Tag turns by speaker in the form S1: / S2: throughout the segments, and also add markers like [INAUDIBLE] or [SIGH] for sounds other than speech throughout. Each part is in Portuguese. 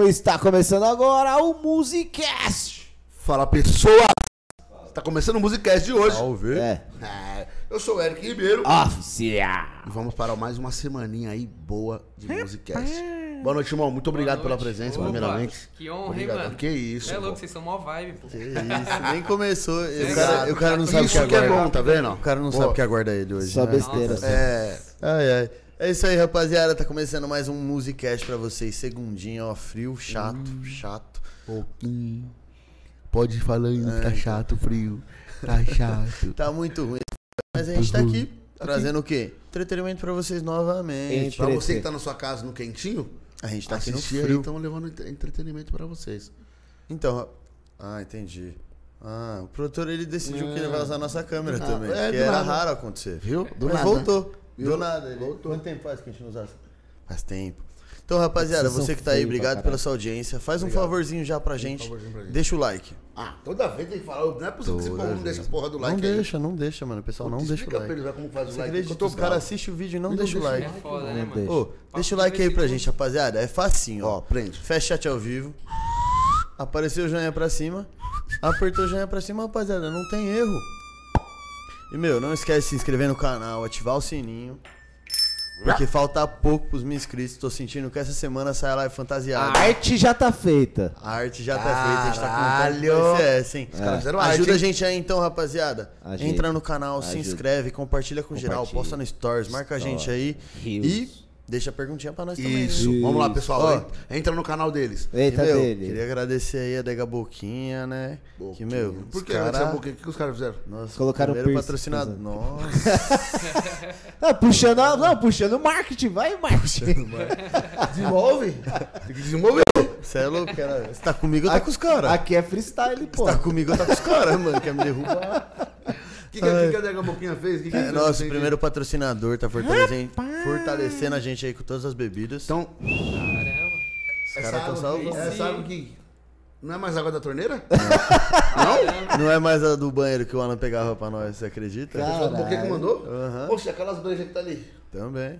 S1: Está começando agora o Musicast.
S2: Fala pessoa! Tá começando o Musicast de hoje.
S3: Salve.
S1: É.
S2: É, eu sou o Eric Ribeiro.
S1: Oficial.
S2: E vamos para mais uma semaninha aí boa de Musicast. Boa noite, irmão. Muito obrigado
S4: Boa
S2: pela
S4: noite.
S2: presença,
S4: Opa,
S2: primeiramente.
S4: Que honra,
S2: Obrigado.
S4: hein, mano?
S2: Que isso,
S4: Cê É
S2: pô.
S4: louco, vocês são mó vibe, pô.
S2: Que isso.
S3: Nem começou. E O
S4: Exato.
S3: cara, e o cara não sabe o que
S2: Isso que é
S3: aguarda.
S2: bom, tá vendo?
S3: O cara não sabe o que aguarda ele hoje.
S1: Só
S3: né?
S1: besteira. só.
S2: É.
S3: Ai, ai. É isso aí, rapaziada. Tá começando mais um Musicast pra vocês. Segundinho, ó. Frio, chato,
S2: Hum.
S3: chato.
S2: Pouquinho. Pode ir falando,
S3: É, então.
S2: tá chato, frio.
S3: [LAUGHS]
S2: Tá chato.
S3: Tá muito ruim. Mas a gente tá aqui trazendo o quê? Entretenimento pra vocês novamente.
S2: Pra você que tá na sua casa no quentinho,
S3: A gente tá aqui no
S2: assistir
S3: frio.
S2: aí, então. estamos levando entre- entretenimento pra vocês.
S3: Então, ra- ah, entendi. Ah, o produtor ele decidiu que ele vai usar a nossa câmera
S2: Ah,
S3: também.
S2: é,
S3: que
S2: do
S3: era
S2: nada.
S3: raro acontecer.
S2: Viu? Do
S3: Mas
S2: nada.
S3: voltou.
S2: Viu?
S3: Do nada. Ele... Voltou. Quanto tempo faz que a gente não usa? Faz tempo. Então, rapaziada,
S1: Vocês são
S3: você que tá aí,
S1: feio pra
S3: obrigado
S1: caralho.
S3: pela sua audiência. Faz um favorzinho já pra gente.
S2: favorzinho pra gente.
S3: Deixa o like.
S2: Ah, toda vez tem que falar. Não é possível que esse povo não
S3: Toda
S2: deixa a
S3: vez.
S2: porra do like
S3: Não
S2: aí.
S3: deixa, não deixa, mano. O pessoal Então não
S2: Puta,
S3: deixa o
S2: explica pra
S3: like.
S2: eles lá como faz o
S3: Você
S2: like.
S3: acredita que os caras assistem o vídeo e não deixa o
S4: É
S3: like?
S4: foda, né, mano?
S1: deixa.
S3: Ô, deixa o like aí pra gente, rapaziada. É facinho, ó.
S2: Ó, prende.
S3: Fecha chat ao vivo. Apareceu o joinha pra cima. Apertou o joinha pra cima, rapaziada. Não tem erro. E, meu, não esquece de se inscrever no canal, ativar o sininho. Porque falta pouco pros meus inscritos. Tô sentindo que essa semana sai a live fantasiada.
S1: A arte já tá feita.
S3: A arte já tá feita, a gente tá contando
S2: Caralho!
S3: com o CS, hein? Os
S2: caras fizeram arte,
S3: É. Ajuda
S2: hein?
S3: a gente aí então, rapaziada.
S1: Ajuda.
S3: Entra no canal, se
S1: Ajuda.
S3: inscreve, compartilha com geral,
S1: Compartilha.
S3: posta no Stories, marca a gente aí.
S1: Reels.
S3: E deixa a perguntinha pra nós também.
S2: Isso.
S3: né?
S2: Vamos lá, pessoal.
S3: Ó. É.
S2: Ent- Entra no canal deles.
S1: Eita
S3: meu,
S1: dele.
S3: Queria agradecer aí a Dega Boquinha, né? Que, meu, os
S2: Por que?
S3: cara-
S2: Alexandre Boquinha? O que que os caras
S3: [LAUGHS]
S2: fizeram?
S3: Nossa,
S1: Colocaram
S3: primeiro
S1: piercing,
S3: patrocinado.
S1: por
S3: Nossa.
S1: Ah, puxando, a- não, puxando o marketing, vai marketing.
S2: Desenvolve? Tem que desenvolver.
S3: Você é louco, cara. Você tá comigo, eu tô com os caras.
S1: Aqui é freestyle, pô.
S3: Você tá comigo, eu tô com os caras, mano. Quer me derrubar?
S2: O que, que, que que a Dega Boquinha fez? Que que
S3: É
S2: que-
S3: nosso
S2: que-
S3: primeiro patrocinador, tá fortalecendo, fortalecendo a gente aí com todas as bebidas.
S2: Então,
S4: Caramba.
S3: os
S2: essa
S3: caras tão
S2: água, que,
S3: salvando.
S4: salvando.
S2: essa água que... Não é mais água da
S3: [LAUGHS]
S2: torneira?
S4: Caramba.
S3: Não é mais a do banheiro que o Alan pegava pra nós, você acredita?
S1: Cara.
S2: O Boquinha que mandou?
S3: Aham.
S2: Poxa, aquelas brejas que tá ali.
S3: Também.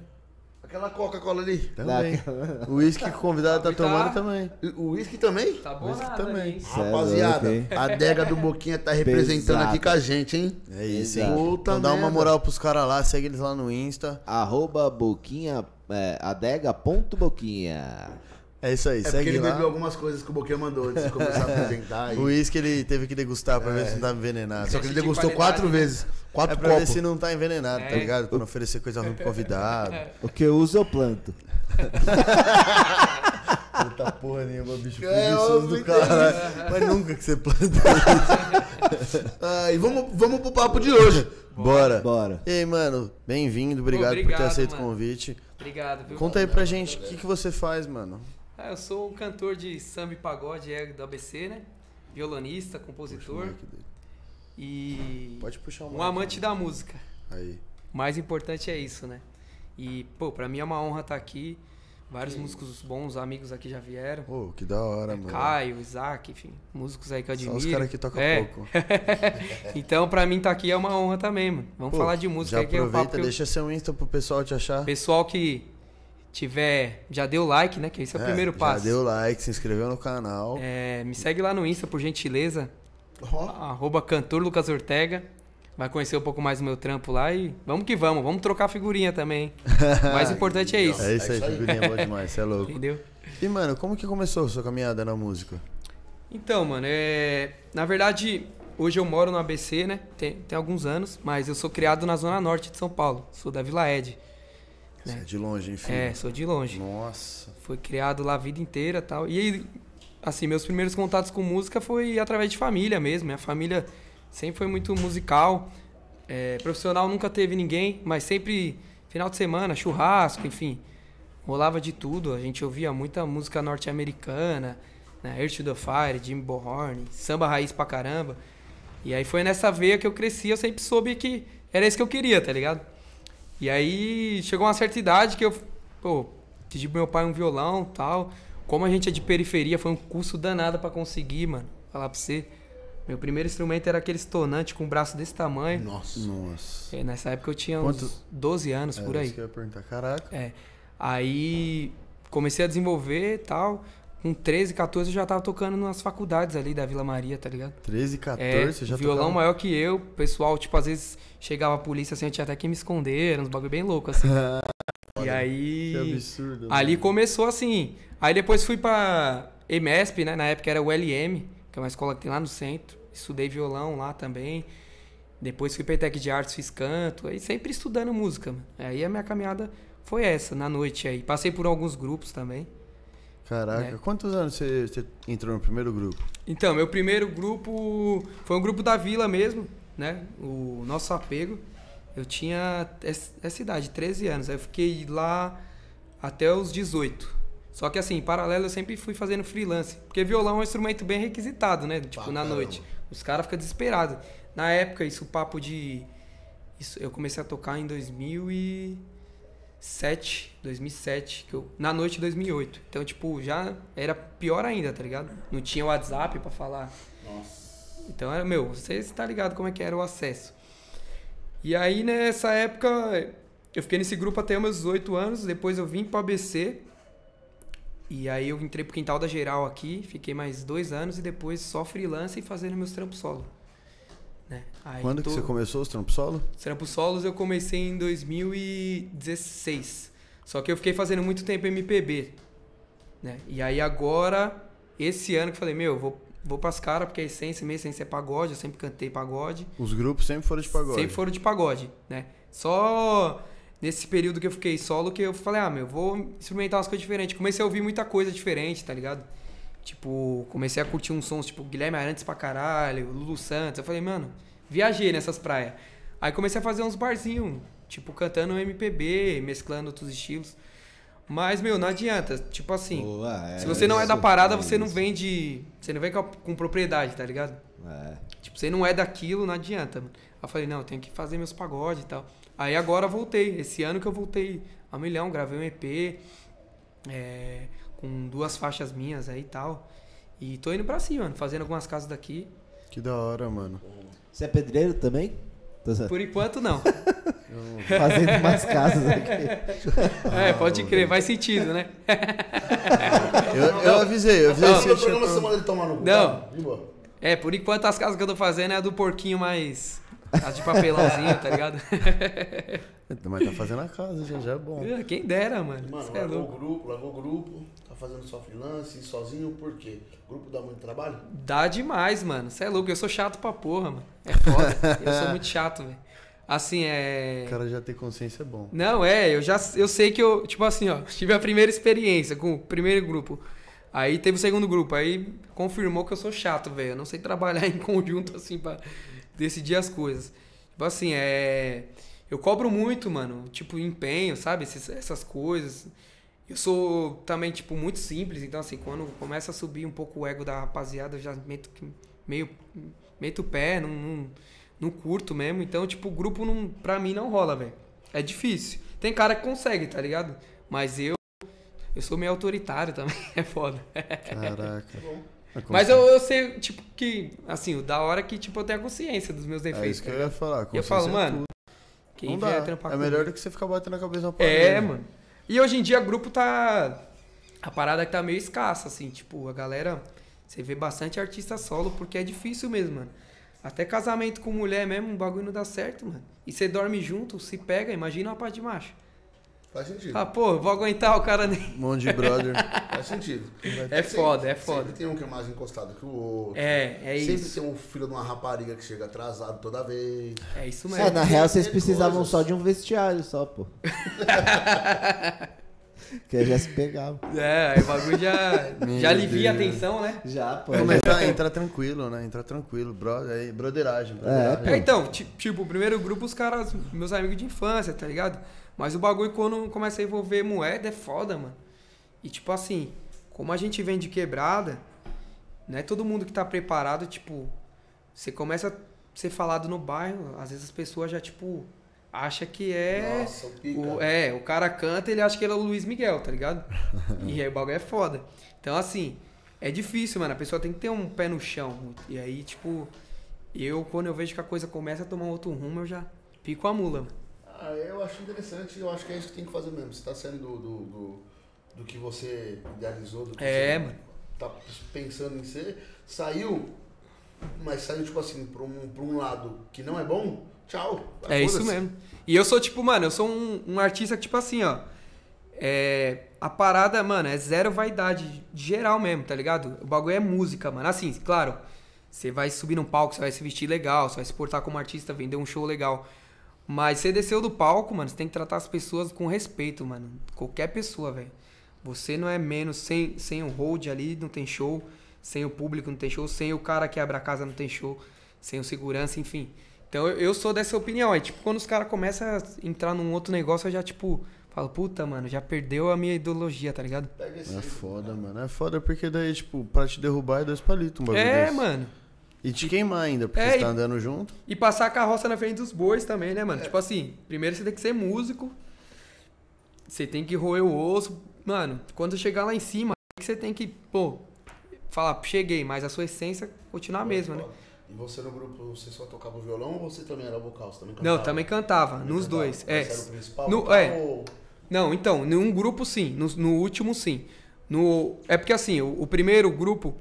S2: Aquela Coca-Cola ali.
S3: Também. O uísque que o convidado tá
S4: Tá.
S3: tomando também.
S2: E O uísque também? É
S4: Tá bom
S3: Mas que
S4: nada,
S3: também.
S4: também. Hein?
S1: Cê é
S2: Rapaziada,
S1: louco, hein?
S2: a Dega do Boquinha tá representando
S1: Pesado.
S2: aqui com a gente, hein?
S3: É isso, hein?
S1: Exato.
S2: Puta
S3: então dá uma
S2: merda.
S3: moral pros caras lá, segue eles lá no Insta.
S1: [LAUGHS] Arroba boquinha, é, adega.boquinha.
S3: É isso aí,
S2: É porque
S3: segue
S2: ele
S3: lá.
S2: bebeu algumas coisas que o Boquinha mandou antes de
S3: [LAUGHS]
S2: começar a apresentar. e-
S3: O uísque ele teve que degustar pra ver se não tá envenenado.
S2: Só que ele
S4: de
S2: degustou
S4: qualidade,
S2: quatro
S4: né?
S2: vezes. Quatro
S3: É pra ver
S2: copos.
S3: se não tá envenenado, tá
S4: É.
S3: ligado? Pra não oferecer coisa ruim pro
S4: [LAUGHS]
S3: convidado.
S1: O que eu uso, eu planto.
S3: Puta porra nenhuma, bicho.
S2: É,
S3: preguiçoso
S2: eu
S3: do
S2: entendi.
S3: caralho. Mas nunca que você planta.
S4: [LAUGHS]
S2: Ah, e vamos, vamos pro papo de hoje.
S3: Bora.
S1: Bora.
S3: E aí, mano, bem-vindo, obrigado, por ter
S4: obrigado,
S3: aceito
S4: mano.
S3: o convite.
S4: Obrigado, viu?
S3: Conta aí pra gente o que, que você faz, mano.
S4: Ah, eu sou um cantor de samba e pagode é, do ABC, né? Violonista, compositor e
S3: Pode puxar
S4: um
S2: né?
S4: amante da música.
S3: Aí.
S4: O mais importante é isso, né? E, pô, pra mim é uma honra estar aqui. Vários músicos bons, amigos aqui já vieram.
S3: Pô, que da hora, mano.
S4: Caio, Isaac, enfim, músicos aí que É eu
S3: Só
S4: admiro.
S3: os caras que tocam
S4: É. [LAUGHS]
S3: pouco.
S4: Então, pra mim, tá aqui é uma honra também, mano. Vamos
S3: Pô,
S4: falar de música
S3: Já
S4: aí, que é um papo
S3: aproveita,
S4: que eu-
S3: deixa seu Insta pro pessoal te achar.
S4: Pessoal que tiver, já deu like, né? Que esse é o primeiro passo.
S3: Já deu like, se inscreveu no canal.
S4: É, me segue lá no Insta, por gentileza.
S2: Ó,
S4: Arroba cantor Lucas Ortega. Vai conhecer um pouco mais do meu trampo lá e vamos que vamos. Vamos trocar figurinha também.
S3: [LAUGHS]
S4: hein? O mais importante é isso.
S3: É isso aí, figurinha boa demais, você é louco.
S4: Entendeu?
S3: E, mano, como que começou a sua caminhada na música?
S4: Então, mano, é... na verdade, hoje eu moro no ABC, né? Tem, tem alguns anos, mas eu sou criado na Zona Norte de São Paulo. Sou da Vila Ed.
S3: Você é de longe, enfim.
S4: É, sou de longe.
S3: Nossa.
S4: Foi criado lá a vida inteira tal. E aí, assim, meus primeiros contatos com música foi através de família mesmo. Minha família sempre foi muito musical. É, profissional nunca teve ninguém, mas sempre final de semana, churrasco, enfim. Rolava de tudo. A gente ouvia muita música norte-americana, né? Earth to the Fire, Jimmy Bohorn, samba raiz pra caramba. E aí foi nessa veia que eu cresci, eu sempre soube que era isso que eu queria, tá ligado? E aí chegou uma certa idade que eu pô, pedi pro meu pai um violão tal. Como a gente é de periferia, foi um curso danado pra conseguir, mano. Falar pra você. Meu primeiro instrumento era aquele estonante com um braço desse tamanho.
S2: Nossa.
S3: Nossa.
S4: E nessa época eu tinha
S3: Quanto-
S4: uns 12 anos É, por
S3: Era
S4: aí.
S3: isso que eu ia perguntar. Caraca.
S4: É. Aí comecei a desenvolver e tal. com 13, 14 eu já tava tocando nas faculdades ali da Vila Maria, tá ligado?
S3: 13, 14,
S4: É,
S3: já
S4: violão
S3: tocava? um
S4: maior que eu, pessoal, tipo, às vezes chegava a polícia assim, eu tinha até que me esconder, era uns bagulho bem
S3: [LAUGHS]
S4: louco, assim. e
S3: Que
S4: aí.
S3: absurdo.
S4: Ali
S3: mano.
S4: começou assim. Aí depois fui pra EMESP, né? Na época era o LM, que é uma escola que tem lá no centro. Estudei violão lá também. Depois fui pra Tec de Artes, fiz canto. Aí sempre estudando música, mano. Aí a minha caminhada foi essa, na noite aí. Passei por alguns grupos também.
S3: Caraca,
S4: né?
S3: quantos anos você, você entrou no primeiro grupo?
S4: Então, meu primeiro grupo foi um grupo da vila mesmo, né? O nosso apego. Eu tinha essa essa idade, 13 anos. Aí eu fiquei lá até os 18. Só que assim, em paralelo eu sempre fui fazendo freelance. Porque violão é um instrumento bem requisitado, né? Tipo, na
S3: caramba.
S4: noite. Os caras ficam desesperados. Na época, isso papo de. Isso, eu comecei a tocar em 2007, 2007, que eu, na noite de 2008. Então, tipo, já era pior ainda, tá ligado? Não tinha WhatsApp pra falar. Então era, meu, você tá ligado como é que era o acesso. E aí nessa época eu fiquei nesse grupo até meus 18 anos, depois eu vim pro ABC. E aí eu entrei pro quintal da geral aqui, fiquei mais dois anos e depois só freelance e fazendo meus trampos solo. Né? Aí
S3: Quando
S4: tô-
S3: que você começou os trampos solo?
S4: os Trampos solos eu comecei em 2016. Só que eu fiquei fazendo muito tempo MPB. Né? E aí agora, esse ano que eu falei, meu, vou, vou pras caras, porque a essência, minha essência é pagode, eu sempre cantei pagode.
S3: Os grupos sempre foram de pagode.
S4: Sempre foram de pagode, né? Só nesse período que eu fiquei solo que eu falei, ah, meu, vou experimentar umas coisas diferentes. Comecei a ouvir muita coisa diferente, tá ligado? Tipo, comecei a curtir uns sons, tipo, Guilherme Arantes pra caralho, Lulu Santos. Eu falei, mano, viajei nessas praias. Aí comecei a fazer uns barzinhos, tipo, cantando MPB, mesclando outros estilos. Mas, meu, não adianta. Tipo assim,
S5: Boa, é
S4: se você não é da
S5: isso,
S4: parada,
S5: é
S4: você não
S5: isso.
S4: vende. Você não vem com, a- com propriedade, tá ligado?
S5: É.
S4: Tipo, você não é daquilo, não adianta, mano. Aí eu falei, não, eu tenho que fazer meus pagodes e tal. Aí agora eu voltei. Esse ano que eu voltei a milhão, gravei um EP é, com duas faixas minhas aí e tal. E tô indo pra cima, mano, fazendo algumas casas daqui.
S3: Que da hora, mano.
S5: Você é pedreiro também? Tô certo.
S1: [LAUGHS]
S4: Por enquanto, não.
S5: Fazendo umas casas aqui.
S4: é, pode crer, faz sentido, né?
S3: Eu, eu avisei, eu avisei.
S4: Não.
S3: esse é
S6: No
S3: dia.
S6: programa você
S2: é
S6: manda ele tomar no cu.
S4: Não.
S6: tá? De boa.
S4: É, por enquanto as casas que eu tô fazendo é a do porquinho mais. As de papelãozinho, tá ligado?
S3: Mas tá fazendo a casa já, já é bom.
S4: Quem dera, mano.
S6: Mano,
S4: Cê é
S6: largou o
S4: louco.
S6: grupo, largou o grupo, tá fazendo só freelance, sozinho, por quê? Grupo dá muito trabalho?
S4: Dá demais, mano. Você é louco, eu sou chato pra porra, mano. É foda. eu sou muito chato, velho. Assim, é.
S3: O cara já ter consciência é bom.
S4: Não, é, eu já eu sei que eu, tipo assim, ó, tive a primeira experiência com o primeiro grupo. Aí teve o segundo grupo, aí confirmou que eu sou chato, velho. Eu não sei trabalhar [LAUGHS] em conjunto assim pra decidir as coisas. Tipo assim, é, eu cobro muito, mano, tipo empenho, sabe, Esses- essas coisas. Eu sou também tipo muito simples, então assim, quando começa a subir um pouco o ego da rapaziada, eu já meto que- meio meto o pé, não, não, não curto mesmo. Então, tipo, o grupo não, pra mim não rola, velho. É difícil. Tem cara que consegue, tá ligado? Mas eu. Eu sou meio autoritário também, [LAUGHS] é foda.
S3: Caraca.
S4: Mas eu, eu sei, tipo, que. Assim, o da hora é que, tipo, eu tenho a consciência dos meus
S3: É
S4: defeitos.
S3: isso que
S4: tá
S3: eu
S4: ligado?
S3: ia falar.
S4: E eu
S3: consciência
S4: falo,
S3: é
S4: mano,
S3: tudo.
S4: quem
S3: não dá.
S4: vier trampar
S3: É
S4: comigo-
S3: melhor né? do que você ficar batendo a cabeça na parede.
S4: É, mano. E hoje em dia o grupo tá. A parada que tá meio escassa, assim, tipo, a galera. Você vê bastante artista solo, porque é difícil mesmo, mano. Até casamento com mulher mesmo, o bagulho não dá certo, mano. E você dorme junto, se pega, imagina uma parte de macho.
S6: Faz sentido.
S4: Ah, pô, vou aguentar o cara nem.
S3: Um monte de [LAUGHS] brother.
S6: Faz sentido.
S4: [LAUGHS] É foda, é
S6: Sempre
S4: foda.
S6: tem um que é mais encostado que o outro.
S4: É, é
S6: Sempre
S4: isso.
S6: tem um filho de uma rapariga que chega atrasado toda vez.
S4: É isso
S5: É,
S4: mesmo.
S5: na real vocês
S6: Tem
S5: precisavam
S6: coisas.
S5: só de um vestiário só,
S4: [LAUGHS]
S5: pô. que aí já se pegava.
S4: É, aí o bagulho já,
S3: Meu
S4: já alivia a
S3: Deus.
S4: tensão, né?
S5: Já, pô.
S3: Começar a entrar tá, tranquilo, né? Entrar tranquilo. Brother, aí, broderagem. broderagem.
S4: É, então, ti- tipo, o primeiro grupo, os caras, meus amigos de infância, tá ligado? Mas o bagulho, quando começa a envolver moeda, é foda, mano. E, tipo assim, como a gente vem de quebrada, não é todo mundo que tá preparado, tipo, você começa a ser falado no bairro, às vezes as pessoas já, tipo, acha que é.
S6: Nossa, o pica.
S4: O- é, o cara canta ele acha que ele é o Luiz Miguel, tá ligado? e aí o bagulho é foda. Então, assim, é difícil, mano. A pessoa tem que ter um pé no chão. E aí, tipo, eu, quando eu vejo que a coisa começa a tomar outro rumo, eu já pico a mula, mano.
S6: Ah, eu acho interessante, eu acho que é isso que tem que fazer mesmo. Você tá saindo do, do, do, do que você idealizou, do que
S4: É,
S6: você
S4: mano.
S2: tá pensando em ser, saiu, mas saiu, tipo assim, pra um, pra um lado que não é bom, tchau.
S4: É isso
S2: foda-se.
S4: mesmo. E eu sou tipo, mano, eu sou um, um artista que, tipo assim, ó. É, a parada, mano, é zero vaidade geral mesmo, tá ligado? O bagulho é música, mano. Assim, claro, você vai subir num palco, você vai se vestir legal, você vai se portar como artista, vender um show legal. Mas você desceu do palco, mano, você tem que tratar as pessoas com respeito, mano. Qualquer pessoa, velho. Você não é menos sem, sem o hold ali, não tem show. Sem o público, não tem show. Sem o cara que abre a casa, não tem show. Sem o segurança, enfim. Então eu, eu sou dessa opinião. É tipo, quando os caras começam a entrar num outro negócio, eu já, tipo, falo, puta, mano, já perdeu a minha ideologia, tá ligado?
S2: Pega esse.
S3: É foda, mano. É foda porque daí, tipo, pra te derrubar é dois palitos, um bagulho
S4: É,
S3: desse.
S4: mano.
S3: E te queimar ainda, porque
S4: É,
S3: você
S4: e-
S3: tá andando junto.
S4: E passar a carroça na frente dos bois também, né,
S3: É.
S4: mano? Tipo assim, primeiro você tem que ser músico. Você tem que roer o osso. Mano, quando chegar lá em cima, é que você tem que, pô, falar, cheguei, mas a sua essência continuar a mesma, né?
S2: E você no grupo, você só tocava o violão ou você também era vocal? Você também cantava?
S4: Não, também cantava, nos
S2: cantava?
S4: dois.
S2: Mas
S4: É.
S2: Era o principal? Então,
S4: No-
S2: vocal
S4: é.
S2: ou-
S4: Não, então, num grupo sim, no, no último sim. No, é porque assim, o, o primeiro grupo,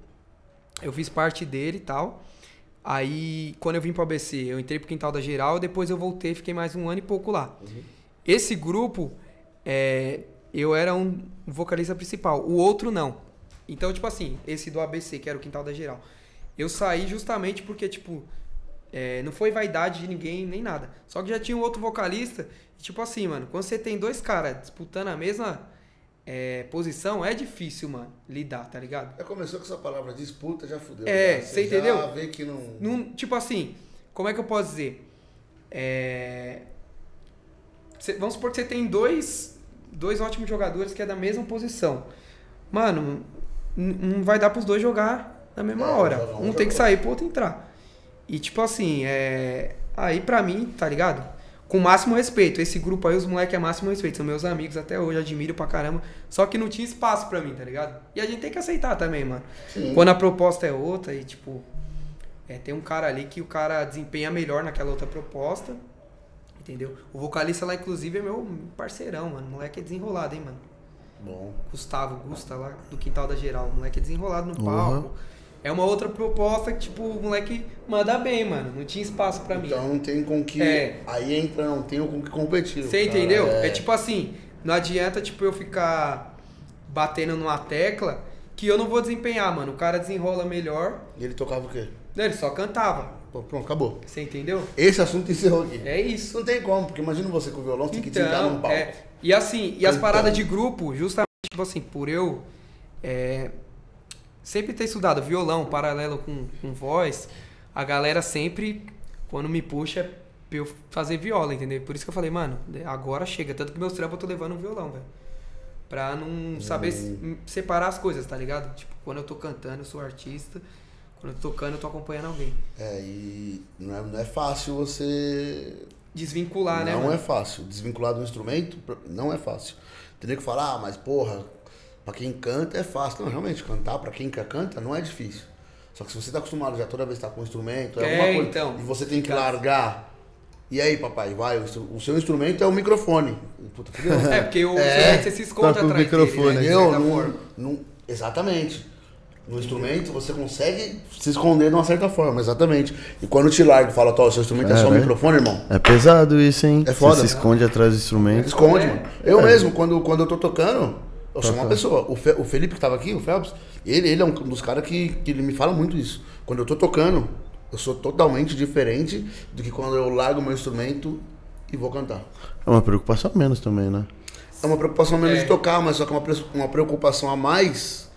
S4: eu fiz parte dele e tal. Aí, quando eu vim pro ABC, eu entrei pro Quintal da Geral, depois eu voltei, fiquei mais um ano e pouco lá. Esse grupo, é, eu era um vocalista principal, o outro não. Então, tipo assim, esse do ABC, que era o Quintal da Geral. Eu saí justamente porque, tipo, é, não foi vaidade de ninguém, nem nada. Só que já tinha um outro vocalista. E, tipo assim, mano, quando você tem dois caras disputando a mesma é, posição, é difícil, mano, lidar, tá ligado?
S2: Já começou com essa palavra disputa, já fudeu.
S4: É,
S2: já.
S4: você entendeu?
S2: Já vê que não...
S4: Num- tipo assim, como é que eu posso dizer? É, cê- vamos supor que você tem dois, dois ótimos jogadores que é da mesma posição. Mano, n- não vai dar pros dois jogar na mesma
S2: É,
S4: hora.
S2: jogar um
S4: Um tem
S2: jogo.
S4: que sair pro outro entrar. E tipo assim, é, aí pra mim, tá ligado? Com máximo respeito. Esse grupo aí, os moleques é máximo respeito. São meus amigos até hoje, admiro pra caramba. Só que não tinha espaço pra mim, tá ligado? E a gente tem que aceitar também, mano.
S2: Sim.
S4: Quando a proposta é outra e, tipo, é, tem um cara ali que o cara desempenha melhor naquela outra proposta, entendeu? O vocalista lá, inclusive, é meu parceirão, mano. O moleque é desenrolado, hein, mano.
S2: Bom.
S4: Gustavo, Gusta lá do Quintal da Geral. O moleque é desenrolado no palco. É uma outra proposta que, tipo, o moleque manda bem, mano. Não tinha espaço pra mim.
S2: Então não tem com que...
S4: É.
S2: Aí entra, não tem com que competir.
S4: Você
S2: cara.
S4: entendeu?
S2: É.
S4: É. tipo assim, não adianta tipo eu ficar batendo numa tecla que eu não vou desempenhar, mano. O cara desenrola melhor.
S2: E ele tocava o quê?
S4: Não, ele só cantava.
S2: Pô, pronto, acabou.
S4: Você entendeu?
S2: Esse assunto encerrou aqui.
S4: É isso.
S2: Não tem como, porque imagina você com o violão, você tem que desencar num
S4: Então,
S2: palco.
S4: é. E assim, e as
S2: Então.
S4: paradas de grupo, justamente, tipo assim, por eu é, sempre ter estudado violão paralelo com, com voz, a galera sempre, quando me puxa, é pra eu fazer viola, entendeu? Por isso que eu falei, mano, agora chega. Tanto que meus trampos eu tô levando um violão, velho. Pra não saber
S2: Hum.
S4: se- separar as coisas, tá ligado? Tipo, quando eu tô cantando, eu sou artista. Quando eu tô tocando, eu tô acompanhando alguém.
S2: É, e não é, não é fácil você.
S4: Desvincular, né?
S2: não
S4: mano?
S2: é fácil. Desvincular do instrumento pra- não é fácil. Tem nem que falar, ah, mas porra, pra quem canta é fácil. Não, realmente, cantar pra quem quer canta não é difícil. Só que se você tá acostumado já toda vez que tá com um instrumento, é,
S4: É,
S2: alguma coisa.
S4: então.
S2: e você tem que
S4: Fica-
S2: largar. E aí, papai, vai, o seu, o seu instrumento é o microfone. Puta, fudeu.
S4: [LAUGHS] É, porque o
S2: É,
S4: você se esconde
S7: tá com o
S4: atrás
S7: microfone,
S4: dele, né? De
S2: Entendeu?
S4: certa forma.
S2: Não, não- exatamente. No instrumento você consegue se esconder de uma certa forma, exatamente. E quando te larga e fala, "Tó, o seu instrumento é,
S3: É,
S2: só o
S3: né?
S2: microfone, irmão.
S3: É pesado isso, hein?
S2: É foda.
S3: Você se esconde atrás do
S2: Se
S3: instrumento.
S2: Esconde,
S4: É. Tá,
S2: mano. Eu mesmo, quando, quando eu tô tocando, eu sou uma pessoa. O, Fe- o Felipe que tava aqui, o Phelps, ele, ele é um dos caras que, que ele me fala muito isso. Quando eu tô tocando, eu sou totalmente diferente do que quando eu largo meu instrumento e vou cantar.
S3: É uma preocupação a menos também, né?
S2: É uma preocupação menos
S4: É.
S2: de tocar, mas só que é uma, pre- uma preocupação a mais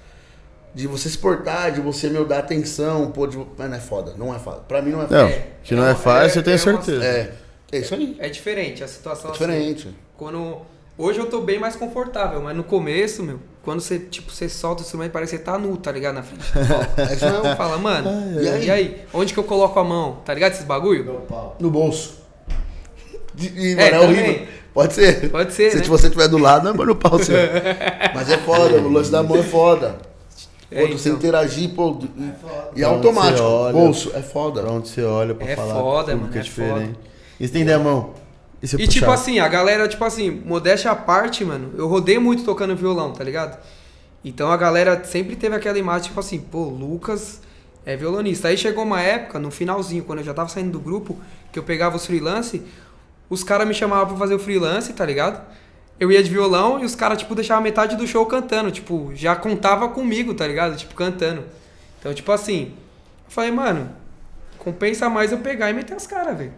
S2: de você se portar, de você, meu, dar atenção, pô, de... Mas não é foda, não é foda. Pra mim não é
S3: Não,
S2: foda.
S3: que não é fácil,
S4: é-
S3: eu tenho
S4: é uma-
S3: certeza.
S2: É, é isso aí.
S4: É diferente a situação.
S2: É
S4: [LAUGHS]
S2: diferente.
S4: Assim, quando hoje eu tô bem mais confortável, mas no começo, meu, quando você tipo você solta o instrumento parece que você tá nu, tá ligado na
S2: [LAUGHS]
S4: frente. do palco.
S2: É
S4: Aí você não fala, mano.
S2: ai.
S4: e, aí? Onde que eu coloco a mão? Tá ligado esses bagulho?
S2: No bolso. De- e,
S4: É,
S2: mano, é
S4: também.
S2: horrível. Pode ser.
S4: Pode ser,
S2: Se
S4: né?
S2: você estiver do lado,
S3: um
S2: não é no pau
S4: [LAUGHS]
S2: seu. Mas é foda, o lance da mão é foda.
S4: É,
S2: Pô, de você
S4: então.
S2: interagir, pô, de- e, é automático.
S3: Você olha.
S2: Bolso, é foda.
S3: Pra onde você olha pra
S4: É
S3: falar.
S4: foda,
S3: tudo
S4: mano,
S3: que
S4: é
S3: diferente. Estender a mão. E, você
S4: E tipo
S3: puxar.
S4: assim, a galera, tipo assim, modéstia à parte, mano, eu rodei muito tocando violão, tá ligado? Então a galera sempre teve aquela imagem, tipo assim, pô, Lucas é violonista. Aí chegou uma época, no finalzinho, quando eu já tava saindo do grupo, que eu pegava os freelance, os caras me chamavam pra fazer o freelance, tá ligado? Eu ia de violão e os caras, tipo, deixavam metade do show cantando, tipo, já contava comigo, tá ligado? Tipo, cantando. Então, tipo assim, eu falei, mano, compensa mais eu pegar e meter os caras, velho.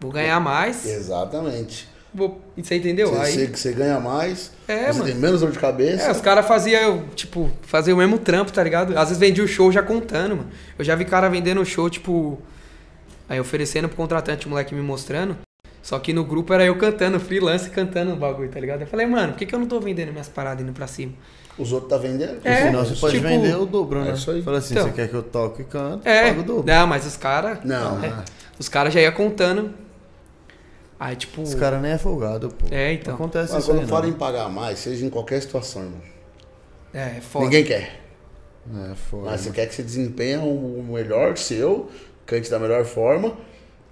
S4: Vou ganhar mais.
S2: Exatamente.
S4: Vou... Você entendeu?
S2: Você,
S4: Aí...
S2: você- você ganha mais,
S4: É,
S2: você
S4: mano.
S2: tem menos dor de cabeça.
S4: É, os caras faziam, tipo, faziam o mesmo trampo, tá ligado? Às vezes vendia o show já contando, mano. Eu já vi cara vendendo o show, tipo. Aí oferecendo pro contratante, o moleque me mostrando. Só que no grupo era eu cantando, freelance cantando o bagulho, tá ligado? Eu falei, mano, por que, que eu não tô vendendo minhas paradas indo pra cima?
S2: Os outros tá vendendo.
S4: É,
S3: Senão você pode
S4: tipo-
S3: vender o dobro,
S2: É
S3: né?
S2: isso aí.
S3: Fala assim,
S4: Então.
S3: você quer que eu toque e canto,
S4: É.
S3: paga o dobro.
S4: Não, mas os caras.
S2: Não.
S4: Os caras já iam contando. Aí, tipo.
S3: Os caras nem é folgado, pô.
S4: É,
S3: Não
S4: então.
S3: acontece
S2: Mas
S3: isso
S2: quando
S3: aí,
S2: fala
S3: não.
S2: em pagar mais, seja em qualquer situação, irmão.
S4: É, é foda.
S2: Ninguém quer.
S8: É, foda.
S2: Mas você quer que você desempenhe o melhor seu, cante da melhor forma.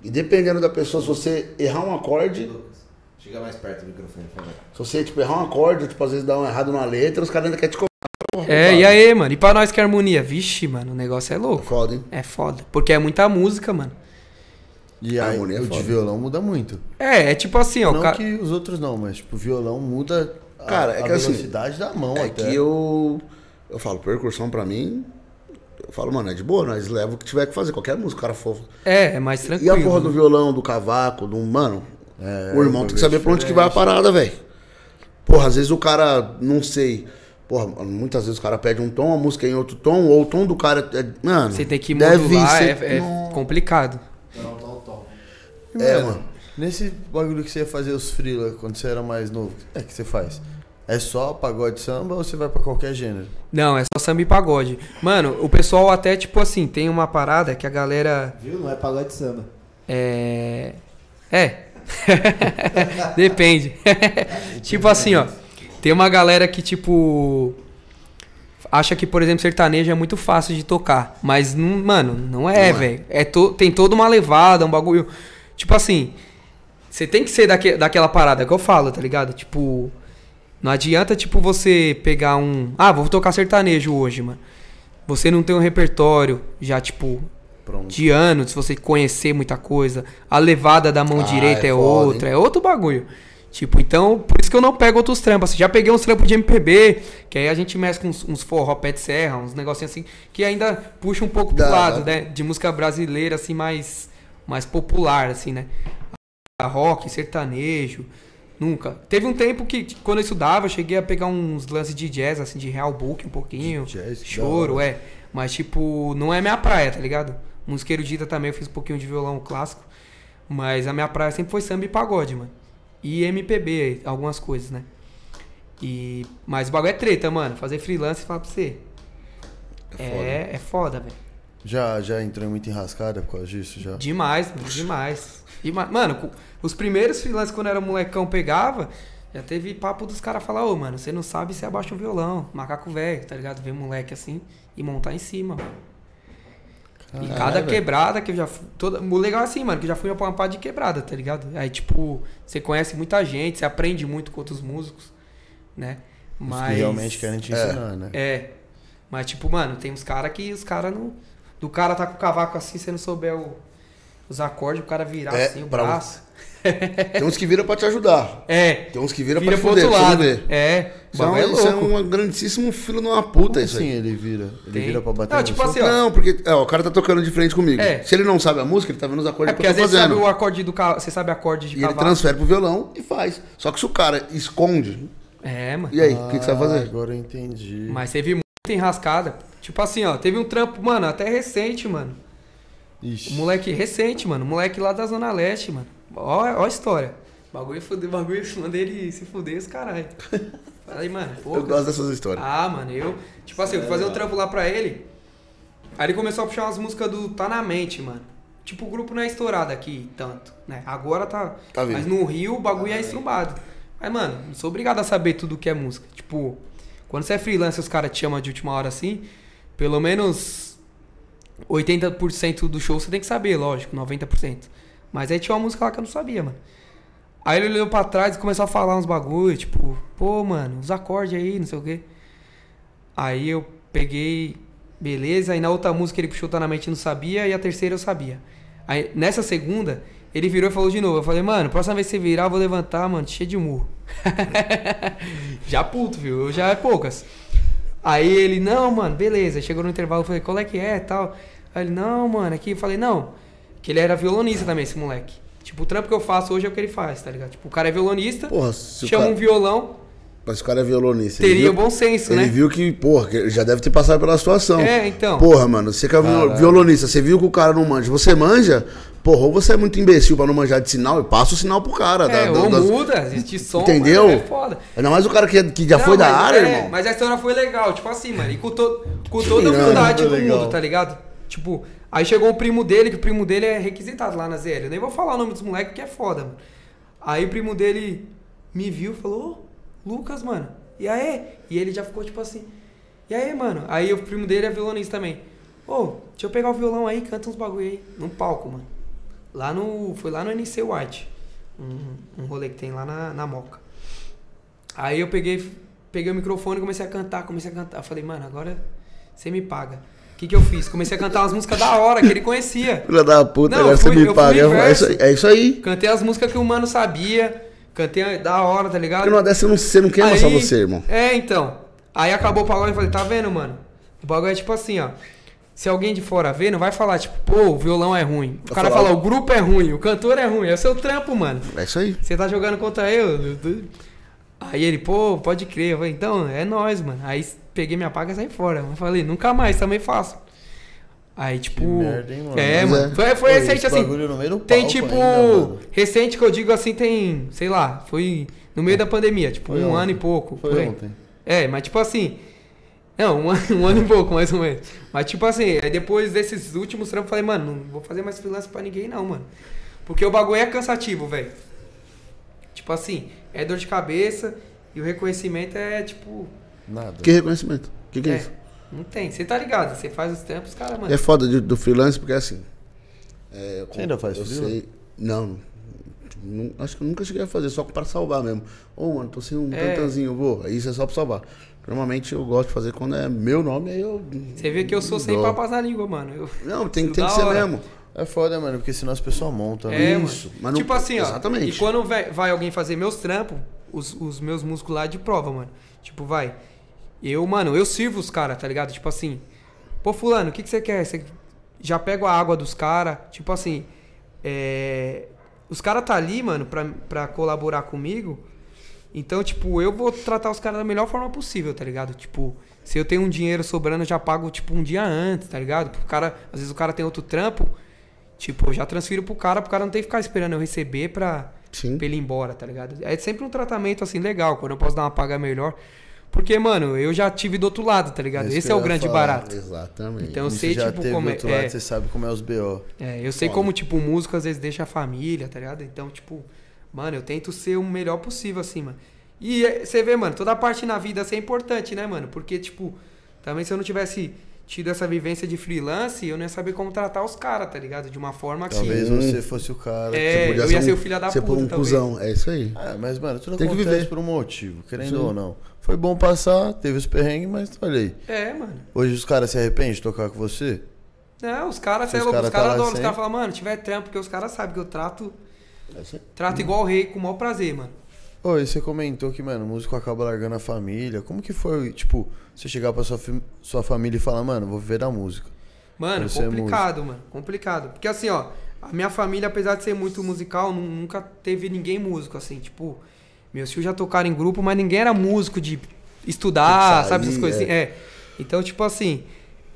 S2: E dependendo da pessoa, se você errar um acorde,
S1: Chega mais perto do microfone, por favor.
S2: se você tipo, errar um acorde, tipo, às vezes dá um errado na letra, os caras ainda querem te cobrar.
S4: É, e aí, mano? E pra nós que é harmonia? Vixe, mano, o negócio é louco.
S2: Foda, hein?
S4: É foda. Porque é muita música, mano.
S3: E
S2: A
S3: aí,
S2: harmonia é
S3: o de
S2: foda.
S3: violão muda muito.
S4: É, é tipo assim, ó.
S3: não
S4: o ca-
S3: que os outros não, mas tipo, o violão muda a,
S2: Cara, é
S3: a
S2: que assim,
S3: velocidade da mão
S2: É
S3: até.
S2: que eu. Eu falo, percussão pra mim. Eu falo, mano, é de boa, nós leva o que tiver que fazer, qualquer música, o cara for.
S4: É, é mais
S2: E
S4: tranquilo.
S2: a porra do
S4: né?
S2: violão, do cavaco, do. Mano, o irmão tem que
S3: bagulho
S2: saber pra onde que vai a parada, velho. Porra, às vezes o cara, não sei. Porra, muitas vezes o cara pede um tom, a música é em outro tom, ou o tom do cara. É, mano,
S4: Você tem que
S2: deve
S4: modular,
S2: ser- um-
S4: é, é complicado.
S2: É, mano.
S3: Nesse bagulho que você ia fazer os freela quando você era mais novo, o que é que você faz? É só pagode samba ou você vai pra qualquer gênero?
S4: Não, é só samba e pagode. Mano, o pessoal até, tipo assim, tem uma parada que a galera
S9: Viu? Não é pagode samba.
S4: É. É. [LAUGHS] Depende. tipo assim, ó. Tem uma galera que, tipo. Acha que, por exemplo, sertanejo é muito fácil de tocar. Mas, não, mano, não é, velho. É to- tem toda uma levada, um bagulho. Tipo assim. Você tem que ser daque- daquela parada que eu falo, tá ligado? Tipo. Não adianta, tipo, você pegar um. Ah, vou tocar sertanejo hoje, mano. Você não tem um repertório já, tipo,
S3: Pronto.
S4: de anos, se você conhecer muita coisa, a levada da mão
S2: Ah,
S4: direita
S2: é
S4: é,
S2: foda,
S4: outra, é outro bagulho. Tipo, então, por isso que eu não pego outros trampos. Assim, já peguei uns trampos de MPB, que aí a gente mexe com uns, uns forró, pé de serra, uns negocinhos assim, que ainda puxa um pouco pro
S2: Da-
S4: lado, né? De música brasileira, assim, mais, mais popular, assim, né? A rock, sertanejo, nunca. Teve um tempo que, quando eu estudava, eu cheguei a pegar uns lances de jazz, assim, de real book um pouquinho.
S3: Jazz, que da
S4: Choro,
S3: hora.
S4: é. Mas, tipo, não é minha praia, tá ligado? Música erudita também, eu fiz um pouquinho de violão clássico. Mas a minha praia sempre foi samba e pagode, mano. E MPB, algumas coisas, né? E... Mas o bagulho é treta, mano. Fazer freelance, falar pra você. É, é foda, velho.
S3: Já, já entrou muito enrascada por causa disso? Já?
S4: Demais, mano, demais. Dema- Mano, cu- os primeiros freelancers quando era molecão pegava, já teve papo dos caras falar, ô, mano, você não sabe se abaixa o violão, macaco velho, tá ligado? Ver moleque assim e montar em cima, mano. E cada quebrada que eu já fui. Toda... O legal é assim, mano, que eu já fui pra uma parte de quebrada, tá ligado? Aí, tipo, você conhece muita gente, você aprende muito com outros músicos, né?
S3: Os
S4: Mas.
S3: que realmente querem te ensinar, né?
S4: É. Mas, tipo, mano, tem uns caras que os caras não. Do cara tá com o cavaco assim, você não souber o- os acordes, o cara virar
S2: É,
S4: assim, o
S2: pra-
S4: braço.
S2: Tem uns que viram pra te ajudar.
S4: É.
S2: Tem uns que viram
S4: Vira,
S2: pra te
S4: pro
S2: foder,
S4: outro
S2: pra você
S4: lado.
S2: ver.
S4: É. O
S2: Isso é, um,
S4: bagulho é
S2: isso é
S4: louco.
S2: um grandíssimo filho numa puta,
S3: Como
S2: isso
S3: assim
S2: aí.
S3: ele vira? Ele
S4: Tem.
S3: vira pra bater
S4: Não,
S3: no
S4: tipo
S3: seu?
S4: assim, ó.
S2: Não, porque é, o cara tá tocando de frente comigo.
S4: É.
S2: Se ele não sabe a música, ele tá vendo os
S4: É
S2: acordes que
S4: porque
S2: eu
S4: às
S2: tô
S4: vezes você sabe
S2: fazendo.
S4: o tá acorde do cavaco. Você sabe acorde de
S2: E ele
S4: cavaco.
S2: transfere pro violão e faz. Só que se o cara esconde,
S4: É, mano.
S2: e aí, o que, que você vai
S3: Ah,
S2: fazer?
S3: agora eu entendi.
S4: Mas teve muita enrascada. Tipo assim, ó, teve um trampo, mano, até recente, mano.
S3: Ixi.
S4: Um Moleque recente, mano. um Moleque lá da Zona Leste, mano. Ó, ó a história. Bagulho fudeu, bagulho, é [LAUGHS] mandei ele se fuder
S2: [LAUGHS]
S4: os caralho. Falei, mano, pô,
S2: Eu gosto dessas histórias.
S4: Ah, mano, eu. Tipo assim, eu fui fazer um trampo lá pra ele. Aí ele começou a puxar umas músicas do Tá na Mente, mano. Tipo, o grupo não é estourado aqui tanto, né? Agora tá.
S2: Tá vindo.
S4: mas no Rio o bagulho é estrumbado. Mas, mano, não sou obrigado a saber tudo que é música. Tipo, quando você é freelancer os caras te chamam de última hora assim, pelo menos 80% do show você tem que saber, lógico, 90%. Mas aí tinha uma música lá que eu não sabia, mano. Aí ele olhou pra trás e começou a falar uns bagulho, tipo, pô, mano, os acordes aí, não sei o quê. Aí eu peguei, beleza. Aí na outra música ele puxou Tá Na Mente e não sabia. E a terceira eu sabia. Aí nessa segunda, ele virou e falou de novo. Eu falei, mano, próxima vez que você virar, eu vou levantar, mano, cheio de murro. [LAUGHS] já puto, viu? Eu já é poucas. Aí ele, não, mano, beleza. Chegou no intervalo, eu falei, qual é que é tal. Aí ele, não, mano, aqui. Eu falei, não. Que ele era violonista também, esse moleque. Tipo, o trampo que eu faço hoje é o que ele faz, tá ligado? Tipo, o cara é violonista,
S2: Porra, se o
S4: chama
S2: cara-
S4: um violão,
S2: Mas o cara é violonista. ele
S4: teria
S2: viu-
S4: bom senso,
S2: Ele
S4: né?
S2: viu que, porra, que ele já deve ter passado pela situação.
S4: É, então.
S2: Porra, mano, você que é viol- violonista, você viu que o cara não manja. Você manja, porra, ou você é muito imbecil pra não manjar de sinal, eu passo o sinal pro cara.
S4: É,
S2: da- da-
S4: ou
S2: das-
S4: muda, existe som,
S2: Entendeu?
S4: mas é foda.
S2: Ainda mais o cara que, que já
S4: Não,
S2: foi da
S4: mas-
S2: área,
S4: é,
S2: irmão.
S4: Mas a história foi legal, tipo assim, mano. E com, to- com toda a humildade do mundo, tá ligado? Tipo, aí chegou o primo dele, que o primo dele é requisitado lá na ZL. Eu nem vou falar o nome dos moleques, que é foda, mano. Aí o primo dele me viu e falou, ô, Lucas, mano, e aí? E ele já ficou tipo assim, e aí, mano? Aí o primo dele é violonista também. Ô, deixa eu pegar o violão aí, canta uns bagulho aí, num palco, mano. Lá no. Foi lá no NC White. Um, um rolê que tem lá na, na Moca. Aí eu peguei, peguei o microfone e comecei a cantar, comecei a cantar. Eu falei, mano, agora você me paga. O que, que eu fiz? Comecei a cantar umas músicas da hora que ele conhecia.
S2: Filha da puta,
S4: Não,
S2: agora
S4: eu
S2: você
S4: fui- eu
S2: me
S4: fui
S2: paga. É
S4: inverso.
S2: isso, aí- é isso aí.
S4: Cantei as músicas que o mano sabia. Cantei a- da hora, tá ligado?
S2: Porque numa dessa eu não- você não queima só você, irmão.
S4: É, então. Aí acabou o pagode e falei, tá vendo, mano? O bagulho é tipo assim, ó. Se alguém de fora ver, não vai falar, tipo, pô, o violão é ruim. O cara fala, o grupo é ruim, o cantor é ruim. É o seu trampo, mano.
S2: É isso aí.
S4: Você tá jogando contra eu? eu tô- Aí ele, pô, pode crer. Eu falei, então, é nóis, mano. Aí peguei minha paga e saí fora. Eu falei, nunca mais, também faço. Aí, tipo.
S3: merda, hein, mano?
S4: É,
S2: Mas
S4: mano.
S2: é.
S4: Foi, foi
S3: Pô,
S4: recente,
S3: esse
S4: assim.
S3: bagulho no meio do
S4: Tem
S3: palco
S4: tipo.
S3: ainda, mano.
S4: recente que eu digo assim, tem. Sei lá, foi no meio da pandemia, tipo, um ano e pouco.
S3: É. Foi
S4: por aí.
S3: ontem.
S4: É, mas tipo assim. Não, um, ano- um ano e pouco, mais ou menos. Mas tipo assim, aí depois desses últimos trampos, eu falei, mano, não vou fazer mais freelance pra ninguém, não, mano. Porque o bagulho é cansativo, velho. Tipo assim, é dor de cabeça e o reconhecimento é tipo.
S3: Nada.
S2: Que reconhecimento. O que, que é,
S4: é,
S2: isso?
S4: não tem. Você tá ligado, você faz os tempos, cara, mano.
S2: É foda de- do freelance porque assim. é, eu
S3: Você ainda faz
S2: eu
S3: freela?
S2: sei- Não. tipo, nu- Acho que eu nunca cheguei a fazer, só pra salvar mesmo. Ô, mano, tô sem um
S4: É.
S2: tantanzinho, vou. Isso é só pra salvar. Normalmente eu gosto de fazer quando é meu nome, aí eu.
S4: Você vê que eu sou sem
S2: dou.
S4: papas na língua, mano. Eu-
S2: Não, tem,
S4: Da
S2: tem que ser
S4: hora.
S2: mesmo.
S3: É foda, mano, porque senão as pessoas montam. né?
S4: É,
S2: Isso,
S4: mano.
S2: mas não-
S4: tipo assim, ó.
S2: exatamente.
S4: E quando vai, vai alguém fazer meus trampos, os, os meus músculos lá é de prova, mano. Tipo, vai. Eu, mano, eu sirvo os caras, tá ligado? Tipo assim. Pô, fulano, o que, que você quer? Você já pego a água dos caras. Tipo assim. é, Os caras tá ali, mano, pra, pra colaborar comigo. Então, tipo, eu vou tratar os caras da melhor forma possível, tá ligado? Tipo, se eu tenho um dinheiro sobrando, eu já pago, tipo, um dia antes, tá ligado? Porque o cara, às vezes o cara tem outro trampo, tipo, eu já transfiro pro cara, pro cara não tem que ficar esperando eu receber pra,
S2: Sim.
S4: pra ele ir embora, tá ligado? É sempre um tratamento, assim, legal, quando eu posso dar uma paga melhor. Porque, mano, eu já tive do outro lado, tá ligado?
S2: isso
S4: Esse
S2: que
S4: é o
S2: eu ia
S4: grande
S2: falar.
S4: barato.
S2: Exatamente.
S4: Então eu
S3: Você
S4: sei,
S3: já
S4: tipo,
S3: teve
S4: como é.
S3: outro lado,
S4: é,
S3: você sabe como é os BO.
S4: é, eu sei como, tipo, o músico às vezes deixa a família, tá ligado? Então, tipo, mano, eu tento ser o melhor possível, assim, mano. E é, você vê, mano, toda parte na vida assim, é importante, né, mano? Porque, tipo, também se eu não tivesse tido essa vivência de freelance, eu não ia saber como tratar os caras, tá ligado? De uma forma que.
S3: Talvez
S2: Sim.
S3: você fosse o cara. tipo,
S4: É,
S2: Podia
S4: eu ia
S2: um-
S4: ser o filho da
S2: ser
S4: puta.
S2: por um
S4: talvez.
S2: cuzão, é isso aí.
S3: Ah, mas, mano, tudo
S2: Tem que
S3: acontece
S2: viver.
S3: por um motivo, querendo
S2: Sim.
S3: ou não. Foi bom passar, teve os perrengues, mas olha aí.
S4: É, mano.
S3: Hoje os caras se arrependem de tocar com você?
S4: Não, os caras, você é
S3: Os
S4: louco,
S3: cara
S4: os
S3: tá
S4: caras
S3: lá
S4: adoram, os
S3: sempre.
S4: caras falam, mano, tiver trampo, porque os caras sabem que eu trato.
S2: É isso aí.
S4: Trato igual o rei, com o maior prazer, mano.
S3: Ô, e você comentou que, mano, o músico acaba largando a família. Como que foi, tipo, você chegar pra sua, fi- sua família e falar, mano, vou viver da música?
S4: Mano,
S3: Você é
S4: complicado, mano. Complicado. Porque assim, ó, a minha família, apesar de ser muito musical, nu- nunca teve ninguém músico, assim, tipo, meus tios já tocaram em grupo, mas ninguém era músico de estudar,
S2: Tem que sair,
S4: sabe, essas coisas
S2: é.
S4: assim. É. Então, tipo assim,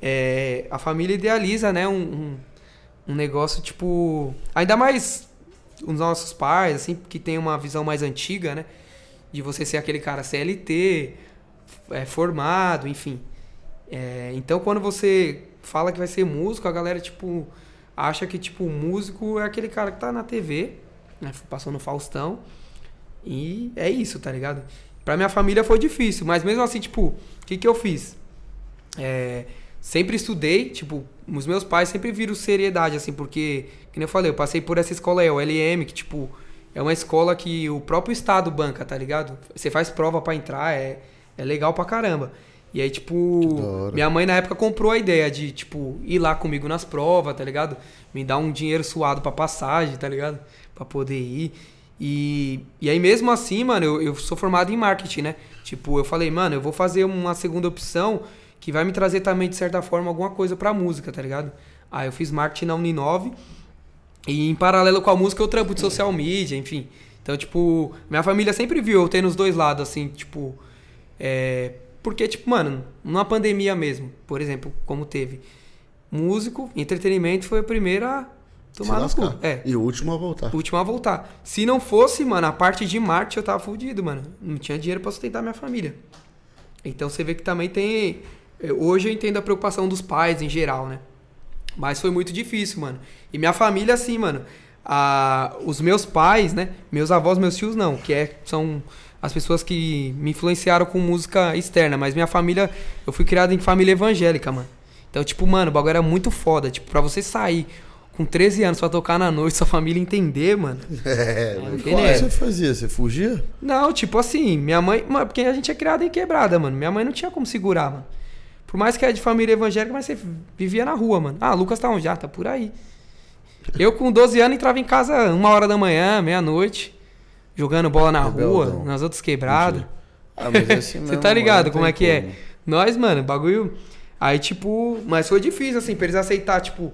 S4: é, a família idealiza, né, um, um, um negócio, tipo. Ainda mais os nossos pais, assim, que tem uma visão mais antiga, né? De você ser aquele cara CLT, é, formado, enfim. É, então, quando você fala que vai ser músico, a galera, tipo, acha que, tipo, o músico é aquele cara que tá na TV, né? Passou no Faustão. E é isso, tá ligado? Pra minha família foi difícil, mas mesmo assim, tipo, o que, que eu fiz? É, sempre estudei, tipo, os meus pais sempre viram seriedade, assim, porque, como eu falei, eu passei por essa escola aí, o LM, que, tipo, é uma escola que o próprio estado banca, tá ligado? Você faz prova pra entrar, é, é legal pra caramba. E aí, tipo, minha mãe na época comprou a ideia de, tipo, ir lá comigo nas provas, tá ligado? Me dar um dinheiro suado pra passagem, tá ligado? Pra poder ir. E, e aí, mesmo assim, mano, eu, eu sou formado em marketing, né? Tipo, eu falei, mano, eu vou fazer uma segunda opção que vai me trazer também, de certa forma, alguma coisa pra música, tá ligado? Aí eu fiz marketing na Uninove. E em paralelo com a música, eu trampo de social media, enfim. Então, tipo, minha família sempre viu eu tendo os dois lados, assim, tipo. É, porque, tipo, mano, numa pandemia mesmo, por exemplo, como teve, músico, entretenimento foi a primeira a tomar no
S10: Se
S4: cu.
S10: lascar.
S4: É,
S10: E o último a voltar.
S4: o último a voltar. Se não fosse, mano, a parte de marketing eu tava fudido, mano. Não tinha dinheiro pra sustentar minha família. Então você vê que também tem. eh, Hoje eu entendo a preocupação dos pais em geral, né? Mas foi muito difícil, mano. E minha família, assim, mano. a- os meus pais, né? Meus avós, meus tios, não. Que é, são as pessoas que me influenciaram com música externa. Mas minha família, eu fui criado em família evangélica, mano. Então, tipo, mano, o bagulho era muito foda. Tipo, pra você sair com 13 anos pra tocar na noite, [LAUGHS] sua família entender, mano.
S10: É,
S4: Entender.
S3: Como é que você fazia? Você fugia?
S4: Não, tipo assim, minha mãe. mano, Porque a gente é criado em quebrada, mano. Minha mãe não tinha como segurar, mano. Por mais que é de família evangélica, mas você vivia na rua, mano. Ah, Lucas tá onde? Ah, tá por aí. Eu com 12 anos entrava em casa uma hora da manhã, meia-noite, jogando bola na
S3: Rebeldão.
S4: rua, nas outras quebradas.
S3: Ah, mas é assim
S4: [LAUGHS] Você
S3: mesmo,
S4: tá
S3: mano,
S4: ligado
S3: não
S4: como é
S3: tem
S4: que é?
S3: como.
S4: Nós, mano, bagulho. Aí, tipo. Mas foi difícil, assim, pra eles aceitar, tipo.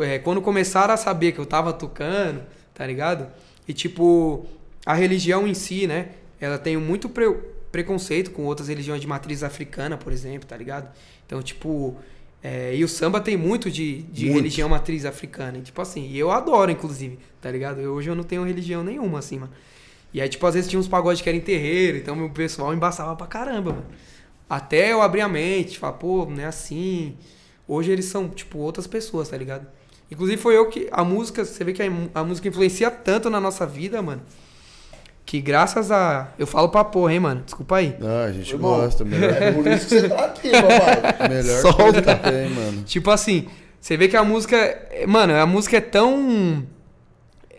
S4: é, quando começaram a saber que eu tava tocando, tá ligado? E, tipo, a religião em si, né? Ela tem muito pre- preconceito com outras religiões de matriz africana, por exemplo, tá ligado? Então, tipo. é, e o samba tem muito de, de religião matriz africana. E, tipo assim, e eu adoro, inclusive, tá ligado? Eu- hoje eu não tenho religião nenhuma, assim, mano. E aí, tipo, às vezes tinha uns pagodes que eram em terreiro, então meu pessoal embaçava pra caramba, mano. Até eu abrir a mente, falar, pô, não é assim. Hoje eles são, tipo, outras pessoas, tá ligado? Inclusive foi eu que. A música, você vê que a, a música influencia tanto na nossa vida, mano. Que graças a. Eu falo pra porra, hein, mano? Desculpa aí.
S3: Ah, a gente
S10: Foi bom.
S3: gosta. Melhor,
S10: É por isso que você tá aqui, papai.
S4: [LAUGHS]
S3: melhor coisa que tem, mano.
S4: Tipo assim, você vê que a música. é- Mano, a música é tão.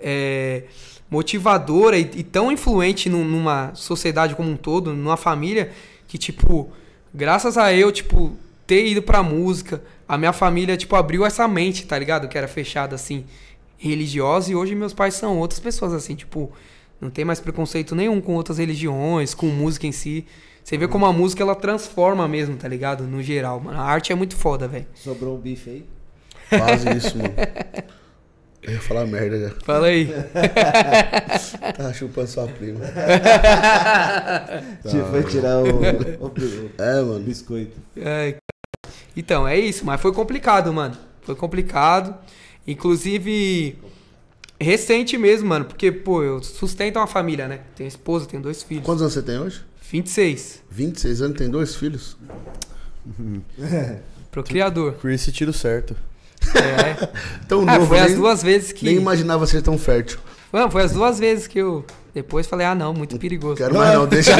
S4: é, motivadora e, e tão influente num- numa sociedade como um todo, numa família, que, tipo, graças a eu, tipo, ter ido pra música, a minha família, tipo, abriu essa mente, tá ligado? Que era fechada, assim, religiosa, e hoje meus pais são outras pessoas, assim, tipo, não tem mais preconceito nenhum com outras religiões, com música em si. Você vê como a música ela transforma mesmo, tá ligado? No geral, mano. A arte é muito foda, velho.
S1: Sobrou um bife aí?
S10: Quase isso, mano. Eu ia falar merda já.
S4: Fala aí.
S10: Tá chupando sua prima.
S1: Tá.
S5: Você Tipo, foi tirar o, o bi-
S10: É,
S1: [LAUGHS]
S5: o
S10: mano.
S5: biscoito.
S4: Ai, c****. Então, é isso, mas foi complicado, mano. Foi complicado. Inclusive, recente mesmo, mano. Porque, pô, eu sustento uma família, né? Tenho esposa, tenho dois filhos.
S10: Quantos anos você tem hoje?
S4: 26.
S10: 26 anos, tem dois filhos. [LAUGHS]
S4: Procriador.
S3: Chris tiro certo.
S4: É.
S10: Tão
S4: Ah,
S10: novo,
S4: foi as
S10: nem-
S4: duas vezes que.
S10: Nem imaginava ser tão fértil.
S4: Não, foi as duas vezes que eu. Depois falei, ah, não, muito perigoso.
S10: Quero mais não, deixa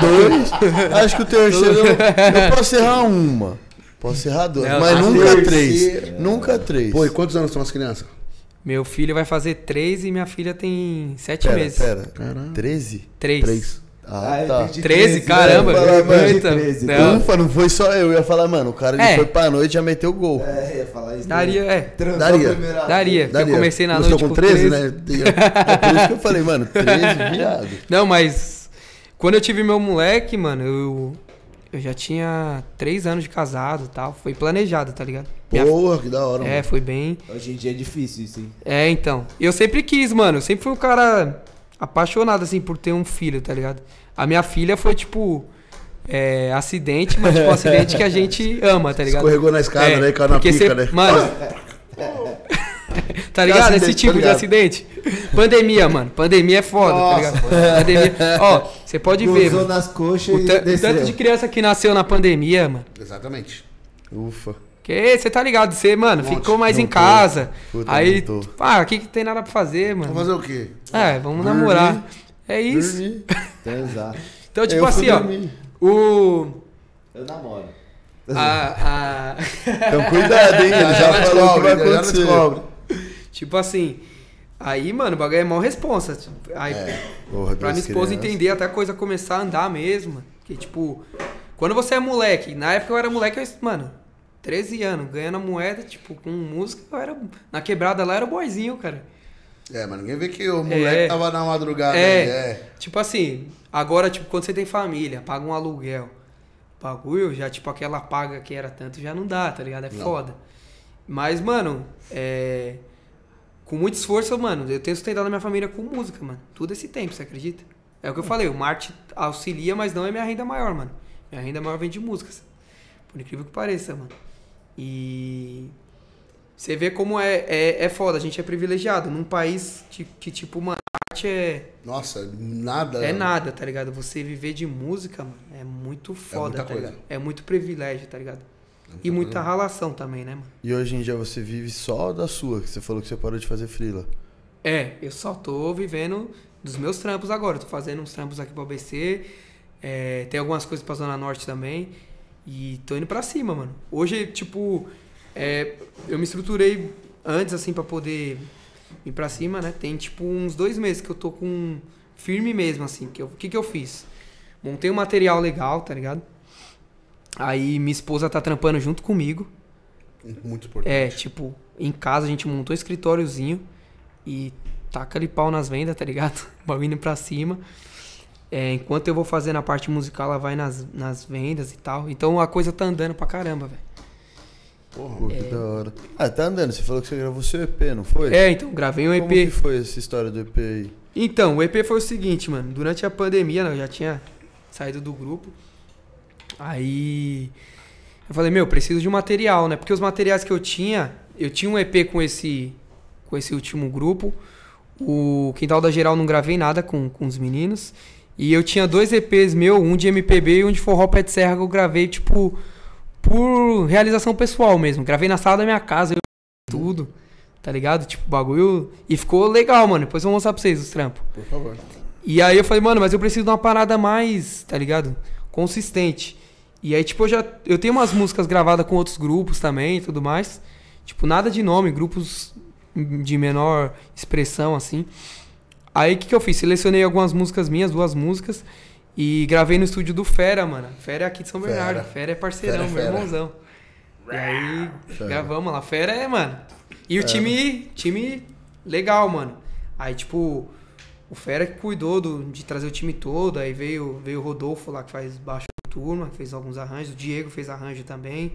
S3: Dois. [LAUGHS] Acho que o terceiro. Eu, eu posso errar uma. Posso errar duas.
S4: Não,
S3: mas
S4: a
S3: nunca
S10: terceira.
S3: três. Nunca três.
S10: Pô, e quantos anos são as crianças?
S4: Meu filho vai fazer três e minha filha tem sete
S3: pera,
S4: meses.
S3: pera.
S10: Caramba.
S3: Treze?
S4: Três.
S10: Três.
S3: Ah,
S5: eu
S3: tá.
S5: entendi
S4: 13, caramba.
S5: Eu ia falar,
S4: Eita.
S5: mano, né? de 13.
S4: Não.
S3: Ufa, não foi só eu. Eu ia falar, mano, o cara ele
S4: É.
S3: foi pra noite e já meteu o gol.
S5: É, ia falar isso.
S4: Daria, é.
S5: Transou
S10: Daria.
S5: primeira-
S4: Daria. porque Eu comecei na
S10: Começou
S3: tá
S10: com
S4: noite
S10: 13, né? Tem-
S3: É por isso que eu falei, mano, 13 virado.
S4: Não, mas quando eu tive meu moleque, mano, eu, eu já tinha três anos de casado e tal. Foi planejado, tá ligado? Minha-
S10: Porra, que da hora,
S4: é,
S10: mano.
S4: foi bem.
S5: Hoje em dia é difícil isso, hein?
S4: É, então. Eu sempre quis, mano. Eu sempre fui um cara apaixonado, assim, por ter um filho, tá ligado? A minha filha foi, tipo, é, acidente,
S10: [LAUGHS]
S4: mas, tipo, um acidente que a gente ama, tá ligado?
S10: Escorregou na escada, né? Caiu na
S4: porque
S10: pica,
S4: cê-
S10: né? [LAUGHS]
S4: Mano. [LAUGHS] tá ligado? Esse
S10: acidente,
S4: tipo
S10: tá
S4: de
S10: ligado?
S4: acidente. Pandemia, mano. Pandemia é foda, tá ligado?
S10: [LAUGHS]
S4: Pandemia. Ó, você pode ver.
S5: Cruzou
S4: mano.
S5: nas coxas
S4: O
S5: e
S4: tan- o
S5: desceu.
S4: tanto de criança que nasceu na pandemia, mano.
S10: Exatamente.
S3: Ufa.
S4: Que você tá ligado, você, mano,
S10: Monte.
S4: ficou mais em
S3: Não tô.
S4: casa.
S3: Puta,
S4: aí,
S3: não tô.
S4: ah, o que que tem nada pra fazer, mano?
S10: Vamos fazer o quê?
S4: É, vamos namorar. É isso.
S3: Dormi.
S5: Transar.
S4: Então, tipo
S3: fui
S4: assim, ó.
S3: dormir.
S4: O.
S5: Eu namoro.
S10: [LAUGHS]
S4: A, [LAUGHS] a-
S3: Então cuidado,
S4: [LAUGHS]
S3: hein? Ele já
S10: Vai
S3: falou o que vai
S10: descobre, já
S3: acontecer.
S10: descobre.
S4: tipo assim. Aí, mano, o bagulho é mó responsa. Aí,
S3: Porra,
S4: Pra
S10: É.
S3: duas
S4: minha esposa
S3: crianças.
S4: entender até a coisa começar a andar mesmo. mano. Porque, tipo, Quando você é moleque, na época eu era moleque, eu, mano, 13 anos, ganhando a moeda, tipo, com música, eu era. Na quebrada lá eu era boizinho, cara.
S10: É, mas ninguém vê que o moleque
S4: É.
S10: tava na madrugada.
S4: É,
S10: aí, é.
S4: Tipo assim, agora, tipo, quando você tem família, paga um aluguel, bagulho, já, tipo, aquela paga que era tanto já não dá, tá ligado? É foda. Mas, mano, é. Com muito esforço, mano, eu tenho sustentado a minha família com música, mano. Tudo esse tempo, você acredita? É o que eu falei, o marketing auxilia, mas não é minha renda maior, mano. Minha renda maior vem de músicas. Por incrível que pareça, mano. E. Você vê como é, é, é foda, a gente é privilegiado. Num país que, que tipo, mano, a arte é.
S10: Nossa, nada.
S4: É nada, tá ligado? Você viver de música, mano, é muito foda,
S10: muita
S4: tá
S10: coisa. É
S4: ligado? É muito privilégio, tá ligado? e muita ralação também, né, mano?
S3: E hoje em dia você vive só da sua, que você falou que você parou de fazer frila.
S4: É, eu só tô vivendo dos meus trampos agora. Tô fazendo uns trampos aqui pro ABC. é, tem algumas coisas pra Zona Norte também. E tô indo pra cima, mano. Hoje, tipo, é, eu me estruturei antes, assim, pra poder ir pra cima, né? Tem, tipo, uns dois meses que eu tô com. Firme mesmo, assim. que eu- O que, que eu fiz? Montei um material legal, tá ligado? Aí minha esposa tá trampando junto comigo.
S10: Muito importante.
S4: É, tipo, em casa a gente montou um escritóriozinho e taca ali pau nas vendas, tá ligado? [LAUGHS] O bagulho indo pra cima. É, enquanto eu vou fazer na parte musical, ela vai nas, nas vendas e tal. Então a coisa tá andando pra caramba, velho.
S3: Pô, que da hora. Ah, tá andando. Você falou que você gravou seu EP, não foi?
S4: É, então, gravei um
S3: Como que
S4: EP.
S3: foi essa história do EP aí?
S4: Então, o EP foi o seguinte, mano. Durante a pandemia, né, eu já tinha saído do grupo. Aí eu falei, meu, preciso de um material, né? Porque os materiais que eu tinha, eu tinha um EP com esse com esse último grupo. O Quintal da Geral não gravei nada com, com os meninos. E eu tinha dois EPs meu, um de MPB e um de forró pé de serra que eu gravei tipo por realização pessoal mesmo. Gravei na sala da minha casa, eu tudo. Tá ligado? Tipo, bagulho. E ficou legal, mano. Depois eu vou mostrar pra vocês os trampos.
S10: Por favor.
S4: E aí eu falei, mano, mas eu preciso de uma parada mais, tá ligado? Consistente. E aí, tipo, eu já. Eu tenho umas músicas gravadas com outros grupos também e tudo mais. Tipo, nada de nome, grupos de menor expressão, assim. Aí o que, que eu fiz? Selecionei algumas músicas minhas, duas músicas, e gravei no estúdio do Fera, mano. Fera é aqui de São
S10: Fera.
S4: Bernardo. Fera é
S10: Fera
S4: parceirão,
S10: é
S4: meu
S10: fera.
S4: irmãozão. E aí, gravamos lá. Fera é, mano. E o time. Time legal, mano. Aí, tipo, o Fera que cuidou do- de trazer o time todo, aí veio, veio o Rodolfo lá que faz baixo turma, que fez alguns arranjos, o Diego fez arranjo também.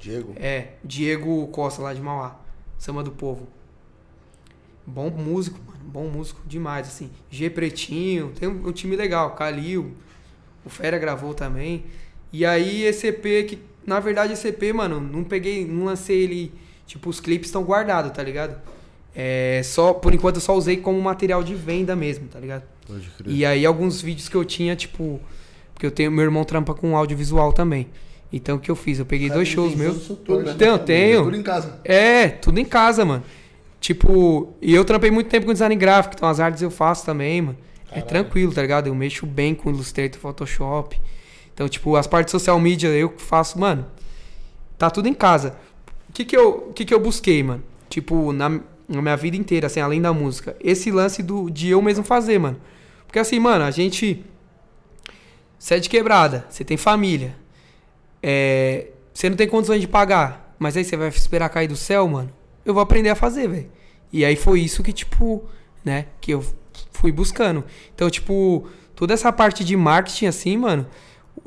S10: Diego.
S4: É, Diego Costa lá de Mauá, Samba do Povo. Bom músico, mano, bom músico demais, assim. G Pretinho, tem um, um time legal, Calil, o Fera gravou também. E aí esse EP que, na verdade esse EP, mano, não peguei, não lancei ele, tipo, os clipes estão guardados, tá ligado? É, só, por enquanto eu só usei como material de venda mesmo, tá ligado?
S3: Pode crer.
S4: E aí alguns vídeos que eu tinha, tipo, porque eu tenho meu irmão trampa com audiovisual também. Então o que eu fiz? Eu peguei dois shows meus. Tenho,
S10: né? Tudo
S4: tenho.
S10: em casa.
S4: É, tudo em casa, mano. Tipo, e eu trampei muito tempo com design gráfico, então as artes eu faço também, mano. É tranquilo, tá ligado? Eu mexo bem com Illustrator, Photoshop. Então, tipo, as partes social media eu que faço, mano. Tá tudo em casa. O que que eu, o que que eu busquei, mano? Tipo, na, na minha vida inteira, assim, além da música. Esse lance do, de eu mesmo fazer, mano. Porque assim, mano, a gente... Você é de quebrada, você tem família. É, você não tem condições de pagar, mas aí você vai esperar cair do céu, mano. Eu vou aprender a fazer, velho. E aí foi isso que, tipo, né, que eu fui buscando. Então, tipo, toda essa parte de marketing, assim, mano,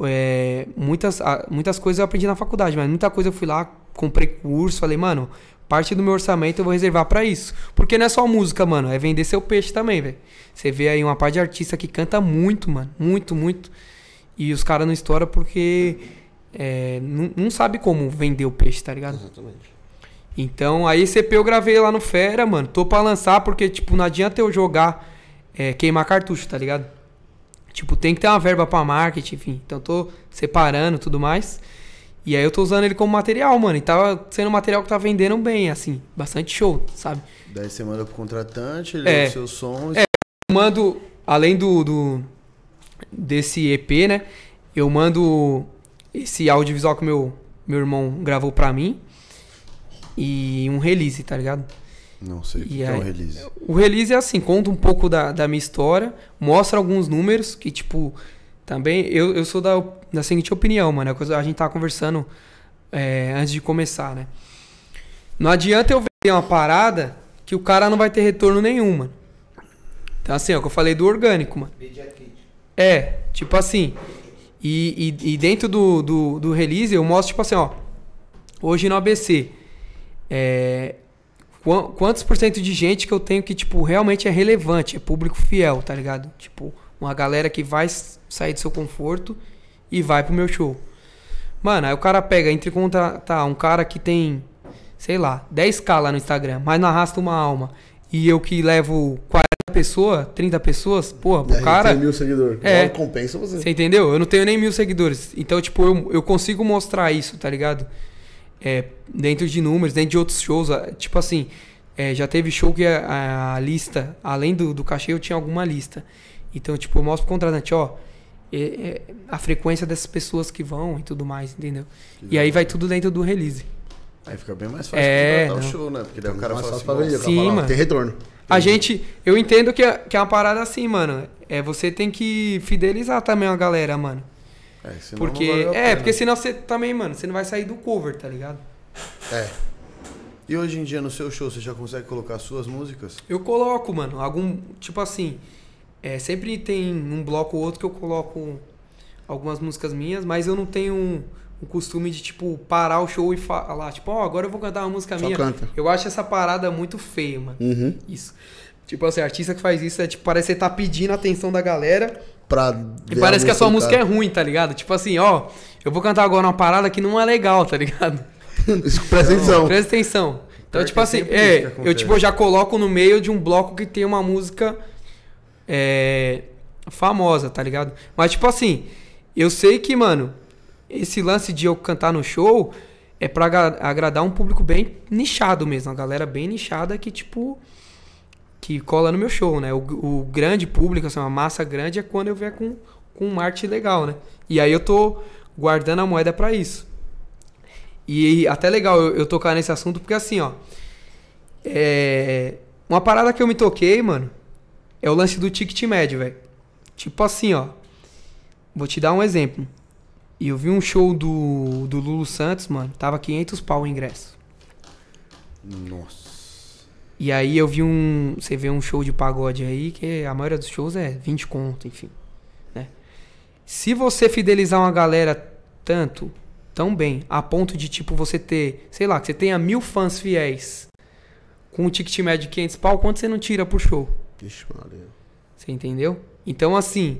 S4: é, muitas, a- muitas coisas eu aprendi na faculdade, mas muita coisa eu fui lá, comprei curso, falei, mano, parte do meu orçamento eu vou reservar pra isso. Porque não é só música, mano, é vender seu peixe também, velho. Você vê aí uma parte de artista que canta muito, mano, muito, muito. E os caras não estouram porque é, não, não sabe como vender o peixe, tá ligado?
S10: Exatamente.
S4: Então, aí esse EP eu gravei lá no Fera, mano. Tô pra lançar porque, tipo, não adianta eu jogar, é, queimar cartucho, tá ligado? Tipo, tem que ter uma verba pra marketing, enfim. Então, tô separando e tudo mais. E aí eu tô usando ele como material, mano. E tava sendo um material que tá vendendo bem, assim. Bastante show, sabe?
S3: Daí você manda pro contratante, ele
S4: É.
S3: é. o seu som.
S4: É. Eu mando, além do, do- desse EP, né? Eu mando esse audiovisual que meu, meu irmão gravou pra mim. E um release, tá ligado?
S3: Não sei, o
S4: E
S3: que é um
S4: aí-
S3: release.
S4: O release é assim, conta um pouco da, da minha história, mostra alguns números que, tipo, Também, eu, eu sou da, da seguinte opinião, mano. é coisa- A gente tava conversando é, antes de começar, né? Não adianta eu vender uma parada que o cara não vai ter retorno nenhum, mano. Então, assim, é o que eu falei do orgânico, mano. É, tipo assim. E, e- e dentro do, do, do release eu mostro, tipo assim, ó. Hoje no ABC, é, quan- quantos por cento de gente que eu tenho que, tipo, realmente é relevante, é público fiel, tá ligado? Tipo, uma galera que vai s- sair do seu conforto e vai pro meu show. Mano, aí o cara pega, entre contratar um cara que tem, sei lá, 10k lá no Instagram, mas não arrasta uma alma. E eu que levo 40 pessoas, 30 pessoas, porra, pro cara.
S10: mil seguidores.
S4: É.
S10: Logo Compensa você.
S4: Você entendeu? Eu não tenho nem mil seguidores. Então, tipo, eu, eu consigo mostrar isso, tá ligado? É, dentro de números, dentro de outros shows. ah, Tipo assim, é, já teve show que a, a lista, além do, do cachê, eu tinha alguma lista. Então, tipo, eu mostro pro contratante, ó, é- é a frequência dessas pessoas que vão e tudo mais, entendeu? E aí vai tudo dentro do release.
S3: Aí fica bem mais fácil
S4: É,
S3: contratar
S4: não.
S3: o show, né? Porque daí o cara
S10: mais
S3: fala assim,
S10: fácil é pra vender. Eu
S3: "Nossa,
S4: Sim,
S10: falava,
S4: mano.
S10: Tem retorno.
S4: A gente, eu entendo que é, que é uma parada assim, mano. É, você tem que fidelizar também a galera, mano.
S3: é, senão não
S4: Porque,
S3: valeu a
S4: é,
S3: pena."
S4: porque senão você também, mano, você não vai sair do cover, tá ligado?
S3: E hoje em dia no seu show você já consegue colocar suas músicas?
S4: Eu coloco, mano, algum, tipo assim, é, sempre tem um bloco ou outro que eu coloco algumas músicas minhas, mas eu não tenho um, um costume de, tipo, parar o show e falar, tipo, ó, agora eu vou cantar uma música
S2: Só
S4: minha.
S2: canta.
S4: Eu acho essa parada muito feia, mano.
S2: Uhum.
S4: Isso. Tipo assim, artista que faz isso é, tipo, parece que você tá pedindo a atenção da galera
S10: Pra
S4: e
S10: ver
S4: parece que a sua
S10: do
S4: música
S10: cara.
S4: é ruim, tá ligado? Tipo assim, ó, eu vou cantar agora uma parada que não é legal, tá ligado?
S2: Isso, Presta atenção.
S4: Presta atenção. Então,
S3: Pior
S4: tipo
S3: que é
S4: assim,
S3: sempre isso que
S4: é, eu
S3: acontece.
S4: tipo, já coloco no meio de um bloco que tem uma música é, famosa, tá ligado? Mas, tipo assim, eu sei que, mano, esse lance de eu cantar no show é pra aga- agradar um público bem nichado mesmo, uma galera bem nichada que, tipo, que cola no meu show, né? O, o grande público, assim, uma massa grande é quando eu vier com, com um arte legal, né? E aí eu tô guardando a moeda pra isso. E até legal eu, eu tocar nesse assunto, porque assim, ó. É, uma parada que eu me toquei, mano, é o lance do ticket médio, velho. Tipo assim, ó. Vou te dar um exemplo. E eu vi um show do, do Lulu Santos, mano. Tava 500 pau o ingresso.
S3: Nossa.
S4: E aí eu vi um. Você vê um show de pagode aí, que a maioria dos shows é 20 conto, enfim. Né? Se você fidelizar uma galera tanto, tão bem, a ponto de tipo você ter, sei lá, que você tenha mil fãs fiéis com um ticket médio de 500 pau, quanto você não tira pro show?
S2: Ixi, Maria.
S4: Você entendeu? Então, assim,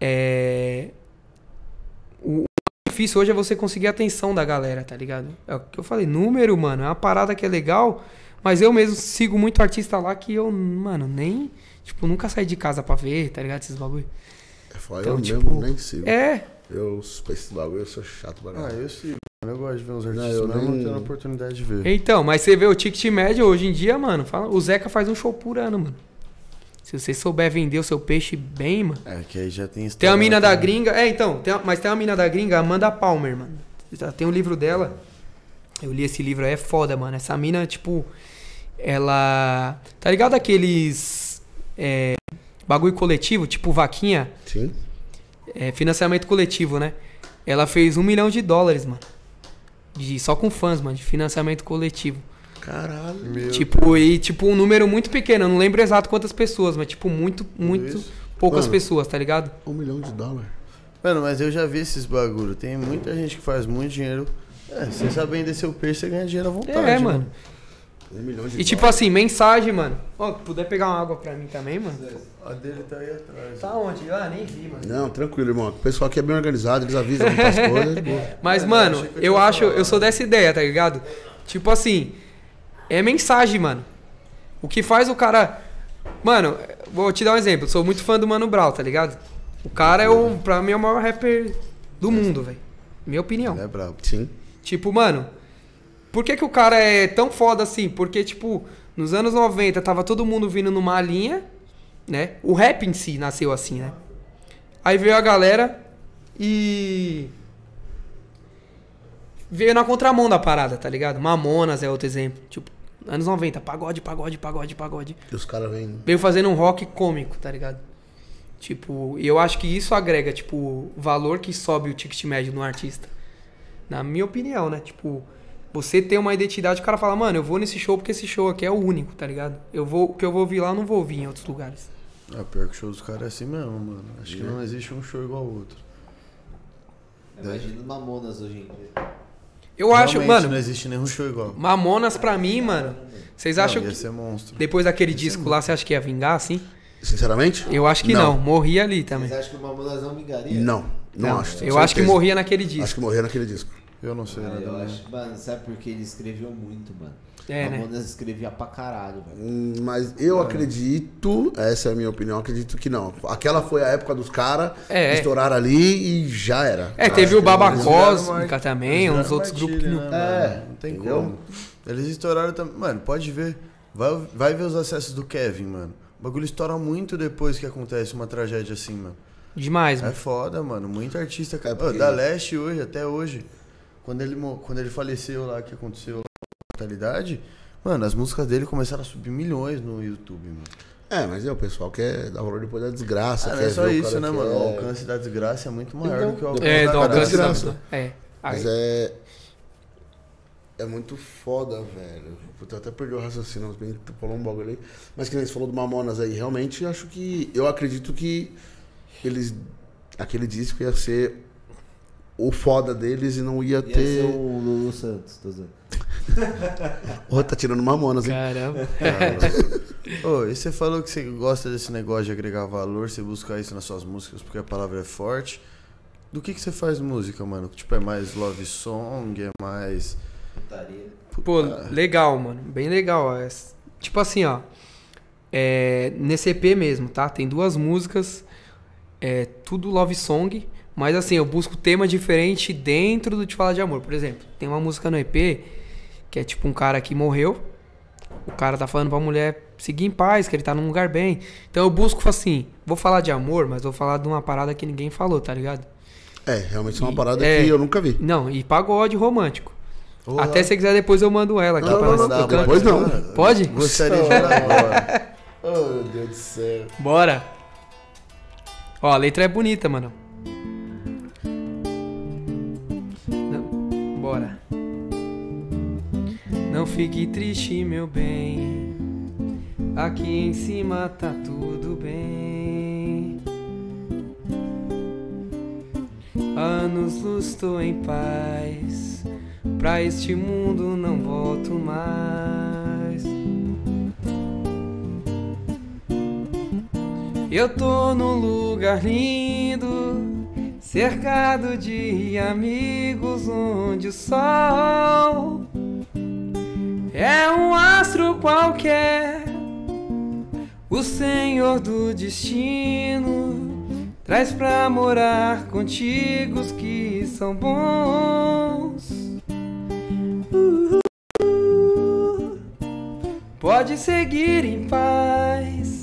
S4: é... o o mais difícil hoje é você conseguir a atenção da galera, tá ligado? É o que eu falei, número, mano, é uma parada que é legal, mas eu mesmo sigo muito artista lá que eu, mano, nem, tipo, nunca saí de casa pra ver, tá ligado? Esses bagulho.
S10: É foda,
S4: Então,
S10: eu
S4: tipo,
S10: mesmo nem sigo.
S4: É,
S10: Eu, pra esse bagulho, eu sou chato pra
S3: Ah,
S10: caralho.
S3: eu sigo. mano. Eu gosto de ver uns
S10: Não, eu
S3: artistas, mas eu não
S10: nem-
S3: tendo a oportunidade de ver.
S4: Então, mas você vê o ticket médio hoje em dia, mano. Fala, o Zeca faz um show por ano, mano. Se você souber vender o seu peixe bem, mano.
S3: É, que aí já tem
S4: Tem uma
S3: Instagram
S4: mina da
S3: também.
S4: gringa. É, então, tem uma- mas tem uma mina da gringa, Amanda Palmer, mano. Ela Tem um livro dela. Eu li esse livro aí, é foda, mano. Essa mina, tipo, ela. Tá ligado aqueles. é, bagulho coletivo, tipo vaquinha?
S10: Sim.
S4: É, financiamento coletivo, né? Ela fez um milhão de dólares, mano. De, só com fãs, mano, de financiamento coletivo.
S10: Caralho.
S3: Meu
S4: Tipo, e tipo, um número muito pequeno, eu não lembro exato quantas pessoas, mas tipo, muito, muito
S3: isso?
S4: poucas
S10: Mano.
S4: pessoas, tá ligado?
S10: Um milhão de dólares.
S3: Mano, mas eu já vi esses bagulho. Tem muita gente que faz muito dinheiro. É, você sabe vender seu peixe, você ganha dinheiro à
S4: É,
S3: vontade. né?
S4: mano.
S10: Um milhão de
S4: E tipo assim, mensagem, mano. Ó, puder pegar uma água pra mim também, mano?
S3: A dele tá aí atrás.
S4: Tá onde? Ah, nem vi, mano.
S10: Não, tranquilo, irmão. O pessoal aqui é bem organizado, eles avisam muitas coisas. de boa.
S4: [LAUGHS] Mas,
S3: É, eu
S4: mano,
S3: achei que eu
S4: eu
S3: tinha
S4: acho,
S3: falado.
S4: eu sou dessa ideia, tá ligado? Tipo assim, é mensagem, mano. O que faz o cara. Mano, vou te dar um exemplo. Sou muito fã do Mano Brown, tá ligado? O cara é o, pra mim, é o maior rapper do mundo, velho. Minha opinião.
S3: Ele é brabo.
S10: Sim.
S4: Tipo, mano, por que, que o cara é tão foda assim? Porque, tipo, nos anos 90 tava todo mundo vindo numa linha, né? O rap em si nasceu assim, né? Aí veio a galera e. Veio na contramão da parada, tá ligado? Mamonas é outro exemplo. Tipo, anos 90, pagode, pagode, pagode, pagode.
S10: E os caras vêm.
S4: Veio fazendo um rock cômico, tá ligado? Tipo, eu acho que isso agrega, tipo, o valor que sobe o ticket médio no artista. Na minha opinião, né? Tipo, você tem uma identidade, o cara fala, mano, eu vou nesse show porque esse show aqui é o único, tá ligado? Eu vou, o que eu vou ouvir lá, eu não vou ouvir em outros lugares.
S3: É, pior que o show dos caras é assim mesmo, mano. Acho que não existe um show igual ao outro.
S1: Imagina o Mamonas hoje em dia.
S4: Eu acho,
S3: Realmente, né?
S4: mano,
S3: Não existe nenhum show igual.
S4: Mamonas pra mim, mano. Vocês acham
S3: não, ia
S4: que
S3: ser monstro.
S4: depois daquele disco lá, você acha que ia vingar assim?
S2: Sinceramente?
S4: Eu acho que não, morri ali também.
S1: Vocês acham que o Mamonas é um não vingaria?
S2: Não, não, acho.
S4: Eu acho que
S2: Certeza.
S4: morria naquele
S2: Acho
S4: disco.
S2: que morreu naquele disco.
S3: Eu não sei
S1: Ah,
S3: nada.
S1: eu
S3: né?
S1: acho, mano, sabe porque ele escreveu muito, mano.
S4: É, né?
S1: Mamonas escrevia pra caralho, velho.
S2: Hum, Mas eu acredito, essa é a minha opinião, acredito que não. Aquela foi a época dos caras,
S4: É, é.
S2: estouraram ali e já era. Ah,
S4: É, teve o Babacós
S3: Eles viraram
S4: também,
S3: Eles
S4: uns
S3: viraram
S4: outros grupos que
S3: matilha,
S4: não.
S3: né,
S2: É,
S3: mano? Não tem
S2: entendeu?
S3: como. Eles estouraram também. Mano, pode ver. Vai, vai ver os acessos do Kevin, mano. O bagulho estoura muito depois que acontece uma tragédia assim, mano.
S4: Demais,
S3: É
S4: mano.
S3: foda, mano. Muito artista, cara. Ô, da Leste hoje, até hoje. Quando ele, mo- quando ele faleceu lá, que aconteceu lá, a fatalidade, mano, as músicas dele começaram a subir milhões no YouTube, mano.
S2: É, mas é, o pessoal quer dar valor depois da desgraça.
S3: Ah, não
S2: quer
S3: é só
S2: ver o
S3: isso,
S2: cara
S3: né,
S2: que
S3: mano? O
S2: é-
S3: alcance da desgraça é muito maior
S2: Então,
S3: do que o alcance
S4: É,
S3: da
S4: do alcance
S3: graça.
S2: desgraça.
S4: da- É. Aí.
S2: Mas é. É muito foda, velho. Puta, eu até perdi o raciocínio, mas bem que tu falou um bagulho aí. Mas que nem você falou do Mamonas aí, realmente acho que. Eu acredito que eles. Aquele disco ia ser o foda deles e não ia
S1: Ia
S2: ter.
S1: ser o Lulu Santos, tô dizendo.
S2: Porra, tá tirando Mamonas, hein? [LAUGHS]
S4: Caramba.
S3: Ô, e você falou que você gosta desse negócio de agregar valor, você busca isso nas suas músicas porque a palavra é forte. Do que, que você faz música, mano? Tipo, é mais love song, é mais.
S1: Putaria.
S4: Pô, legal, mano. Bem legal. ó. É s- Tipo assim, ó. É, nesse EP mesmo, tá? Tem duas músicas. É tudo love song. Mas assim, eu busco tema diferente dentro do Te Falar de Amor. Por exemplo, tem uma música no EP que é tipo um cara que morreu. O cara tá falando pra mulher seguir em paz, que ele tá num lugar bem. Então eu busco assim, vou falar de amor, mas vou falar de uma parada que ninguém falou, tá ligado?
S2: É, realmente é uma
S4: E-
S2: parada
S4: é.
S2: que eu nunca vi.
S4: Não, e pagode romântico.
S3: Porra.
S4: Até se você quiser depois eu mando ela aqui
S2: Não,
S4: pra
S2: não,
S4: nós
S2: não,
S4: tocando.
S2: depois não.
S4: Pode?
S3: Gostaria de ir lá
S4: né?
S3: agora.
S2: Oh, meu Deus do céu.
S4: Bora! Ó, a letra é bonita, mano. Não- Bora. Não fique triste, meu bem. Aqui em cima tá tudo bem. Há Anos luz, tô em paz. Pra este mundo não volto mais. Eu tô num lugar lindo, cercado de amigos, onde o sol é um astro qualquer. O Senhor do destino traz pra morar contigo os que são bons. Uh, Pode seguir em paz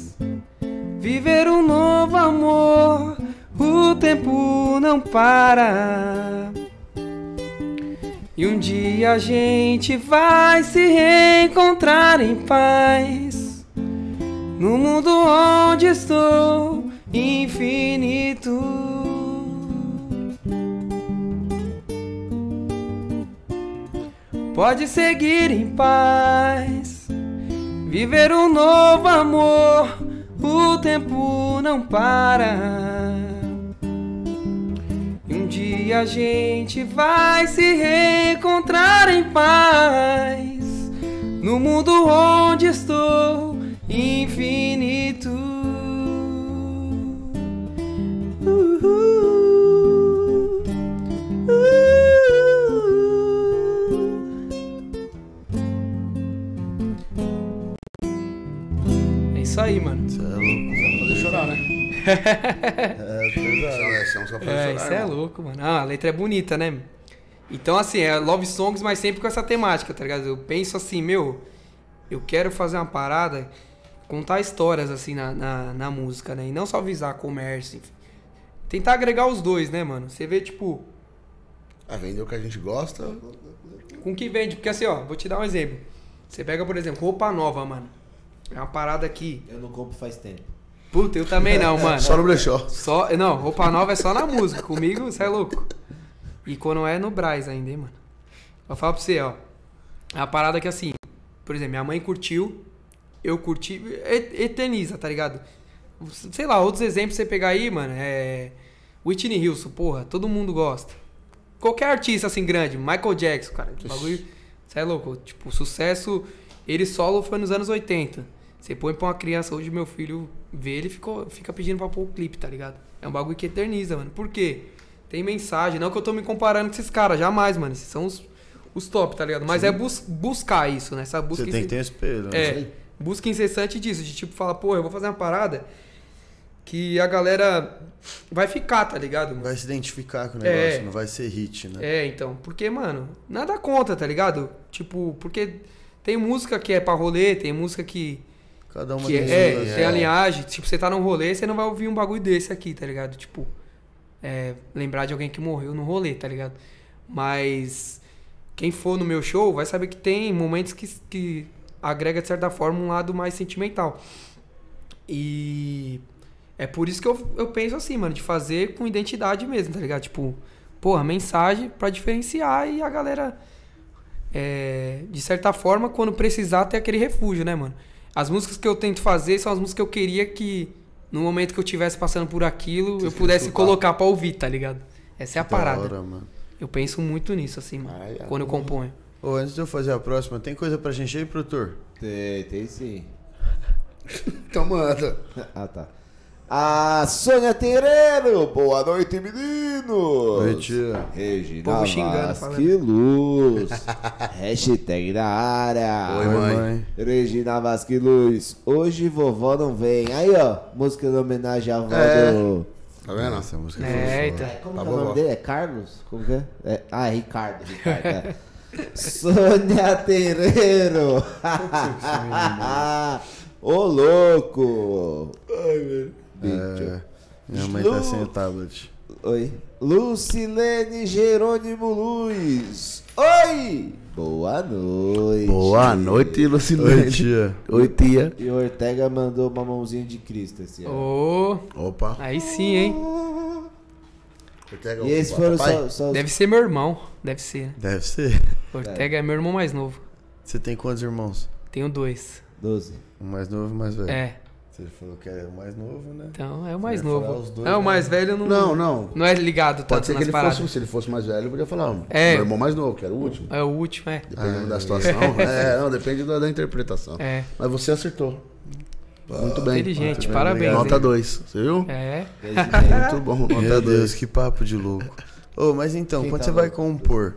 S4: viver um novo amor. O tempo não para. E um dia a gente vai se reencontrar em paz. No mundo onde estou, infinito. Pode seguir em paz. Viver um novo amor, o tempo não para. E um dia a gente vai se reencontrar em paz. No mundo onde estou, infinito. Uhul. Uhul. É isso aí, mano.
S3: Você é louco.
S10: Fazer chorar, né?
S3: É pesado.
S10: Essa música faz
S4: É,
S10: chorar,
S4: isso é
S10: irmão.
S4: louco, mano. Ah, a letra é bonita, né? Então, assim, é love songs, mas sempre com essa temática, tá ligado? Eu penso assim, meu, eu quero fazer uma parada, contar histórias, assim, na, na, na música, né? E não só visar comércio, enfim. Tentar agregar os dois, né, mano? Você vê, tipo,
S2: Ah, vendeu o que a gente gosta.
S4: com o que vende. Porque, assim, ó, vou te dar um exemplo. Você pega, por exemplo, roupa nova, mano. É uma parada que
S1: Eu não compro faz tempo.
S4: Puta, eu também não, mano.
S2: Só no brechó.
S4: Só, não, roupa nova é só na música. Comigo, você é louco. E quando é no Braz ainda, hein, mano. Eu falo pra você, ó. É uma parada que assim, por exemplo, minha mãe curtiu, eu curti. e- Eterniza, tá ligado? Sei lá, outros exemplos você pegar aí, mano, é. Whitney Houston, porra, todo mundo gosta. Qualquer artista assim grande, Michael Jackson, cara, o bagulho. Você é louco? Tipo, o sucesso, ele solo foi nos anos 80. Você põe pra uma criança hoje, meu filho vê, ele ficou, fica pedindo pra pôr o clipe, tá ligado? É um bagulho que eterniza, mano. Por quê? Tem mensagem. Não que eu tô me comparando com esses caras, jamais, mano. Esses são os, os top, tá ligado? Mas é bus- buscar isso, né? Essa busca
S3: Você tem que
S4: incessante.
S3: ter um espelho. né?
S4: É, busca incessante disso, de tipo, falar, pô, eu vou fazer uma parada que a galera vai ficar, tá ligado? mano?
S3: Vai né? se identificar com o
S4: É.
S3: negócio, não vai ser hit, né?
S4: É, então, porque, mano, nada conta, tá ligado? Tipo, porque tem música que é pra rolê, tem música que,
S3: Cada uma
S4: que
S3: tem
S4: é,
S3: suas-
S4: tem a linhagem. Tipo, você tá num rolê, você não vai ouvir um bagulho desse aqui, tá ligado? Tipo, é, lembrar de alguém que morreu no rolê, tá ligado? Mas quem for no meu show vai saber que tem momentos que, que agrega, de certa forma, um lado mais sentimental. E é por isso que eu, eu penso assim, mano, de fazer com identidade mesmo, tá ligado? Tipo, porra, mensagem pra diferenciar e a galera, é, de certa forma, quando precisar, ter aquele refúgio, né, mano? As músicas que eu tento fazer são as músicas que eu queria que, no momento que eu estivesse passando por aquilo, eu pudesse colocar pra ouvir, tá ligado? Essa é a
S3: Da
S4: parada.
S3: hora, mano.
S4: Eu penso muito nisso, assim, mano,
S10: Ai, ai.
S4: quando eu componho.
S3: Ô, antes de eu fazer a próxima, tem coisa pra gente aí, produtor?
S1: Tem, tem sim. [LAUGHS]
S10: Então manda.
S1: Ah, tá. A Sônia Terreiro, boa noite, meninos!
S3: Retira.
S1: Regina
S4: Povo xingando,
S1: Vasquiluz, [LAUGHS] hashtag na área.
S10: Oi, mãe.
S1: Regina Vasquiluz, hoje vovó não vem. Aí, ó, música de homenagem à avó do...
S2: Tá vendo? Essa música
S4: É, eita.
S1: Como
S2: Tá
S1: que é o
S2: vovó.
S1: nome dele? É Carlos? Como que é? É- Ah, é Ricardo. Ricardo é. [LAUGHS] Sônia Terreiro. é [LAUGHS] Ô, louco. Ai, velho.
S3: Minha mãe tá
S1: Lu-
S3: sem o tablet.
S1: Oi. Lucilene Jerônimo Luiz. Oi! Boa noite.
S2: Boa noite, Lucilene.
S3: Oi, tia.
S2: Oi, tia.
S1: E o Ortega mandou uma mãozinha de Cristo esse ano.
S4: Ô,
S2: Opa.
S4: aí sim, hein?
S2: Ortega,
S1: E esses foram
S2: papai.
S1: só, só os...
S4: Deve ser meu irmão. Deve ser.
S3: Deve ser.
S4: Ortega é meu irmão mais novo.
S3: Você tem quantos irmãos?
S4: Tenho dois. [LAUGHS]
S1: 12.
S3: Um mais novo e um mais velho.
S4: É.
S3: Você falou que era o mais novo,
S2: Tá
S3: né?
S4: Então é o mais
S3: Você ia falar
S4: novo.
S3: os dois,
S4: é, o
S3: né?
S4: mais velho não,
S2: Não, não.
S4: não é ligado
S2: Pode
S4: tanto
S2: ser que
S4: nas
S2: ele
S4: paradas.
S2: fosse, um se ele fosse mais velho, ele podia falar, "Ó,
S4: É.
S2: meu irmão mais novo, que era o último.
S4: É o último, é.
S2: Dependendo da situação. é, não, depende da, da interpretação.
S4: É.
S2: Mas você acertou. Muito bem.
S4: Inteligente,
S2: Muito bem,
S4: parabéns,
S2: obrigado.
S4: hein?
S2: Tá Nota 2, você viu?
S4: É.
S2: Muito bom,
S3: Meu
S2: nota
S3: Deus,
S2: 2.
S3: que papo de louco. Ô, mas então,
S2: tá
S3: quando você vai compor,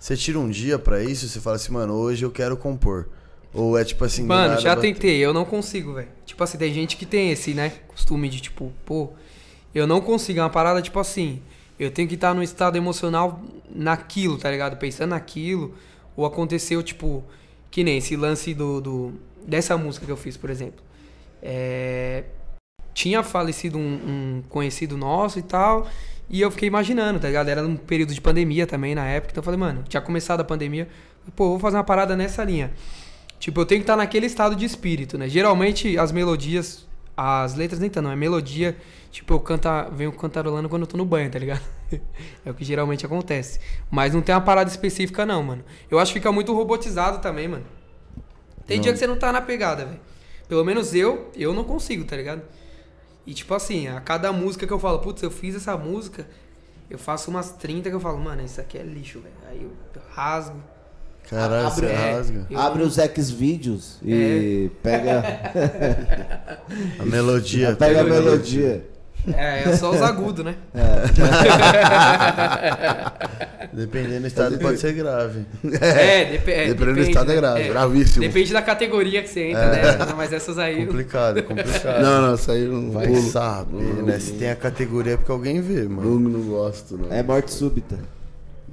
S3: você tira um dia pra isso? Você fala assim, mano, hoje eu quero compor. Ou é tipo assim... do
S4: Mano,
S3: nada
S4: já
S3: bate-
S4: tentei, eu não consigo, velho. Tipo assim, tem gente que tem esse, né? Costume de tipo, pô, eu não consigo. É uma parada tipo assim, eu tenho que estar num estado emocional naquilo, tá ligado? Pensando naquilo. Ou aconteceu, tipo, que nem esse lance do, do- dessa música que eu fiz, por exemplo. É, tinha falecido um, um conhecido nosso e tal. E eu fiquei imaginando, tá ligado? Era um período de pandemia também na época. Então eu falei, mano, tinha começado a pandemia. Pô, vou fazer uma parada nessa linha. Tipo, eu tenho que estar naquele estado de espírito, né? Geralmente as melodias, as letras nem tanto, não, é melodia. Tipo, eu canta, venho cantarolando quando eu tô no banho, tá ligado? [LAUGHS] é o que geralmente acontece. Mas não tem uma parada específica, não, mano. Eu acho que fica muito robotizado também, mano. Tem dia que você não tá na pegada, velho. Pelo menos eu, eu não consigo, tá ligado? E tipo assim, a cada música que eu falo, putz, eu fiz essa música, eu faço umas 30 que eu falo, mano, isso aqui é lixo, velho. Aí eu rasgo.
S3: Caralho, você
S2: [LAUGHS]
S4: é,
S3: rasga.
S4: eu-
S1: Abre os X-Vídeos
S4: É.
S1: e
S4: [LAUGHS]
S1: pega,
S3: A melodia.
S1: pega a melodia.
S4: É, é só os
S2: [LAUGHS]
S4: agudos, né?
S3: Dependendo do estado, pode ser grave.
S4: É, depe- é,
S2: Dependendo do estado é
S4: né?
S2: grave, gravíssimo. É.
S4: Depende da categoria que você entra, né? Não, Mas essas aí.
S3: É Complicado, complicado.
S2: um- Não, não, isso aí eu não
S3: Vai
S2: pulo.
S3: saber, né? Se tem a categoria é porque alguém vê, mano.
S2: Não, não gosto, não.
S1: É morte súbita.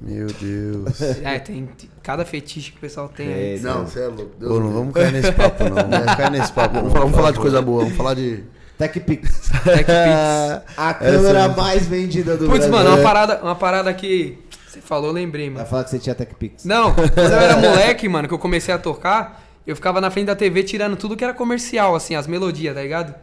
S3: Meu Deus.
S2: [LAUGHS]
S4: É, tem tem cada fetiche que o pessoal tem aí.
S2: Não, você é louco. Deus me
S3: Pô, não
S2: livre.
S3: vamos cair nesse papo, não. Não Vamos cair nesse papo.
S2: Vamos falar, vamos falar de coisa boa, vamos falar de.
S4: [LAUGHS]
S1: TechPix.
S4: TechPix.
S1: A
S2: é
S1: câmera
S2: mesmo.
S1: mais vendida do
S4: Putz,
S1: Brasil.
S2: é.
S4: mano, é uma parada, uma parada que você falou, eu lembrei,
S1: Vai
S4: mano.
S1: falar que você tinha TechPix.
S4: Não, quando eu era moleque, mano, que eu comecei a tocar, eu ficava na frente da TV tirando tudo que era comercial, assim, as melodias, tá ligado?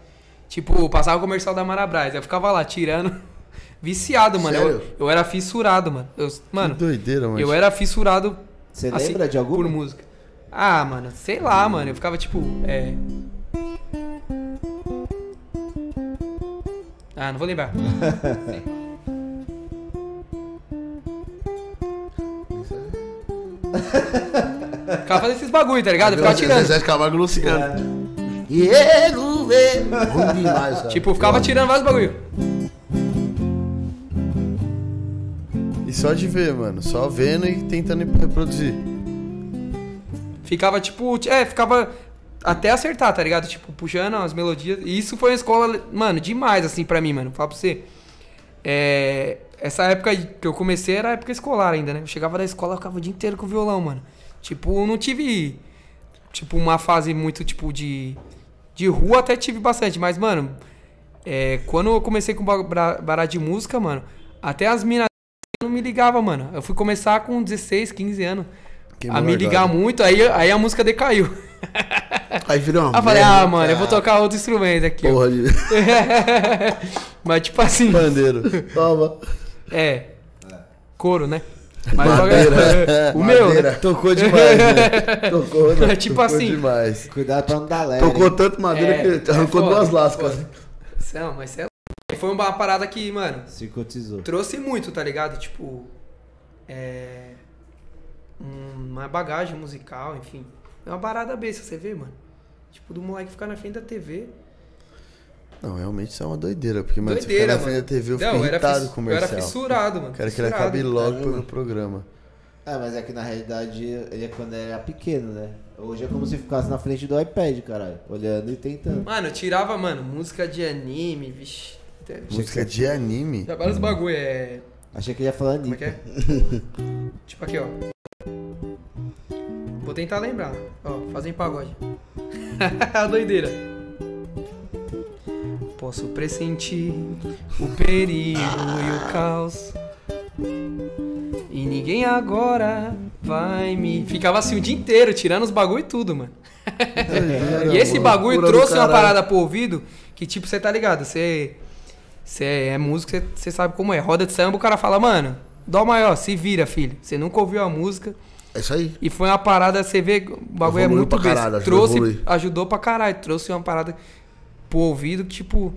S4: Tipo, passava o comercial da Marabras, eu ficava lá tirando, [LAUGHS] viciado, mano. Eu,
S10: Sério?
S4: eu era fissurado, mano. Eu, mano,
S3: Doideira, mano.
S4: eu era fissurado
S1: Você
S4: assim,
S1: lembra de alguma? Hum.
S4: por música. Ah, mano, sei lá, mano. Eu ficava tipo, é. Ah, não
S1: [LAUGHS]
S4: vou lembrar. ficava fazendo esses bagulho, tá ligado? Eu ficava tirando.
S10: Zezé de Camargo e Luciano. Diego, vê. Ruim demais, cara.
S4: Tipo, ficava tirando vários bagulho.
S3: E só de ver, mano. Só vendo e tentando reproduzir.
S4: Ficava tipo, é, ficava até acertar, tá ligado? Tipo, puxando as melodias. E isso foi uma escola, mano, demais assim pra mim, mano. Fala pra você. É, essa época aí que eu comecei era a época escolar ainda, né? Eu chegava da escola, eu ficava o dia inteiro com o violão, mano. Tipo, eu não tive tipo uma fase muito tipo de de rua até tive bastante, mas mano, é, quando eu comecei com ba- bra- baralho de música, mano, até as minas não me ligavam, mano. Eu fui começar com 16, 15 anos a me ligar muito, aí, aí a música decaiu. [LAUGHS]
S10: Aí virou uma
S4: Aí eu falei,
S10: merda,
S4: ah, mano, eu vou
S10: cara.
S4: tocar outro instrumento aqui. ó.
S10: Porra de...
S4: [LAUGHS] Mas tipo
S3: [LAUGHS]
S4: assim,
S3: Pandeiro.
S10: Toma.
S4: é. Couro, né? Mas joga- [LAUGHS] o meu, né?
S3: É, Tocou demais,
S4: [LAUGHS]
S3: né? Tocou, né?
S4: É tipo
S3: Tocou
S4: assim.
S3: demais.
S1: Cuidado pra não dar leve.
S10: Tocou tanto madeira
S4: É,
S10: que arrancou
S4: é foda,
S10: duas lascas.
S4: Não, mas cê é... louco. Foi uma parada que, mano,
S1: Circutizou.
S4: trouxe muito, tá ligado? Tipo, é... um- Uma bagagem musical, enfim. É uma parada besta, você vê, mano? Tipo, do moleque ficar na frente da TV.
S3: Não, realmente isso é uma doideira. Porque, mano, você fica
S4: Doideira,
S3: na frente
S4: mano.
S3: da TV, eu
S4: Não,
S3: fico
S4: eu era
S3: irritado
S4: fiss-
S3: com o comercial.
S4: Eu era fissurado, mano.
S3: Quero que ele
S4: fissurado.
S3: acabe logo pelo programa.
S1: É, mas é que na realidade ele é quando ele era pequeno, né? Hoje é como se ficasse na frente do iPad, caralho. Olhando e tentando.
S4: Mano, eu tirava, mano, música de anime, vixe. Até-
S3: Música de anime?
S4: Já vários bagulho, é.
S1: Achei que ele ia falar
S4: Como é que
S1: Anitta.
S4: é? [LAUGHS] tipo aqui, ó. Vou tentar lembrar. Ó, fazem pagode. [LAUGHS] Doideira. Posso pressentir o perigo e o caos. E ninguém agora vai me. Ficava assim o dia inteiro, tirando os bagulho e tudo, mano. E esse bagulho
S10: É, Loucura do
S4: trouxe uma
S10: caralho.
S4: parada pro ouvido que, tipo, você tá ligado, você. Você é músico, você- você sabe como é. Roda de samba, o cara fala, mano, dó maior, se vira, filho. Você nunca ouviu a música.
S10: É isso aí.
S4: E foi uma parada, você vê, o bagulho é
S10: Evoluiu
S4: muito
S10: pra
S4: besta.
S10: caralho, ajudou a
S4: trouxe,
S10: evoluir.
S4: ajudou pra caralho, trouxe uma parada pro ouvido que, tipo.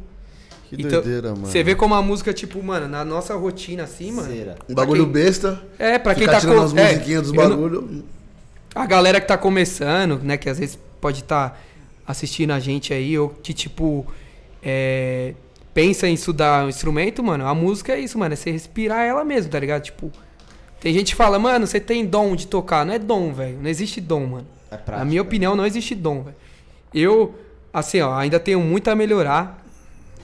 S3: Que doideira, mano.
S4: Você vê como a música, tipo, mano, na nossa rotina assim, mano.
S1: Cera.
S10: Um bagulho besta.
S4: É, pra quem
S10: ficar
S4: tá
S10: tirando
S4: co-
S10: as
S4: é,
S10: musiquinhas dos
S4: eu não-
S10: bagulho.
S4: [LAUGHS] a galera que tá começando, né, que às vezes pode estar assistindo a gente aí, ou que, tipo, é, pensa em estudar um instrumento, mano, a música é isso, mano, é você respirar ela mesmo, tá ligado? Tipo, tem gente que fala, mano, você tem dom de tocar. Não é dom, velho, não existe dom, mano.
S1: É prática.
S4: Na minha opinião, não existe dom, velho. Eu, assim, ó, ainda tenho muito a melhorar,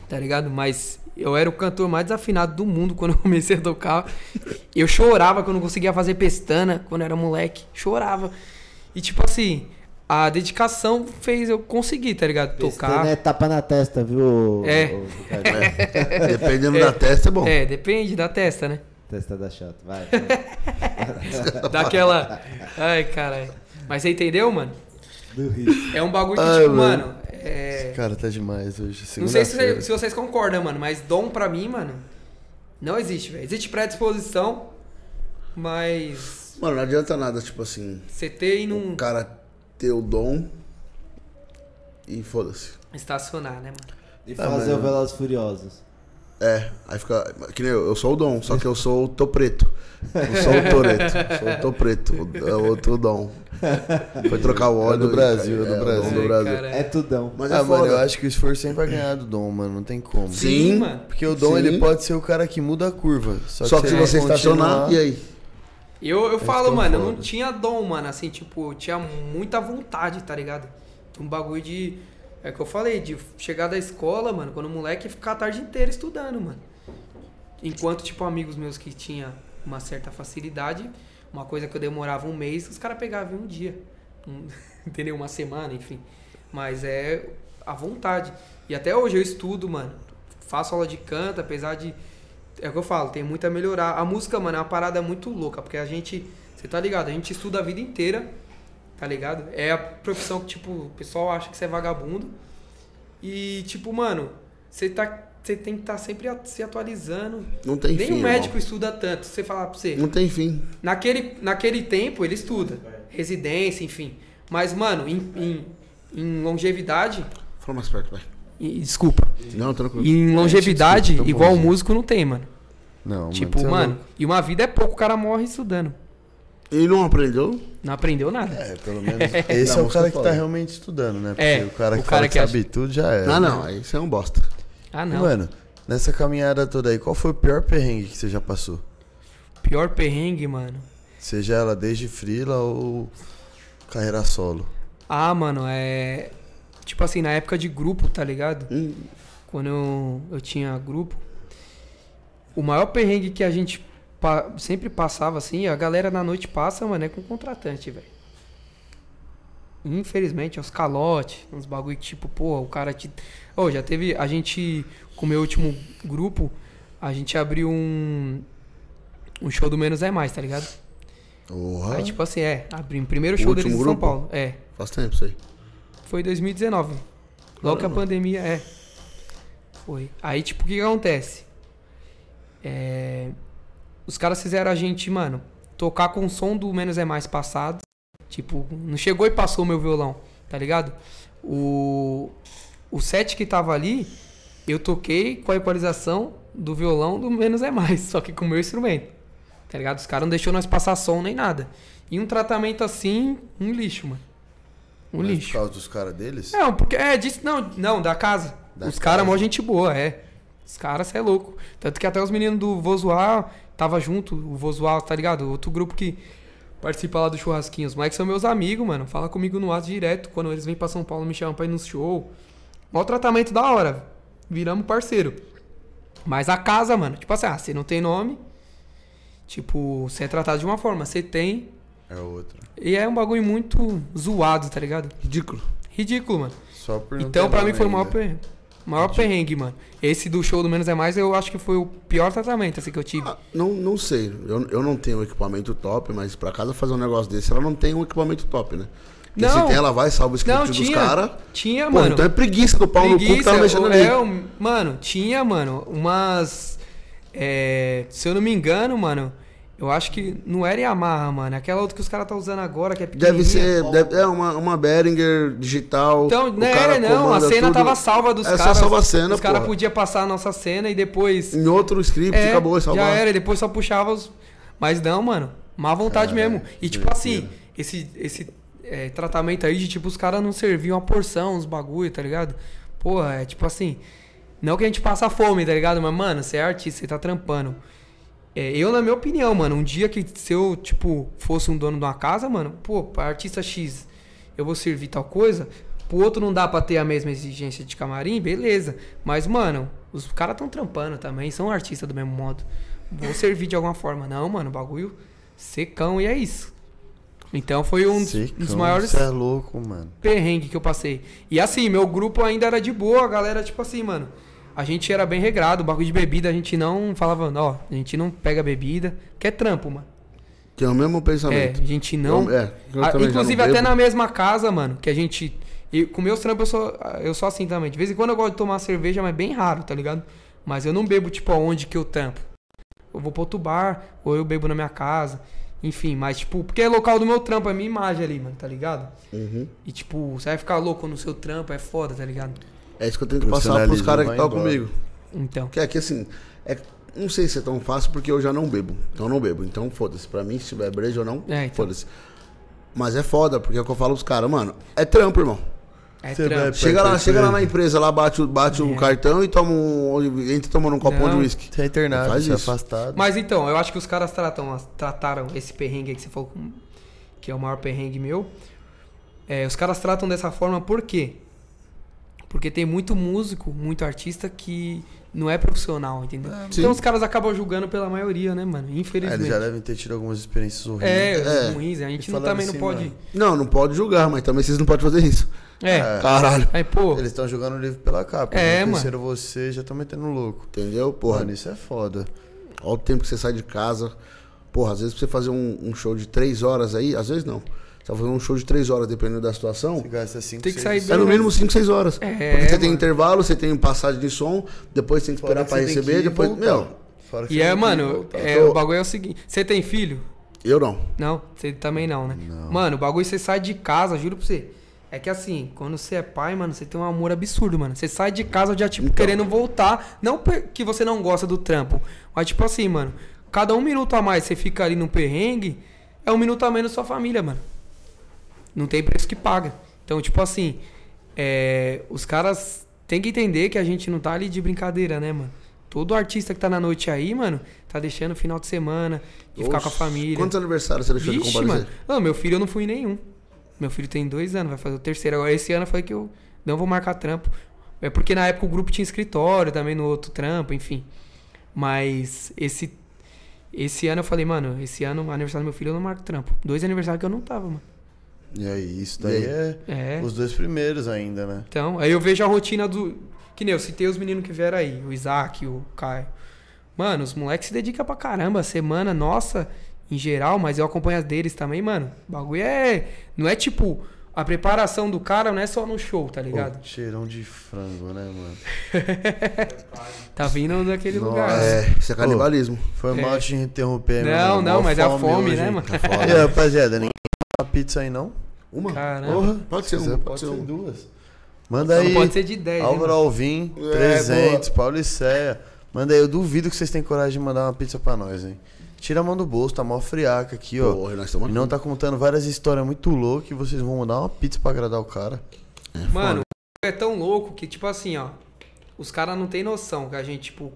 S4: tá ligado? Mas eu era o cantor mais desafinado do mundo quando [LAUGHS] eu comecei a tocar. Eu chorava quando eu não conseguia fazer pestana, quando eu era moleque. Chorava. E tipo assim, a dedicação fez eu conseguir, tá ligado?
S1: Pestana é
S4: Tocar.
S1: tapa na testa, viu? ô-
S4: É.
S1: ô, Ricardo?
S4: [LAUGHS]
S10: Dependendo da testa, é bom.
S4: É, depende da testa, né?
S1: Testa da chata. Vai.
S4: Daquela. Ai, caralho. Mas você entendeu, mano?
S1: Do ritmo.
S4: É um bagulho que,
S3: Ai,
S4: tipo,
S3: mano.
S4: mano. é-
S3: Cara, tá demais hoje.
S4: Não sei se,
S3: segunda-feira.
S4: se vocês concordam, mano, mas dom pra mim, mano, não existe, velho. Existe predisposição, mas
S10: Mano, não adianta nada, tipo assim,
S4: você tem
S10: o
S4: num.
S10: cara ter o dom e foda-se.
S4: Estacionar, né, mano?
S1: E fazer o Velozes Furiosos.
S10: É, aí fica. Que nem eu, eu sou o dom, só que eu sou o tô preto. Eu sou o Toreto. Sou o tô preto. o- É outro dom. Foi trocar o óleo.
S3: É do Brasil,
S10: e-
S3: é do
S10: o dom
S3: Brasil.
S4: Ai,
S10: do Brasil.
S4: cara,
S1: É tudão.
S10: Mas
S3: ah,
S10: é foda.
S3: mano, eu acho que o esforço sempre vai ganhar do dom, mano. Não tem como.
S10: Sim.
S4: Sim, mano.
S3: Porque o dom,
S10: Sim.
S3: ele pode ser o cara que muda a curva. Só,
S10: Só que se
S3: vai
S10: você estacionar,
S3: continuar-
S2: é-
S10: e aí?
S4: Eu, eu falo,
S3: tão
S4: mano, eu
S3: foda.
S4: não tinha dom, mano, assim, tipo, eu tinha muita vontade, tá ligado? Um bagulho de. É que eu falei, de chegar da escola, mano, quando o moleque ficar a tarde inteira estudando, mano. Enquanto, tipo, amigos meus que tinha uma certa facilidade, uma coisa que eu demorava um mês, os caras pegavam em um dia. Um- [LAUGHS] entendeu? Uma semana, enfim. Mas é a vontade. E até hoje eu estudo, mano. Faço aula de canto, apesar de. É o que eu falo, tem muito a melhorar. A música, mano, é uma parada muito louca, porque a gente. Você tá ligado? A gente estuda a vida inteira, tá ligado? É a profissão que, tipo, o pessoal acha que você é vagabundo. E, tipo, mano, você tá. Você tem que estar sempre a- se atualizando.
S2: Não tem
S4: Nem
S2: fim.
S4: o
S2: irmão. Hum.
S4: médico estuda tanto. Você falar pra você.
S2: Não tem fim.
S4: Naquele, naquele tempo ele estuda. Residência, enfim. Mas, mano, em, em, em longevidade. Hum.
S2: Fala mais perto, vai.
S4: e- desculpa.
S2: Não, tranquilo.
S4: Em longevidade,
S2: desculpa, tão
S4: igual o
S2: bonzinho.
S4: músico, não tem, mano.
S2: Não,
S4: tipo,
S2: você é
S4: mano,
S2: louco.
S4: e uma vida é pouco, o cara morre estudando.
S2: Ele não aprendeu?
S4: Não aprendeu nada.
S2: É, pelo menos.
S3: Esse
S2: Na
S3: é o
S2: música
S3: cara que
S2: pode.
S3: tá realmente estudando, né? Porque
S4: É,
S3: o cara
S4: o
S3: que,
S4: cara
S3: fala que
S4: que acha-
S3: sabe tudo já é.
S2: Ah, não. Aí você é um bosta.
S4: Ah,
S3: E,
S4: não.
S3: Mano, nessa caminhada toda aí, qual foi o pior perrengue que você já passou?
S4: Pior perrengue, mano.
S3: Seja ela desde frila ou carreira solo.
S4: Ah, mano, é. Tipo assim, na época de grupo, tá ligado?
S2: Hum.
S4: Quando eu, eu tinha grupo. O maior perrengue que a gente pa- sempre passava, assim, a galera na noite passa, mano, é com contratante, velho. Infelizmente, é os calotes, uns bagulho que tipo, porra, o cara te. Ô, já teve. A gente, com o meu último grupo, a gente abriu um. Um show do Menos é Mais, tá ligado?
S3: Porra.
S4: Aí, tipo assim, é, abrimos o primeiro
S2: O
S4: show deles em
S2: último
S4: São
S2: grupo?
S4: Paulo. É.
S2: Faz tempo isso aí.
S4: Foi 2019. Logo que a
S2: Caramba.
S4: pandemia é. Foi. Aí, tipo, o que, que acontece? É, Os caras fizeram a gente, mano, tocar com o som do Menos é Mais passado. Tipo, não chegou e passou o meu violão, tá ligado? O, o set que tava ali, eu toquei com a equalização do violão do Menos é Mais, [LAUGHS] só que com o meu instrumento, tá ligado? Os caras não deixou nós passar som nem nada. E um tratamento assim, um lixo, mano. Um
S3: Mas
S4: lixo.
S3: Por causa dos caras deles?
S4: Não, porque. É, disse. Não, não, da casa.
S3: Da
S4: os caras,
S3: casa.
S4: mó gente boa, é. Os caras, cê é louco. Tanto que até os meninos do Vozoar tava junto, o Vozoar, tá ligado? Outro grupo que participa lá do churrasquinho. Os moleques são meus amigos, mano. Fala comigo no WhatsApp direto. Quando eles vêm pra São Paulo, me chamam pra ir no show. Mó tratamento da hora. Viramos parceiro. Mas a casa, mano, tipo assim, ah, você não tem nome. Tipo, você é tratado de uma forma, você tem.
S3: É outra.
S4: E é um bagulho muito zoado, tá ligado?
S2: Ridículo.
S4: Ridículo, mano.
S3: Só por não
S4: Então,
S3: ter
S4: pra mim,
S3: nome
S4: foi o maior,
S2: né?
S3: ainda.
S4: perrengue, maior perrengue, mano. Esse do show do Menos é Mais, eu acho que foi o pior tratamento assim, que eu tive.
S2: Ah, não, não sei. Eu, eu não tenho equipamento top, mas pra casa fazer um negócio desse, ela não tem um equipamento top, né? Porque
S4: Não.
S2: Se tem, ela vai, salva o script
S4: não,
S2: dos
S4: tinha.
S2: caras.
S4: Tinha,
S2: Pô,
S4: mano.
S2: então é preguiça do pau no cu que tava mexendo
S4: ou-
S2: ali.
S4: é, um- mano, tinha, mano, umas. é, se eu não me engano, mano, eu acho que não era Yamaha, mano. Aquela outra que os caras tá usando agora, que é
S2: Deve
S4: pequenininha.
S2: ser. deve- é uma, uma Behringer digital.
S4: Então,
S2: o
S4: não
S2: cara
S4: era, não. A
S2: comanda
S4: cena
S2: tudo.
S4: tava salva dos
S2: É só
S4: caras.
S2: salva a cena,
S4: Os caras
S2: porra.
S4: podiam passar a nossa cena e depois.
S2: Em outro script,
S4: É,
S2: acabou, salvar.
S4: Já era, e depois só puxava os. Mas não, mano. Má vontade mesmo. E tipo assim, esse, esse é, tratamento aí de tipo, os caras não serviam a porção, os bagulho, tá ligado? Porra, é tipo assim. Não que a gente passa fome, tá ligado? Mas, mano, você é artista, você tá trampando. É, eu, na minha opinião, mano, um dia que se eu, tipo, fosse um dono de uma casa, mano, pô, pra artista X, eu vou servir tal coisa, pro outro não dá pra ter a mesma exigência de camarim, beleza. Mas, mano, os caras tão trampando também, são artistas do mesmo modo. Vou servir de alguma forma. Não, mano, bagulho secão e é isso. Então foi um dos
S3: Secão,
S4: maiores
S3: Você é louco, mano.
S4: perrengue que eu passei. E assim, meu grupo ainda era de boa, a galera, tipo assim, mano. A gente era bem regrado, o bagulho de bebida, a gente não falava, ó, a gente não pega bebida, que é trampo, mano.
S2: Que é o mesmo
S4: É,
S2: pensamento.
S4: a gente não.
S2: Eu- é, eu
S4: Ah,
S2: também já
S4: inclusive,
S2: não
S4: até
S2: bebo.
S4: na mesma casa, mano, que a gente. E com meus trampos eu sou, eu sou assim também. De vez em quando eu gosto de tomar uma cerveja, mas bem raro, tá ligado? Mas eu não bebo, tipo, aonde que eu tampo. Eu vou pra outro bar, ou eu bebo na minha casa. Enfim, mas, tipo, porque é local do meu trampo, é minha imagem ali, mano, tá ligado?
S2: Uhum.
S4: E, tipo, você vai ficar louco no seu trampo, é foda, tá ligado?
S2: É isso que eu tento passar pros
S3: Profissionalismo
S2: caras que
S3: vai
S2: estão
S3: embora.
S2: comigo.
S4: Então.
S2: Que é que assim, é, não sei se é tão fácil porque eu já não bebo. Então eu não bebo. Então foda-se. Pra mim, se tiver breja ou não,
S4: É, então.
S2: foda-se. Mas é foda, porque é o que eu falo pros caras, mano. É trampo, irmão.
S4: É
S3: Você
S4: trampo.
S3: vai-
S2: Chega lá,
S3: Perfeito.
S2: chega lá na empresa, lá bate, o- bate
S4: É.
S2: o cartão e toma um. Entra tomando um copão
S4: Não.
S2: de uísque.
S3: Você é internado,
S2: Faz
S3: você é
S2: isso.
S3: afastado.
S4: Mas então, eu acho que os caras tratam, trataram esse perrengue aí que você falou com- que é o maior perrengue meu. É, os caras tratam dessa forma por quê? Porque tem muito músico, muito artista que não é profissional, entendeu? então os caras acabam julgando pela maioria, né, mano?
S3: É, eles
S4: Infelizmente.
S3: já né? devem ter tido algumas experiências horríveis.
S4: É,
S2: É.
S4: ruins. A gente
S3: E
S4: não,
S3: falando
S4: também não
S3: assim,
S4: pode.
S3: mano.
S2: Não, não pode julgar, mas também vocês não podem fazer isso.
S4: É.
S2: Caralho.
S4: Aí, pô.
S3: Ah, Eles estão jogando o livro pela capa.
S4: É,
S3: É, mano.
S4: mano.
S3: Conheceram você, já estão metendo louco.
S2: Entendeu? Porra,
S3: Mano, isso é foda.
S2: Olha o tempo que você sai de casa. Porra, às vezes pra você fazer um, um show de três horas aí, às vezes não. Você tá fazendo um show de três horas, dependendo da situação.
S3: Você gasta 5,
S4: Tem que sair
S2: É no mínimo 5, 6 horas.
S4: É,
S2: Porque você tem
S4: mano.
S2: intervalo, você tem passagem de som, depois tem que esperar pra receber, depois. Meu,
S4: E
S3: assim,
S4: é, mano,
S3: tá
S4: é,
S2: Tô-
S4: o bagulho é o seguinte. Você tem filho?
S2: eu não.
S4: Não, você também não, né? Mano, o bagulho você sai de casa, juro pra você. É que assim, quando você é pai, mano, você tem um amor absurdo, mano. Você sai de casa já,
S2: Então.
S4: tipo, querendo voltar. Não per- que você não gosta do trampo, mas tipo assim, mano, cada um minuto a mais você fica ali no perrengue, é um minuto a menos sua família, mano. Não tem preço que paga. Então, tipo assim, é, os caras têm que entender que a gente não tá ali de brincadeira, né, mano? Todo artista que tá na noite aí, mano, tá deixando o final de semana e ficar com a
S2: Oxe,
S4: família.
S2: Quantos aniversários você deixou Tá de
S4: Vixe,
S2: comparecer?
S4: mano. Não, meu filho eu não fui em nenhum. Meu filho tem dois anos, vai fazer o terceiro. Agora esse ano eu falei que eu não vou marcar trampo. É porque na época o grupo tinha escritório também no outro trampo, enfim. Mas esse esse ano eu falei, mano, esse ano aniversário do meu filho eu não marco trampo. Dois aniversários que eu não tava, mano.
S3: E aí, isso daí
S2: E aí?
S3: é
S4: É.
S3: os dois primeiros ainda, né?
S4: Então, aí eu vejo a rotina do. Que nem eu citei os meninos que vieram aí, o Isaac, o Caio. Mano, os moleques se dedicam pra caramba, a semana nossa, em geral, mas eu acompanho as deles também, mano. O bagulho é. Não é tipo. A preparação do cara não é só no show, tá ligado?
S3: Pô, cheirão de frango, né, mano?
S4: Tá vindo daquele lugar.
S2: É, isso é canibalismo.
S3: Foi
S4: É.
S3: mal te interromper, meu
S4: Não,
S3: mano,
S4: não,
S3: mó
S4: mas é a fome,
S3: hoje.
S4: né, mano?
S3: Tá foda. E, rapaziada, ninguém tem uma pizza aí, não?
S2: Uma?
S4: Caramba.
S2: Pode ser
S3: Se quiser,
S2: uma, pode ser uma.
S3: duas. Manda
S4: Só
S3: aí.
S4: não pode ser de 10, né?
S3: Álvaro
S4: mano?
S3: Alvim,
S2: É,
S3: 300, Pauliceia. Manda aí, eu duvido que vocês tenham coragem de mandar uma pizza pra nós, hein? Tira a mão do bolso, tá mó friaca aqui, ó.
S2: Porra, nós
S3: E
S2: estamos
S3: não tá contando várias histórias muito loucas e vocês vão mandar uma pizza pra agradar o cara.
S4: Mano, é tão louco que, tipo assim, ó. Os caras não tem noção que a gente, tipo,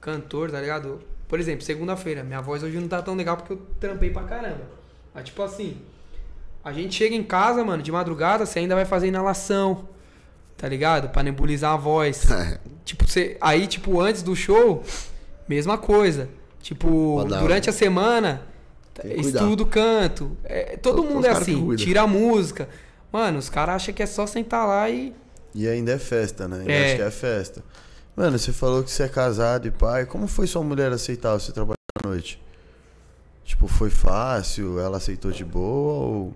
S4: cantor, tá ligado? Por exemplo, segunda-feira, minha voz hoje não tá tão legal porque eu trampei pra caramba. Mas, tipo assim, a gente chega em casa, mano, de madrugada, você ainda vai fazer inalação, tá ligado? Pra nebulizar a
S2: [LAUGHS]
S4: voz. Tipo, você, aí, tipo, antes do show, mesma coisa. Tipo,
S2: Pra dar-
S4: durante a semana,
S2: que cuidar.
S4: estudo, canto. É, todo
S2: Os
S4: mundo é
S2: cara que
S4: assim,
S2: cuida.
S4: tira a música. Mano, os caras acham que é só sentar lá e.
S3: E ainda é festa, né? Eu
S4: É.
S3: acho que é festa. Mano, você falou que você é casado e pai. Como foi sua mulher aceitar você trabalhar à noite? Tipo, foi fácil? Ela aceitou de boa ou.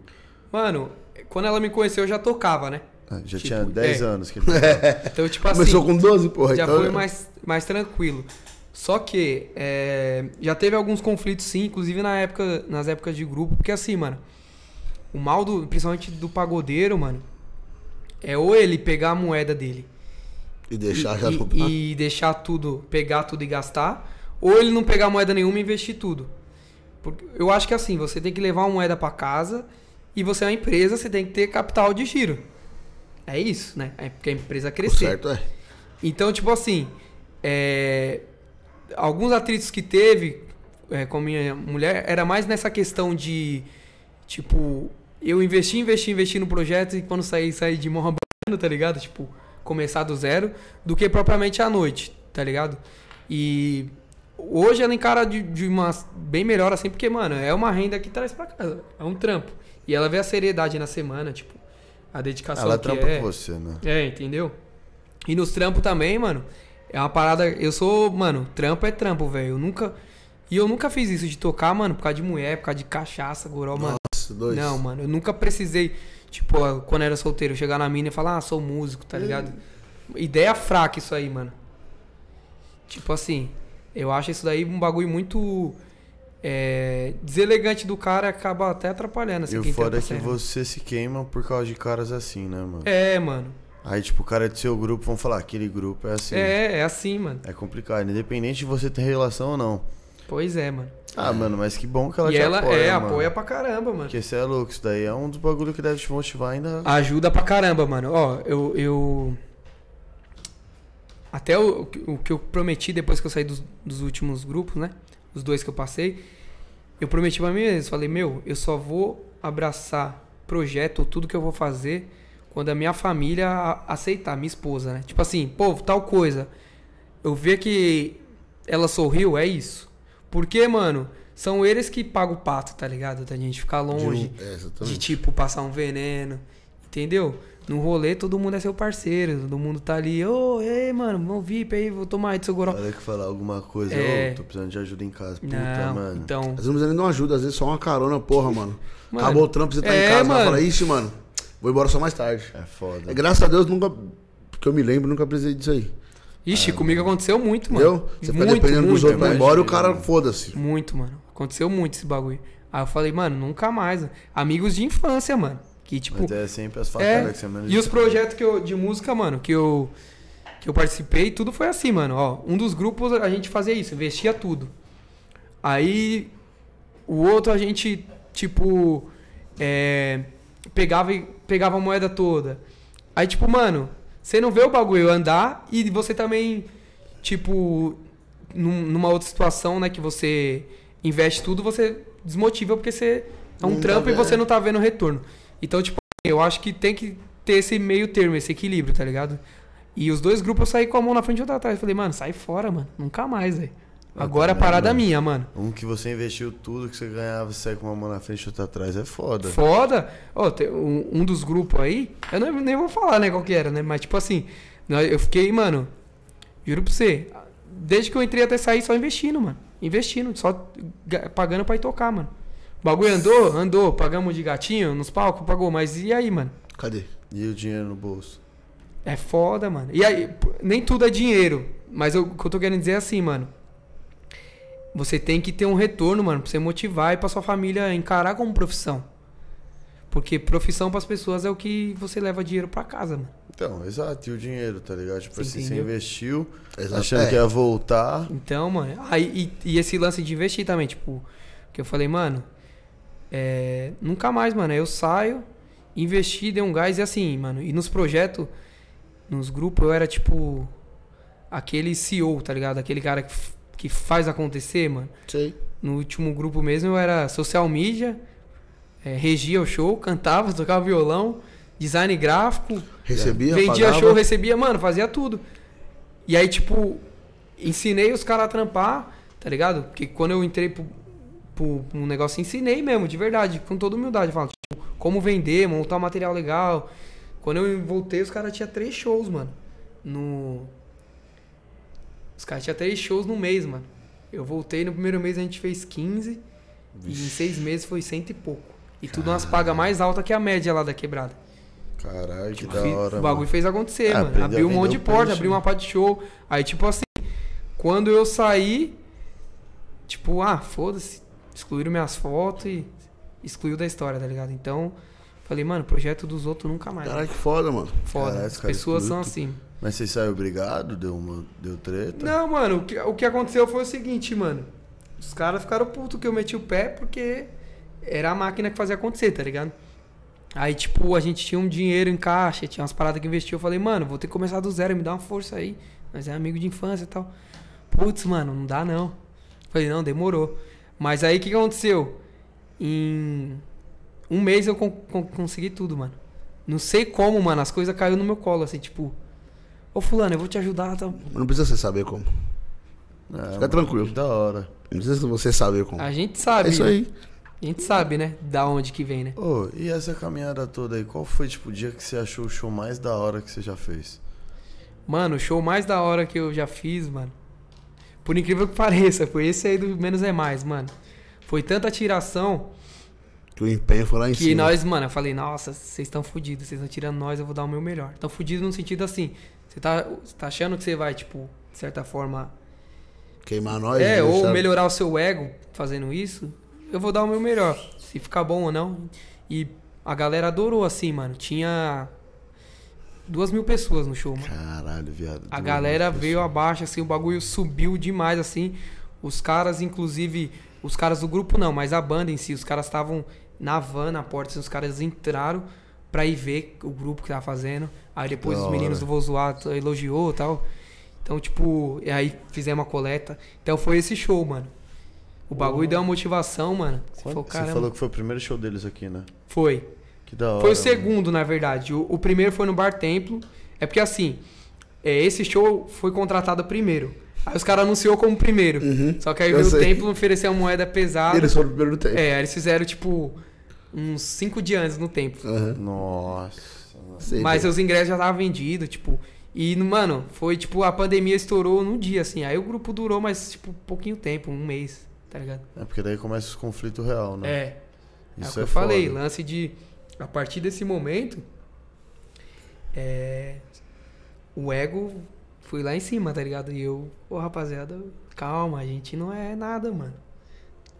S4: Mano, quando ela me conheceu, eu já tocava, né?
S3: Ah, já
S4: Tipo,
S3: tinha 10
S4: é.
S3: anos que ele tava.
S4: [LAUGHS] Então, tipo assim.
S2: Começou com 12, porra.
S4: já
S2: então-
S4: foi mais, mais tranquilo. Só que é, já teve alguns conflitos, sim, inclusive na época, nas épocas de grupo, porque assim, mano, o mal do, principalmente do pagodeiro, mano, é ou ele pegar a moeda dele
S2: E deixar já. Ah,
S4: e, e deixar tudo, pegar tudo e gastar, ou ele não pegar moeda nenhuma e investir tudo. Porque eu acho que assim, você tem que levar uma moeda pra casa e você é uma empresa, você tem que ter capital de giro. É isso, né? É porque a empresa
S2: O
S4: crescer.
S2: certo é.
S4: Então, tipo assim, é, alguns atritos que teve é, com a minha mulher era mais nessa questão de, tipo, eu investi, investi, investi no projeto e quando sair, sair de mão [LAUGHS] roubando, tá ligado? Tipo, começar do zero, do que propriamente à noite, tá ligado? E hoje ela encara de, de uma bem melhor assim, porque, mano, é uma renda que traz pra casa, é um trampo. E ela vê a seriedade na semana, tipo, a dedicação
S3: Ela
S4: que
S3: trampa
S4: é.
S3: com você, né?
S4: É, entendeu? E nos trampos também, mano. É uma parada. Eu sou. Mano, trampo é trampo, velho. Eu nunca. E eu nunca fiz isso de tocar, mano, por causa de mulher, por causa de cachaça, goró, mano.
S2: Nossa, dois.
S4: Não, mano, eu nunca precisei, tipo, ó, quando era solteiro, eu chegar na mina e falar, ah, sou músico, tá ligado?
S3: Hum.
S4: Ideia fraca isso aí, mano. Tipo assim, eu acho isso daí um bagulho muito é, deselegante do cara, acaba até atrapalhando. Assim,
S3: E o
S4: quem
S3: foda é
S4: trampa
S3: que
S4: sério.
S3: você se queima por causa de caras assim, né, mano?
S4: É, mano.
S3: Aí, tipo, o cara do seu grupo vão falar, aquele grupo é assim.
S4: É, é assim, mano.
S3: É complicado, independente de você ter relação ou não.
S4: Pois é, mano.
S3: Ah, mano, mas que bom que ela
S4: e
S3: te
S4: ela
S3: apoia,
S4: é,
S3: mano.
S4: apoia pra caramba, mano.
S3: Porque você é louco, isso daí é um dos bagulho que deve te motivar ainda.
S4: Ajuda pra caramba, mano. Ó, eu. eu... Até o, o que eu prometi depois que eu saí dos, dos últimos grupos, né? Os dois que eu passei. Eu prometi pra mim mesmo. Falei, meu, eu só vou abraçar projeto, tudo que eu vou fazer, quando a minha família a- aceitar, minha esposa, né? Tipo assim, pô, tal coisa. Eu ver que ela sorriu, é isso. Porque, mano, são eles que pagam o pato, tá ligado? Da gente ficar longe
S2: É,
S4: de
S2: exatamente.
S4: tipo passar um veneno, Entendeu? No rolê, todo mundo é seu parceiro, todo mundo tá ali, ô, ei, mano, vamos VIP aí, vou tomar aí do seu goró.
S3: Olha que falar alguma coisa, ô,
S4: É.
S3: tô precisando de ajuda em casa. é Puta,
S4: Não,
S3: mano.
S4: então.
S2: Às vezes não precisa nem de uma ajuda, às vezes só uma carona, porra, mano.
S4: Mano,
S2: Acabou o trampo, você tá
S4: é,
S2: em casa, vai
S4: mano.
S2: falar, ixi, mano, vou embora só mais tarde.
S3: É foda.
S2: É, graças a Deus, nunca, que eu me lembro, nunca precisei disso aí.
S4: Ixi, comigo aconteceu muito, mano.
S2: Entendeu? Você fica
S4: muito,
S2: dependendo dos
S4: muito,
S2: outros pra ir
S4: mano.
S2: embora e o cara, foda-se.
S4: Muito, mano. Aconteceu muito esse bagulho. Aí eu falei, mano, nunca mais. Amigos de infância, mano. Que tipo.
S3: Mas é sempre as facadas
S4: É,
S3: que você menos
S4: e os projetos que eu, de música, mano, que eu, que eu participei, tudo foi assim, mano. Ó, um dos grupos a gente fazia isso, investia tudo. Aí o outro a gente, tipo, é, pegava, e- pegava a moeda toda. Aí, tipo, mano, você não vê o bagulho andar e você também, tipo, num- numa outra situação, né, que você investe tudo, você desmotiva porque você é um
S10: Não tá
S4: trampo e
S10: vendo.
S4: você não tá vendo o retorno. Então, tipo, eu acho que tem que ter esse meio termo, esse equilíbrio, tá ligado? E os dois grupos eu saí com a mão na frente e outra atrás. Falei, mano, sai fora, mano. Nunca mais, velho. Agora a
S3: também,
S4: parada é
S3: mano.
S4: minha, mano.
S3: Um que você investiu tudo que você ganhava, você sai com uma mão na frente e outra atrás, é foda.
S4: Foda. Ó, tem um, um dos grupos aí, eu não- nem vou falar, né, qual que era, né? Mas, tipo assim, nós- eu fiquei, mano, juro pra você, desde que eu entrei até sair, só investindo, mano. Investindo, só ga- pagando pra ir tocar, mano. O bagulho andou, andou, pagamos de gatinho nos palcos, pagou, mas e aí, mano?
S2: Cadê?
S3: E o dinheiro no bolso.
S4: É foda, mano. E aí, p- nem tudo é dinheiro. Mas eu- o que eu tô querendo dizer é assim, mano. Você tem que ter um retorno, mano, pra você motivar e pra sua família encarar como profissão. Porque profissão pras pessoas é o que você leva dinheiro pra casa, mano.
S3: Então, exato, e o dinheiro, tá ligado? Tipo
S4: Você
S3: assim,
S4: entendeu?
S3: você investiu,
S2: Exato.
S3: achando
S2: É.
S3: que ia voltar.
S4: Então, mano. Aí, e, e esse lance de investir também, tipo, que eu falei, mano, é, nunca mais, mano. Aí eu saio, investi, dei um gás e assim, mano. E nos projetos, nos grupos, eu era tipo aquele CEO, tá ligado? Aquele cara que, f- que faz acontecer, mano.
S2: Sei.
S3: É.
S4: No último grupo mesmo eu era social media, é, regia o show, [LAUGHS] cantava, tocava violão, design gráfico,
S2: Recebia,
S4: Vendia
S2: pagava.
S4: show, recebia, mano, fazia tudo. E aí, tipo, ensinei os caras a trampar, tá ligado? Porque quando eu entrei pro, pro, pro negócio, ensinei mesmo, de verdade, com toda humildade. Falo, tipo, como vender, montar um material legal. Quando eu voltei, os caras tinham três shows, mano. No. Os caras tinham três shows no mês, mano. Eu voltei no primeiro mês a gente fez 15. E em seis meses foi cento e pouco. E tudo umas pagas mais altas que a média lá da quebrada.
S3: Caralho, que
S4: Tipo,
S3: da
S4: fi-
S3: hora,
S4: o bagulho
S3: mano.
S4: fez acontecer,
S3: É,
S4: mano.
S3: aprendeu a
S4: Abriu um
S3: vender
S4: monte de
S3: o
S4: porta,
S3: peixe,
S4: abriu
S3: né?
S4: uma parte de show. Aí, tipo assim, quando eu saí, tipo, ah, foda-se, excluíram minhas fotos e excluiu da história, tá ligado? Então, falei, mano, projeto dos outros nunca mais.
S2: Caralho, que foda, mano.
S4: foda.
S3: caralho,
S4: As
S3: cara,
S4: pessoas
S3: excluiu
S4: são assim.
S3: Mas você saiu obrigado? Deu, uma, deu treta?
S4: Não, mano, o que, o que aconteceu foi o seguinte, mano. Os caras ficaram putos que eu meti o pé porque era a máquina que fazia acontecer, tá ligado? Aí, tipo, a gente tinha um dinheiro em caixa, tinha umas paradas que investiu. Eu falei, mano, vou ter que começar do zero, me dá uma força aí. Nós é amigo de infância e tal. Putz, mano, não dá não. Falei, não, demorou. Mas aí, o que que aconteceu? Em um mês eu con- con- consegui tudo, mano. Não sei como, mano, as coisas caiu no meu colo, assim, tipo... Ô, fulano, eu vou te ajudar, tá?
S2: Mas Não precisa você saber como.
S3: Não,
S2: Fica tranquilo.
S3: Da hora.
S2: Não precisa você saber como.
S4: A gente
S2: É
S4: sabe. né?
S2: isso aí.
S4: A gente sabe, né? Da onde que vem, né?
S3: Ô, e essa caminhada toda aí, qual foi, tipo, o dia que você achou o show mais da hora que você já fez?
S4: Mano, o show mais da hora que eu já fiz, mano. Por incrível que [LAUGHS] pareça, foi esse aí do Menos é Mais, mano. Foi tanta tiração
S2: Que o empenho foi lá em
S4: que
S2: cima.
S4: nós, mano, eu falei, nossa, vocês estão fudidos, vocês estão tirando nós, eu vou dar o meu melhor. Estão fudidos no sentido assim, você tá, você tá achando que você vai, tipo, de certa forma,
S2: Queimar nós.
S4: É, ou
S2: deixar-
S4: melhorar o seu ego fazendo isso, eu vou dar o meu melhor. Se ficar bom ou não. E a galera adorou, assim, mano. Tinha duas mil pessoas no show, mano.
S3: Caralho, viado.
S4: A
S3: doeu,
S4: galera
S3: mano.
S4: veio abaixo, assim, o bagulho subiu demais, assim. Os caras, inclusive, os caras do grupo não, mas a banda em si, os caras estavam na van, na porta, assim, os caras entraram pra ir ver o grupo que tava fazendo. Aí depois
S3: Da
S4: os meninos
S3: hora.
S4: do Vou Zoar t- elogiou e tal. Então, tipo, e aí fizemos uma coleta. Então foi esse show, mano. O bagulho deu uma motivação, mano. Você
S3: Quando-
S4: falou,
S3: Você
S4: caramba.
S3: falou que foi o primeiro show deles aqui, né?
S4: Foi.
S3: Que da hora.
S4: Foi o
S3: mano.
S4: segundo, na verdade. O, o primeiro foi no Bar Templo. É porque assim, é, esse show foi contratado primeiro. Aí os caras anunciou como primeiro. Só que aí
S2: Hum. Uhum. eu
S4: veio o
S2: sei.
S4: Templo ofereceu uma moeda pesada.
S2: Eles foram o primeiro do tempo. Uhum.
S4: É, aí eles fizeram tipo uns cinco dias antes no Templo.
S2: Aham.
S3: Nossa. mano.
S6: Sei,
S4: Mas
S6: velho.
S4: os ingressos já estavam vendidos, tipo. E, mano, foi tipo, a pandemia estourou num dia, assim. Aí o grupo durou, mas, tipo, pouquinho tempo, um mês, tá ligado?
S3: É porque daí começa os conflitos real, né?
S4: É. é o
S3: Isso
S4: que
S3: é
S4: eu falei,
S3: foda.
S4: lance de. A partir desse momento. É, o ego foi lá em cima, tá ligado? E eu, ô rapaziada, calma, a gente não é nada, mano.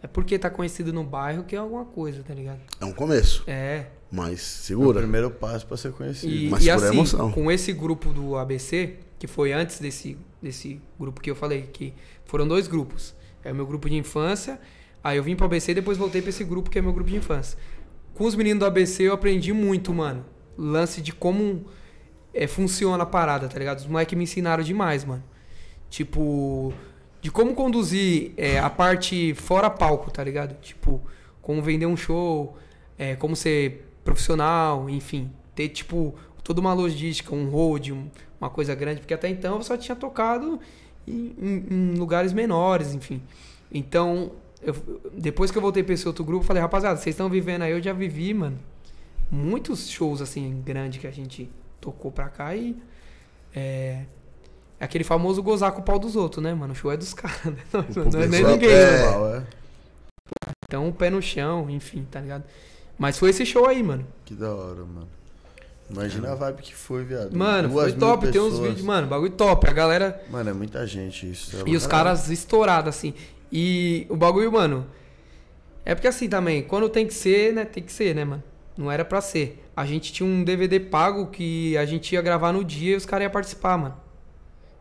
S4: É porque tá conhecido no bairro que é alguma coisa, tá ligado?
S2: É um começo,
S4: É.
S2: mas
S3: É o
S2: segura.
S3: primeiro passo pra ser conhecido.
S4: E,
S2: mas
S4: e
S2: por
S4: assim,
S2: emoção.
S4: com esse grupo do ABC, que foi antes desse, desse grupo que eu falei, que foram dois grupos. É o meu grupo de infância, aí eu vim pro ABC e depois voltei pra esse grupo que é meu grupo de infância. Com os meninos do ABC eu aprendi muito, mano. Lance de como é, funciona a parada, tá ligado? Os moleques me ensinaram demais, mano. Tipo, de como conduzir é, a parte fora palco, tá ligado? Tipo, como vender um show, é, como ser profissional, enfim. Ter, tipo, toda uma logística, um hold, um- uma coisa grande, porque até então eu só tinha tocado em, em- em lugares menores, enfim. Então, eu- depois que eu voltei pra esse outro grupo, eu falei, rapaziada, vocês estão vivendo aí, eu já vivi, mano. Muitos shows, assim, grande que a gente tocou pra cá e. É, é aquele famoso gozar com o pau dos outros, né, mano? O show é dos [LAUGHS] caras, né? Não, não é nem
S3: Só
S4: ninguém,
S3: é
S4: né?
S3: normal, é.
S4: Então, o pé no chão, enfim, tá ligado? Mas foi esse show aí, mano.
S3: É, Que da hora, mano. Imagina a vibe que foi, viado.
S4: É. Mano,
S3: Duas
S4: foi
S3: mil
S4: top. Tem uns
S3: pessoas.
S4: vídeos, mano, bagulho top. A galera
S3: Mano, é muita gente isso. é
S4: E os
S3: loucura.
S4: caras estourados, assim. E o bagulho, mano. É porque assim também, quando tem que ser, né? Tem que ser, né, mano? Não era pra ser. A gente tinha um DVD pago que a gente ia gravar no dia e os caras iam participar, mano.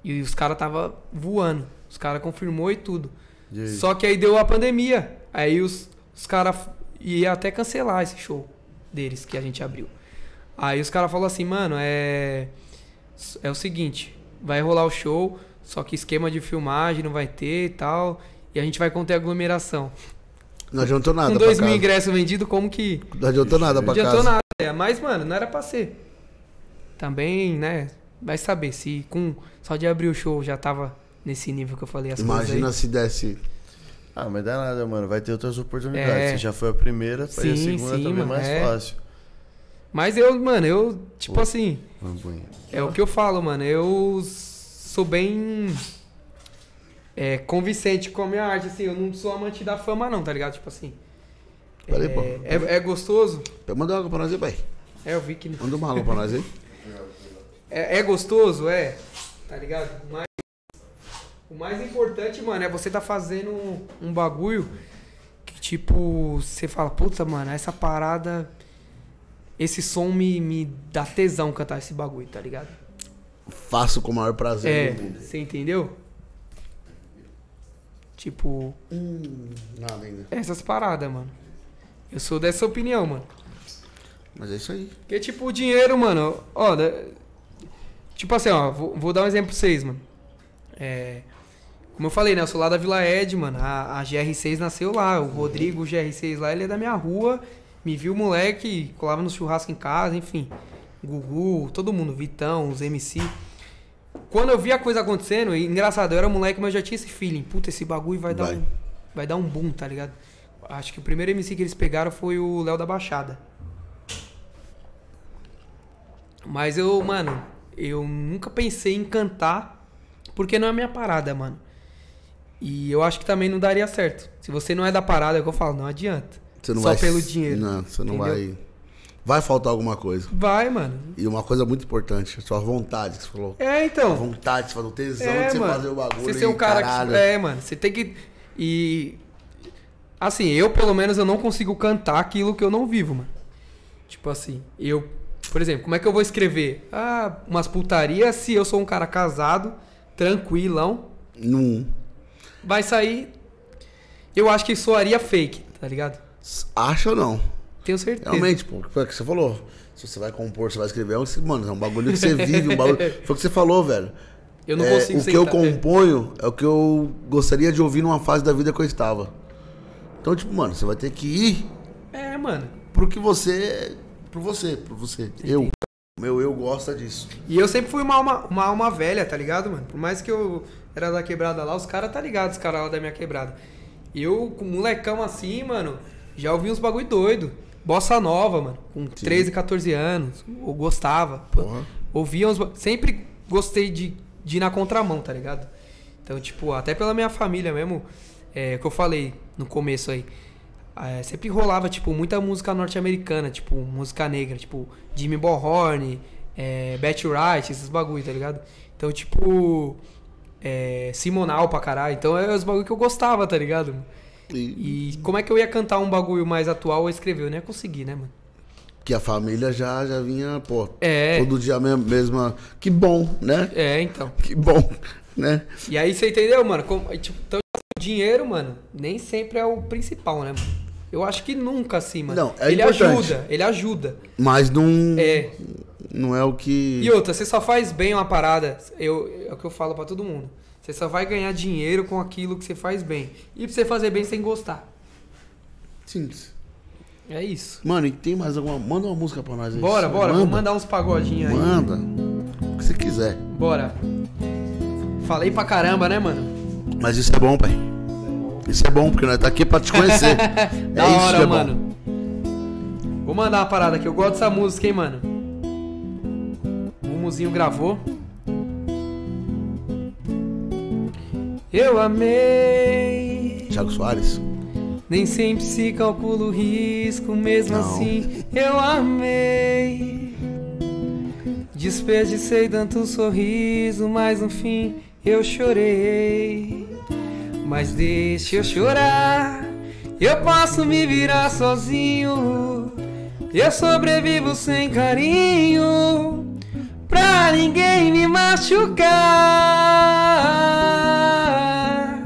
S4: E os caras tava voando. Os caras confirmou e tudo.
S3: E aí?
S4: Só que aí deu a pandemia. Aí os, os caras iam até cancelar esse show deles que a gente abriu. Aí os caras falaram assim, mano, é. É o seguinte, vai rolar o show, só que esquema de filmagem não vai ter e tal. E a gente vai conter aglomeração.
S6: Não adiantou nada
S4: Com
S6: Ah, pra
S4: dois mil
S6: casa.
S4: ingressos vendidos, como que.
S6: Não adiantou nada
S4: Não
S6: pra
S4: adiantou
S6: casa.
S4: nada. é, Mas, mano, não era pra ser. Também, né? Vai saber se com. Só de abrir o show já tava nesse nível que eu falei as
S6: Imagina
S4: coisas.
S6: se desse.
S3: Ah, mas dá nada, mano. Vai ter outras oportunidades.
S4: É.
S3: Você já foi a primeira, foi a
S4: Sim,
S3: segunda
S4: sim,
S3: também
S4: mano,
S3: mais
S4: é.
S3: fácil.
S4: Aí. Mas eu, mano, eu, tipo assim.
S3: Vamos banheiro.
S4: É o que eu falo, mano. Eu sou bem é, convincente com a minha arte, assim. Eu não sou amante da fama, não, tá ligado? Tipo assim.
S6: Peraí,
S4: é,
S6: pô.
S4: É, é gostoso?
S6: Manda uma água pra nós aí, pai.
S4: É, eu vi que. não-
S6: Manda uma água pra nós aí.
S4: É, é gostoso? É. Tá ligado? Mas. O mais importante, mano, é você tá fazendo um- um bagulho que, tipo, você fala, puta, mano, essa parada. Esse som me, me dá tesão cantar esse bagulho, tá ligado?
S6: Faço com o maior prazer
S4: É,
S6: do mundo.
S4: você entendeu? Tipo,
S6: Hum, Nada ainda.
S4: essas paradas, mano. Eu sou dessa opinião, mano.
S6: Mas é isso aí.
S4: Porque, tipo, o dinheiro, mano, ó. da- Tipo assim, ó, vou, vou dar um exemplo pra vocês, mano. É. Como eu falei, né? Eu sou lá da Vila Ed, mano. A, a GR6 nasceu lá. O Rodrigo, o GR6 lá, ele é da minha rua. Me viu moleque, colava no churrasco em casa, enfim. Gugu, todo mundo, Vitão, os MC. Quando eu vi a coisa acontecendo, e, engraçado, eu era moleque, mas eu já tinha esse feeling. Puta, esse bagulho vai, dar
S6: Vai.
S4: um. Vai dar um boom, tá ligado? Acho que o primeiro MC que eles pegaram foi o Léo da Baixada. Mas eu, mano, eu nunca pensei em cantar, porque não é a minha parada, mano. E eu acho que também não daria certo. Se você não é da parada, é o que eu falo, não adianta.
S6: Você não
S4: Só
S6: vai-
S4: pelo dinheiro.
S6: Não, você não
S4: entendeu?
S6: vai. Vai faltar alguma coisa.
S4: Vai, mano.
S6: E uma coisa muito importante, sua vontade, que você falou.
S4: É,
S6: A
S4: então.
S6: vontade, você falou, tesão
S4: É,
S6: de você
S4: mano.
S6: fazer o bagulho.
S4: Você ser um
S6: e
S4: cara
S6: caralho.
S4: que. É, mano. Você tem que. E. Assim, eu pelo menos eu não consigo cantar aquilo que eu não vivo, mano. Tipo assim, eu. Por exemplo, como é que eu vou escrever? Ah, umas putarias se eu sou um cara casado, tranquilão.
S6: Não.
S4: Vai sair. Eu acho que soaria fake, tá ligado?
S6: Acha ou não?
S4: Tenho certeza.
S6: Realmente, pô, foi o que você falou. Se você vai compor, você vai escrever, é um, mano, é um bagulho que você vive, um
S4: [LAUGHS]
S6: bagulho. Foi o que você falou, velho.
S4: Eu não
S6: É,
S4: consigo
S6: O que eu
S4: sentar- é.
S6: componho é o que eu gostaria de ouvir numa fase da vida que eu estava. Então, tipo, mano, você vai ter que ir
S4: É, mano.
S6: pro que você. Pro você, pro você. Eu. Meu eu gosta disso.
S4: E eu sempre fui uma alma, uma alma velha, tá ligado, mano? Por mais que eu era da quebrada lá, os caras tá ligado, os caras lá da minha quebrada. Eu, com molecão assim, mano, já ouvi uns bagulho doido. bossa nova, mano, com 13, 14 anos. Eu gostava. Pô, Ouvia uns. ba- Sempre gostei de, de ir na contramão, tá ligado? Então, tipo, até pela minha família mesmo, é, que eu falei no começo aí. é, sempre rolava, tipo, muita música norte-americana, tipo, música negra, tipo, Jimmy Borhorn, é, Betty Wright, esses bagulho, tá ligado? Então, tipo, é, Simonal pra caralho. Então, é os bagulho que eu gostava, tá ligado? E como é que eu ia cantar um bagulho mais atual ou escrever? Eu nem ia conseguir, né, mano?
S2: Que a família já, já vinha, pô,
S4: É.
S2: todo dia mesmo, mesma. Que bom, né?
S4: É, então.
S2: Que bom, né?
S4: E aí você entendeu, mano? Como- aí, tipo, então, o dinheiro, mano, nem sempre é o principal, né, mano? Eu acho que nunca, assim, mano.
S2: Não, é
S4: ele
S2: importante.
S4: ajuda, ele ajuda.
S2: Mas não
S4: É.
S2: não é o que.
S4: E outra, você só faz bem uma parada. Eu, é o que eu falo pra todo mundo. Você só vai ganhar dinheiro com aquilo que você faz bem. E pra você fazer bem sem gostar.
S2: Simples.
S4: É isso.
S2: Mano, e tem mais alguma. Manda uma música pra nós aí.
S4: Bora, bora. Vou
S2: Manda,
S4: mandar uns pagodinhos aí.
S2: Manda. O que você quiser.
S4: Bora. Falei pra caramba, né, mano?
S2: Mas isso é bom, pai. Isso é bom, porque nós tá aqui pra te conhecer.
S4: [LAUGHS] Da
S2: isso
S4: hora,
S2: que é bom.
S4: mano. Vou mandar uma parada aqui. Eu gosto dessa música, hein, mano. O Mumuzinho gravou. Eu amei.
S2: Thiago Soares.
S4: Nem sempre se calcula o risco, mesmo
S2: Não.
S4: assim eu amei. Desperdicei tanto um sorriso, mas no fim eu chorei. Mas deixa eu chorar, eu posso me virar sozinho. Eu sobrevivo sem carinho, pra ninguém me machucar.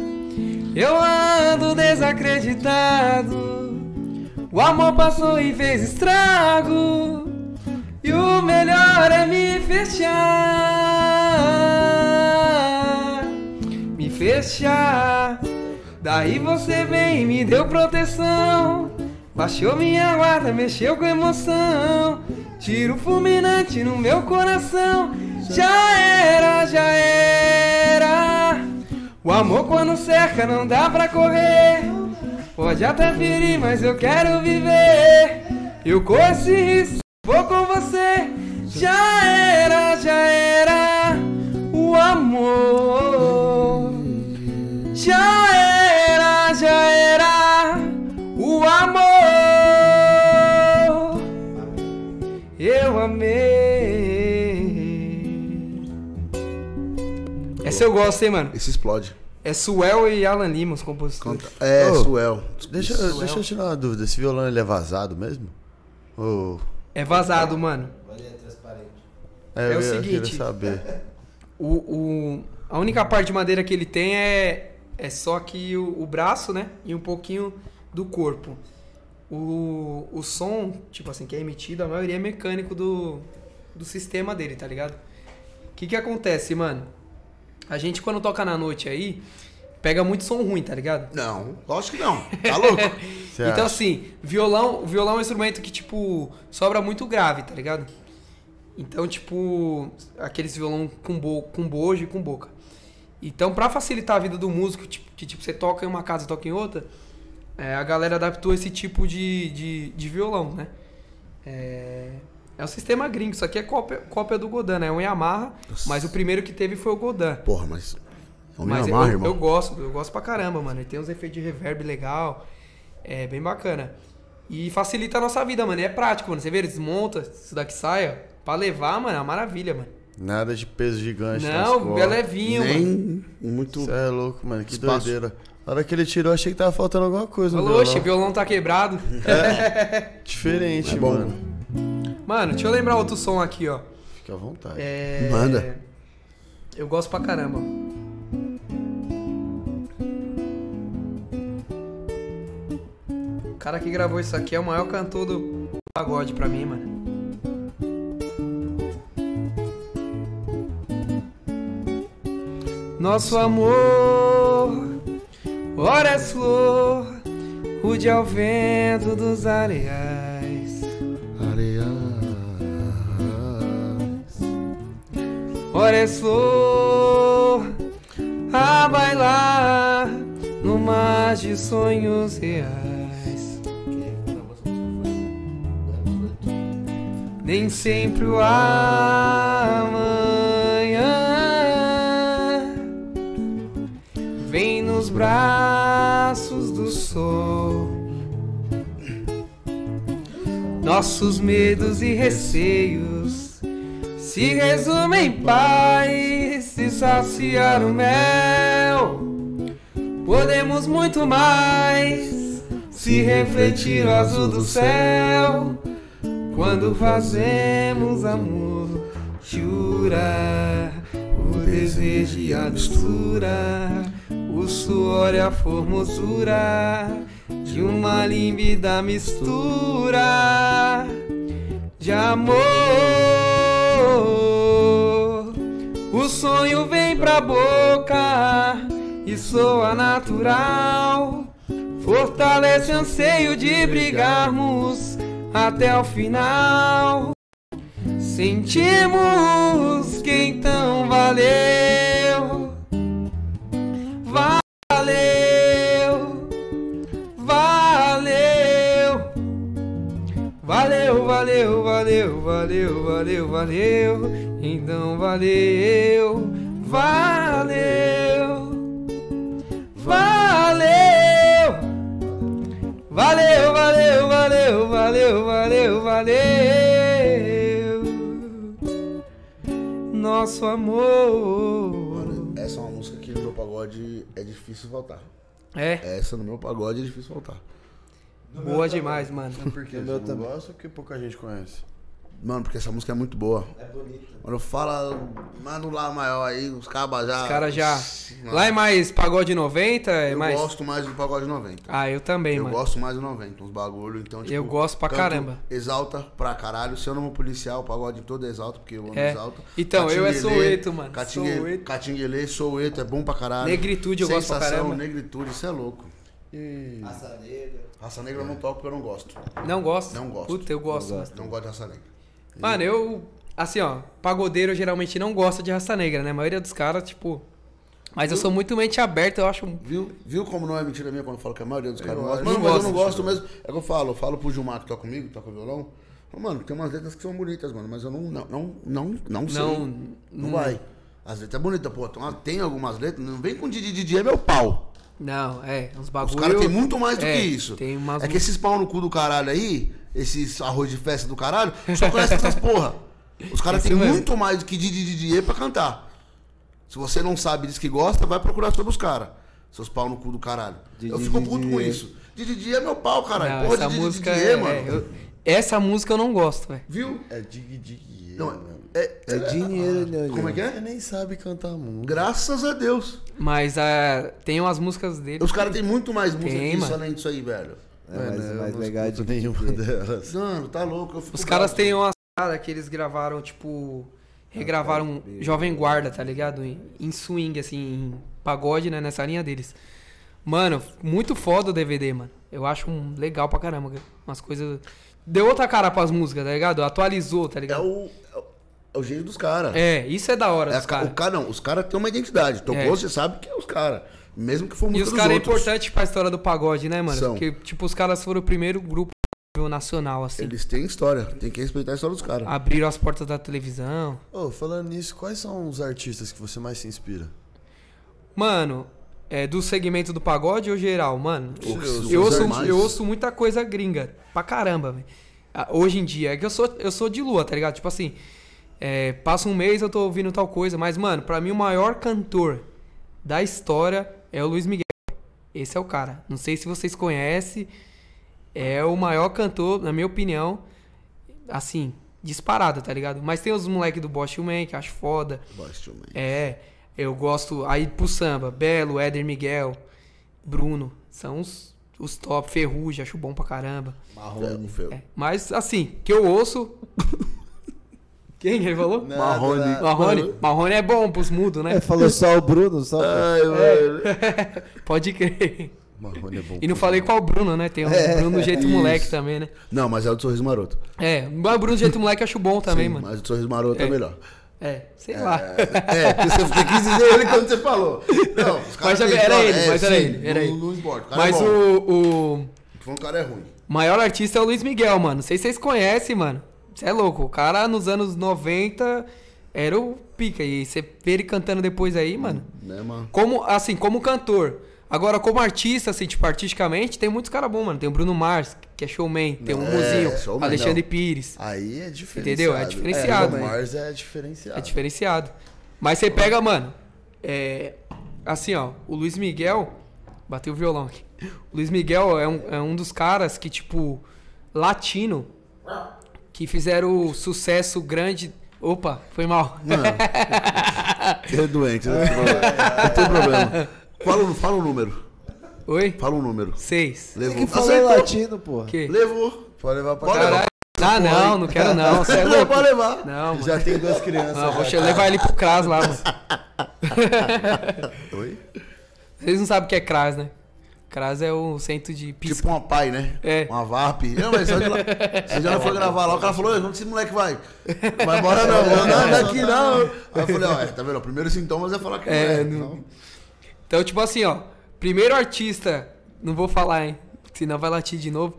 S4: Eu ando desacreditado. O amor passou e fez estrago. E o melhor é me fechar. Me fechar. Daí você vem e me deu proteção. Baixou minha guarda, mexeu com emoção. Tiro fulminante no meu coração. Já era, já era. O amor quando cerca não dá pra correr. Pode até ferir, mas eu quero viver. Eu corro esse risco, vou com você. Já era, já era. O amor. Já era, já era o amor. Eu amei. Essa eu gosto, hein, mano.
S2: Esse explode.
S4: É Suel e Alan Lima, os compositores.
S2: É,
S3: Ô,
S2: Suel.
S3: Deixa, deixa
S2: é
S3: eu tirar uma dúvida. Esse violão ele é vazado mesmo? Ou.
S4: É vazado, mano. É
S3: É, eu
S4: o
S3: ia- eu
S4: seguinte.
S3: queria saber.
S4: O, o- a única parte de madeira que ele tem é, é só que o, o braço, né? E um pouquinho do corpo. O, o som, tipo assim, que é emitido, a maioria é mecânico do, do sistema dele, tá ligado? O que que acontece, mano? A gente quando toca na noite aí, pega muito som ruim, tá ligado?
S2: Não, lógico que não. Tá
S4: [LAUGHS]
S2: louco?
S3: Você
S4: então,
S3: acha?
S4: assim, violão, violão é um instrumento que, tipo, sobra muito grave, tá ligado? Então, tipo, aqueles violão com, bo com bojo e com boca. Então, pra facilitar a vida do músico, tipo, que tipo, você toca em uma casa e toca em outra, é, a galera adaptou esse tipo de, de, de violão, né? É, é um sistema gringo, isso aqui é cópia, cópia do Godin, né? É um Yamaha, mas o primeiro que teve foi o Godin.
S2: Porra, mas. É um
S4: Mas eu,
S2: Miramar,
S4: eu-
S2: irmão.
S4: eu gosto, eu gosto pra caramba, mano. Ele tem uns efeitos de reverb legal, é bem bacana. E facilita a nossa vida, mano. E é prático, mano. Você vê, ele desmonta, isso daqui sai, ó. Pra levar, mano, é uma maravilha, mano.
S3: Nada de peso gigante. nas
S4: Não, é
S3: costas.
S4: levinho, mano.
S2: Nem muito.
S3: Você é louco, mano. Que
S2: Espaço.
S3: doideira. A hora que ele tirou, achei que tava faltando alguma coisa. no
S4: Falou, oxe,
S3: violão.
S4: violão tá quebrado.
S3: Diferente,
S2: É bom.
S3: mano.
S4: Mano, deixa eu lembrar outro som aqui, ó.
S3: Fica à vontade.
S4: É...
S2: Manda.
S4: Eu gosto pra caramba. O cara que gravou isso aqui é o maior cantor do pagode pra mim, mano. Nosso amor, ora é flor, rude ao vento dos areais.
S2: Areia.
S4: Ora és flor a bailar no mar de sonhos reais. Nem sempre o amanhã vem nos braços do sol. Nossos medos e receios se resumem em paz e saciar o mel. Podemos muito mais se refletir o azul do céu quando fazemos amor chorar o desejo e a mistura o suor e a formosura de uma límpida mistura de amor o sonho vem pra boca e soa natural fortalece o anseio de brigarmos até o final. Sentimos que então valeu, valeu, valeu, valeu, valeu, valeu, valeu, valeu, valeu, então valeu, valeu, valeu. Valeu, valeu, valeu, valeu, valeu, valeu. Nosso amor.
S2: Essa é uma música que no meu pagode é difícil voltar.
S4: É,
S2: Essa no meu pagode é difícil voltar.
S4: boa
S2: [LAUGHS]
S4: demais, mano.
S3: Por que você não gosta porque pouca gente conhece?
S2: Mano, porque essa música é muito boa.
S1: É bonito.
S2: Quando fala, manda um lá maior aí, os cabas já.
S4: Os caras já.
S2: Mano,
S4: Lá é mais pagode 90, é
S2: eu
S4: mais.
S2: gosto mais do pagode 90.
S4: Ah, eu também,
S2: eu
S4: mano.
S2: gosto mais do 90, uns bagulho, então tipo,
S4: Eu gosto pra
S2: canto
S4: caramba.
S2: Exalta pra caralho. Se eu não vou policial, o pagode todo exalta, porque eu amo
S4: É.
S2: exalta.
S4: Então, eu é
S2: Catinguelê,
S4: Soueto, mano.
S2: Catingue-
S4: Soueto.
S2: Catinguelê, Soueto, é bom pra caralho.
S4: Negritude eu gosto pra
S2: Sensação,
S4: caramba.
S2: negritude, isso é louco.
S1: Raça negra.
S2: Raça negra eu não toco porque eu não gosto.
S4: Não gosto?
S2: Não gosto.
S4: Puta, eu gosto. mano.
S2: Não gosto de raça negra.
S4: Mano, eu. Assim, ó, pagodeiro geralmente não gosta de raça negra, né? A maioria dos caras, tipo. Mas eu sou muito mente aberta, eu acho. um-
S2: Viu, viu como não é mentira minha quando eu falo que a maioria dos caras não gosta?
S4: não
S2: Mano, mas eu
S4: gosto.
S2: não gosto mesmo. É o que eu falo, eu falo pro Gilmar que toca comigo, que toca violão. Falo, Mano, tem umas letras que são bonitas, mano, mas eu não, não, não, não, não sei.
S4: Não-
S2: Não,
S4: não-
S2: vai. As letras é bonita, pô. Tem, uma- tem algumas letras, não vem com Didi Didi, é meu pau.
S4: Não, é, uns
S2: Os
S4: bagulho.
S2: caras têm muito mais do
S4: É,
S2: que isso.
S4: Tem umas
S2: É que esses pau no cu do caralho aí, esses arroz de festa do caralho, só conhecem
S4: [LAUGHS]
S2: essas porra. Os caras
S4: Isso
S2: têm
S4: mesmo.
S2: muito mais do que Didi Didier pra cantar. Se você não sabe diz que gosta, vai procurar sobre os caras. Seus pau no cu do caralho. eu
S1: Didi
S2: fico puto com
S1: Didier.
S2: isso. Didi Didier é meu pau, caralho.
S4: Não,
S2: porra,
S4: essa
S2: Didi
S4: música
S2: Didier,
S4: é,
S2: mano.
S4: eu- essa música eu não gosto, velho.
S2: Viu?
S3: É dig dig.
S2: Não, é, é-
S1: É dinheiro, né?
S2: como é que
S3: Você
S2: é?
S3: nem sabe cantar música.
S2: Graças a Deus.
S4: Mas ah, tem umas músicas dele.
S2: Os caras têm muito mais música
S4: Tem,
S2: que isso,
S4: mano.
S2: além disso aí, velho.
S1: É, mas é
S3: eu
S1: mais
S3: não
S1: legal de
S3: escuto nenhuma delas.
S2: Mano, tá louco. Eu fico
S4: Os caras
S2: bravo.
S4: têm umas parada que eles gravaram, tipo.
S2: Ah,
S4: Regravaram Jovem Guarda, tá ligado? Em, em swing, assim, em pagode, né? Nessa linha deles. Mano, muito foda o DVD, mano. Eu acho um legal pra caramba. cara. Umas coisas. Deu outra cara pras músicas, tá ligado? Atualizou,
S2: É
S4: tá ligado?
S2: o, é o- é o jeito dos caras.
S4: É, isso é da hora
S2: É,
S4: dos caras.
S2: O cara não, os caras têm uma identidade. Tocou,
S4: É.
S2: você sabe que é os caras. Mesmo que for
S4: E
S2: música
S4: os
S2: dos
S4: caras é
S2: outros.
S4: importante pra história do pagode, né, mano?
S2: São.
S4: Porque, tipo, os caras foram o primeiro grupo nacional, assim.
S2: Eles têm história, tem que respeitar a história dos caras.
S4: Abriram as portas da televisão.
S3: Ô, falando nisso, quais são os artistas que você mais se inspira?
S4: Mano, é do segmento do pagode ou geral, mano?
S2: Os-
S4: Eu
S2: os
S4: ouço,
S2: demais.
S4: eu ouço muita coisa gringa, pra caramba, velho. Ah, Hoje em dia, é que eu sou, eu sou de lua, tá ligado? Tipo assim, é, passa um mês eu tô ouvindo tal coisa, mas, mano, pra mim o maior cantor da história é o Luiz Miguel. Esse é o cara. Não sei se vocês conhecem, é o maior cantor, na minha opinião, assim, disparado, tá ligado? Mas tem os moleques do Bosch Man, que eu acho foda.
S2: Bosta, man.
S4: É, eu gosto. Aí pro samba, Belo, Éder Miguel, Bruno, são os, os top. Ferrugem, acho bom pra caramba.
S2: É, feio.
S4: É, mas assim, que eu ouço. [LAUGHS] Quem que ele falou?
S2: Marrone.
S4: Marrone. Marrone é bom pros mudos,
S2: [LAUGHS]
S4: né?
S1: É, falou só o Bruno, só.
S2: Ai,
S4: É.
S2: velho.
S4: Pode crer.
S3: Marrone é bom.
S4: E não falei qual Bruno, né? Tem o
S2: É,
S4: Bruno do Jeito Moleque também, né?
S2: Não, mas é o do Sorriso Maroto.
S4: É, mas o Bruno do Jeito Moleque eu acho bom também,
S2: Sim,
S4: mano.
S2: Mas o do Sorriso Maroto é,
S4: É.
S2: melhor.
S4: É, sei lá.
S2: É, porque você você quis dizer ele quando você falou. Não, os
S4: Mas
S2: caras têm história.
S4: era ele,
S2: É,
S4: mas era
S2: sim,
S4: ele, era
S2: não-
S4: ele.
S2: Não importa, o cara
S4: Mas
S2: é bom.
S4: o- o
S2: Tô falando que o cara é ruim.
S4: maior artista é o Luiz Miguel, mano. Não sei se vocês conhecem, mano. Você é louco. O cara nos anos 90 era o pica. E você vê ele cantando depois aí, mano.
S2: Né, mano?
S4: Como, assim, como cantor. Agora, como artista, assim, tipo, artisticamente, tem muitos caras bons, mano. Tem o Bruno Mars, que é showman. Tem o
S3: É,
S4: Muzinho,
S2: showman,
S4: Alexandre
S3: não.
S4: Pires.
S3: Aí é diferenciado.
S4: Entendeu? É diferenciado,
S3: o
S4: né?
S3: Mars é diferenciado.
S4: É diferenciado. Mas você pega, mano. É. Assim, ó. O Luiz Miguel. Bateu o violão aqui. O Luiz Miguel é um, é um dos caras que, tipo. Latino. Que fizeram sucesso grande. Opa, foi mal.
S3: Ah.
S2: Você é doente, né? Não tem problema. Fala, o- fala o número.
S4: Oi?
S2: Fala o número.
S4: Seis.
S2: Levou.
S1: que falou em latino, porra.
S4: Que?
S2: Levou.
S3: Pode levar pra
S2: Pode
S3: casa.
S4: Caralho. Ah, não, não quero não. Você é
S2: Não,
S4: louco.
S2: pode levar.
S4: Não, mano.
S3: Já tem duas crianças.
S4: Não, vou
S3: já.
S4: che- levar ele pro Cras lá, mano.
S2: Oi?
S4: Vocês não sabem o que é Cras, né? Cras é o centro de pisca.
S2: Tipo uma pai, né?
S4: É.
S2: Uma VAP. Não, mas só de lá. Você já foi gravar lá, o cara falou, "Ei, onde esse moleque vai? Vai embora não, não, não, daqui não. Aí eu falei, ó, é, tá vendo? O primeiro sintoma é falar que não
S4: É,
S2: é.
S4: não-
S2: Então,
S4: Então, tipo assim, ó. Primeiro artista. Não vou falar, hein? Senão vai latir de novo.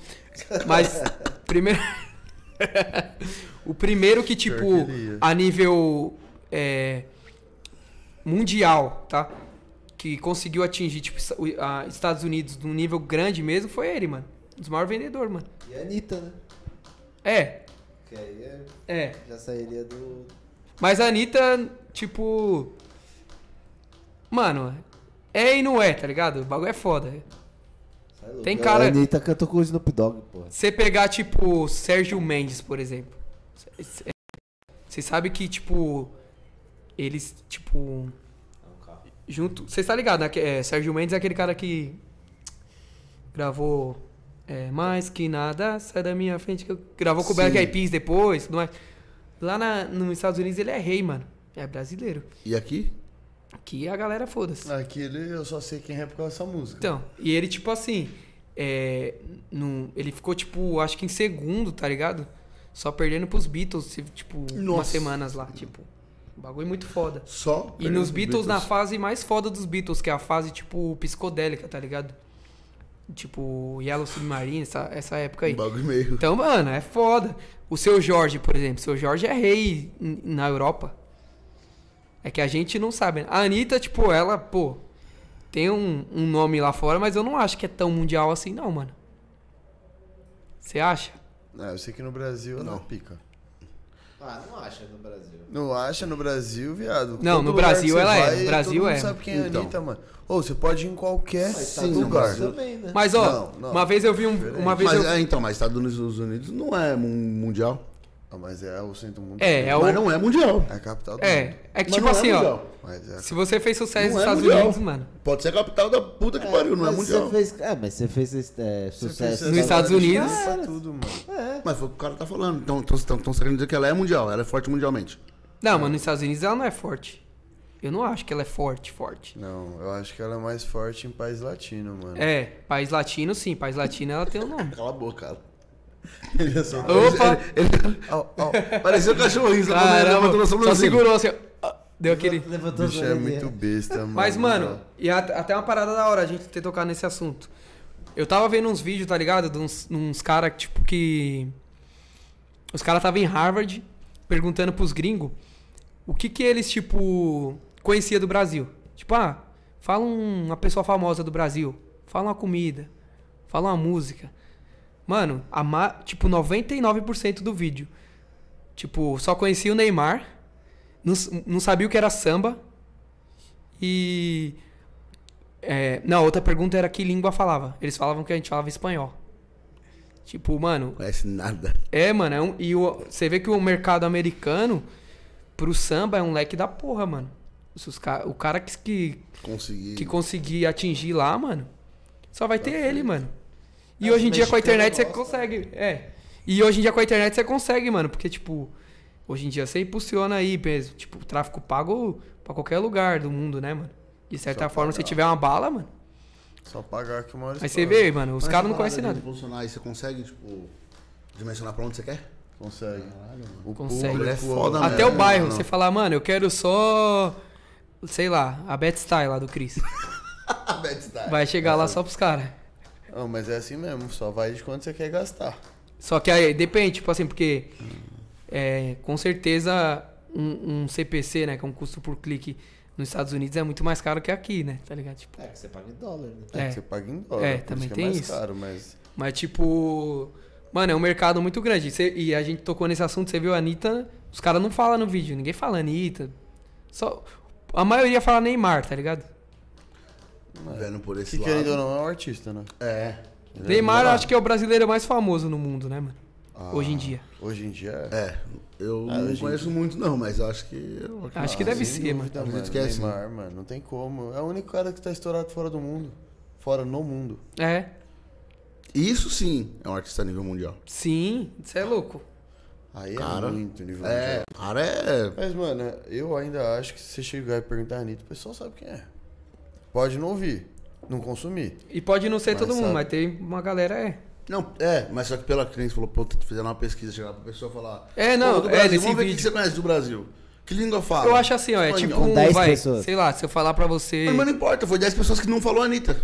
S4: Mas. primeiro. [LAUGHS] o primeiro que, tipo, a nível. é, mundial, tá? Que conseguiu atingir, tipo, esta- o- a Estados Unidos num nível grande mesmo foi ele, mano. Um dos maiores vendedores, mano.
S1: E a Anitta, né?
S4: É,
S1: Que aí é-
S4: é.
S1: já sairia do.
S4: Mas a Anitta, tipo. Mano, é e não é, tá ligado? O bagulho é foda.
S1: Sai Tá louco.
S4: Tem cara-
S1: A Anitta cantou com o Snoop Dogg, porra.
S4: Você pegar, tipo, Sérgio Mendes, por exemplo. Você sabe que, tipo. Eles, tipo. Junto. Você tá ligado, né? Que, é, Sérgio Mendes é aquele cara que. Gravou. É, mais que nada, sai da minha frente. Que eu... Gravou com o Black Eyed Peas depois. Não é... Lá na- nos Estados Unidos ele é rei, mano. É brasileiro.
S2: E aqui?
S4: Que a galera foda-se.
S3: Aquele eu só sei quem é por causa dessa música.
S4: Então, e ele, tipo assim, é, num- ele ficou, tipo, acho que em segundo, tá ligado? Só perdendo pros Beatles, tipo, umas semanas lá, tipo. um Bagulho muito foda.
S2: Só.
S4: E nos Beatles, na fase mais foda dos Beatles, que é a fase, tipo, psicodélica, tá ligado? Tipo, Yellow Submarine, essa, essa época aí.
S2: Um bagulho meio.
S4: Então, mano, é foda. O seu Jorge, por exemplo, o seu Jorge é rei n- na Europa. É que a gente não sabe. né? A Anitta, tipo, ela, pô, tem um, um nome lá fora, mas eu não acho que é tão mundial assim, não, mano. Você acha?
S3: Ah, eu sei que no Brasil ela pica.
S1: Ah, não acha no Brasil.
S3: Não acha no Brasil, viado?
S4: Não,
S3: Todo
S4: no
S3: lugar
S4: Brasil
S3: que você
S4: ela é,
S3: vai,
S4: no Brasil
S3: todo
S4: é.
S3: Mundo sabe quem é a
S2: Então.
S3: Anitta, mano. Ou você pode ir em qualquer
S1: Mas tá no
S3: lugar.
S1: Brasil também, né?
S4: Mas, ó,
S3: Não, não,
S4: uma vez eu vi um. Uma vez
S2: Mas,
S4: eu-
S2: é, então, mas Estados Unidos, Unidos não é mun- mundial.
S3: Ah, mas é o centro do mundo.
S4: É, é o.
S2: Mas não é mundial.
S3: É a capital do
S4: É,
S3: mundo.
S4: é que
S2: Mas
S4: tipo
S2: não é
S4: assim, ó.
S2: mundial.
S3: Mas é.
S4: Se você fez sucesso
S2: Não é
S4: nos Estados
S2: mundial.
S4: Unidos, mano.
S2: Pode ser a capital da puta que pariu, não é
S1: Mas
S2: mundial.
S1: Você fez, é, mas você fez esse, é, sucesso
S4: Nos Estados Unidos.
S3: É tudo, mano.
S2: Mas foi o que o cara tá falando. Então, então, então, então você quer dizer que ela é mundial, ela é forte mundialmente.
S4: Não, mano, nos Estados Unidos ela não é forte. Eu não acho que ela é forte, forte.
S3: Não, eu acho que ela é mais forte em país latino, mano.
S4: É, país latino sim, país latino ela tem o nome.
S2: Cala a boca, cara. [LAUGHS]
S3: Ele é só-
S4: Opa!
S3: Au, au.
S2: Parecia um cachorrinho, só quando ele
S4: Caramba,
S2: olhava, trouxe a
S4: só
S2: blusinha.
S4: segurou assim. ó. Ah, Deu aquele.
S3: O
S1: Levantou
S3: bicho é muito besta, mano.
S4: Mas, mano, e a- até uma parada da hora a gente ter tocado nesse assunto. Eu tava vendo uns vídeos, tá ligado? De uns, de uns caras, tipo, que. Os caras estavam em Harvard perguntando pros gringos o que que eles, tipo, conhecia do Brasil. Tipo, ah, fala um- uma pessoa famosa do Brasil. Fala uma comida. Fala uma música. Mano, a ma- tipo, 99% do vídeo. Tipo, só conhecia o Neymar. Não, s- não sabia o que era samba. E. É, não, a outra pergunta era que língua falava. Eles falavam que a gente falava espanhol. Tipo, mano,
S2: Conhece nada.
S4: é, mano, é um- e o- você vê que o mercado americano pro samba é um leque da porra, mano. Se os ca- o cara que, que,
S2: Consegui.
S4: que conseguir atingir lá, mano, só vai ter ele, mano. E hoje em dia com a internet você consegue. É. E hoje em dia com a internet você consegue, mano. Porque, tipo, hoje em dia você impulsiona aí mesmo. Tipo, o tráfico pago pra qualquer lugar do mundo, né, mano? De certa forma, se tiver uma bala, mano.
S3: Só pagar que uma hora
S4: Aí você
S3: estoura.
S4: vê, mano, os
S2: Mas né?
S4: caras
S2: essa
S4: não conhecem
S2: parada de
S4: nada.
S2: Impulsionar, e você consegue, tipo, dimensionar pra onde você quer?
S3: Consegue.
S2: [LAUGHS]
S3: O
S4: Consegue.
S2: Ele é foda, né?
S4: Até o
S2: Não,
S4: bairro,
S2: não.
S4: você falar, mano, eu quero só. Sei lá, a Bad Style lá do Chris. Vai chegar lá só pros caras.
S3: Não, mas é assim mesmo, só vai de quanto você quer gastar.
S4: Só que aí depende, tipo assim, porque é, com certeza um, um CPC, né, que é um custo por clique nos Estados Unidos, é muito mais caro que aqui, né? Tá ligado? Tipo,
S1: É, que você paga em dólar, né?
S4: é.
S3: Você paga em dólar.
S4: É,
S3: por
S4: também
S3: que
S4: tem
S3: é mais
S4: isso.
S3: caro, mas.
S4: Mas, tipo. Mano, é um mercado muito grande. Cê- e a gente tocou nesse assunto, você viu a Anitta. Os caras não falam no vídeo, ninguém fala Anitta. Só, a maioria fala Neymar, tá ligado?
S3: É,
S4: é.
S10: Vendo por esse
S3: Que
S10: lado.
S3: querendo ou não, é um artista, né?
S10: É.
S4: Neymar eu acho que é o brasileiro mais famoso no mundo, né, mano?
S3: Ah,
S4: Hoje em dia.
S3: Hoje em dia é.
S2: É, eu
S3: Ah,
S2: não
S3: gente.
S2: conheço muito não, mas eu acho que... eu acredito.
S3: ah,
S4: Acho que deve
S3: Sem
S4: ser, mano.
S3: dúvida,
S2: Acredito
S3: mano.
S2: que é assim.
S3: Neymar, mano, não tem como. É o único cara que tá estourado fora do mundo. Fora no mundo.
S4: É.
S2: Isso sim é um artista a nível mundial.
S4: Sim, você é louco.
S3: Aí
S2: Cara,
S3: é muito nível
S2: É,
S3: mundial.
S2: o cara é...
S3: Mas, mano, eu ainda acho que se você chegar e perguntar a Anitta, o pessoal sabe quem é. Pode não ouvir, não consumir.
S4: E pode não ser
S3: Mas
S4: todo mundo,
S3: sabe.
S4: mas tem uma galera é.
S2: Não, é, mas só que pela crença falou, pô, fizeram uma pesquisa, chegar pra pessoa e falar...
S4: É, não,
S2: "Pô, do
S4: é,
S2: Brasil,
S4: desse
S2: vamos ver o que
S4: vídeo.
S2: você conhece do Brasil. Que língua fala?
S4: Eu acho assim, ó, é tipo
S2: Espanhol.
S4: um,
S1: 10
S4: vai,
S1: pessoas.
S4: sei lá, se eu falar pra você,
S2: Mas não importa, foi 10 pessoas que não falou a Anitta.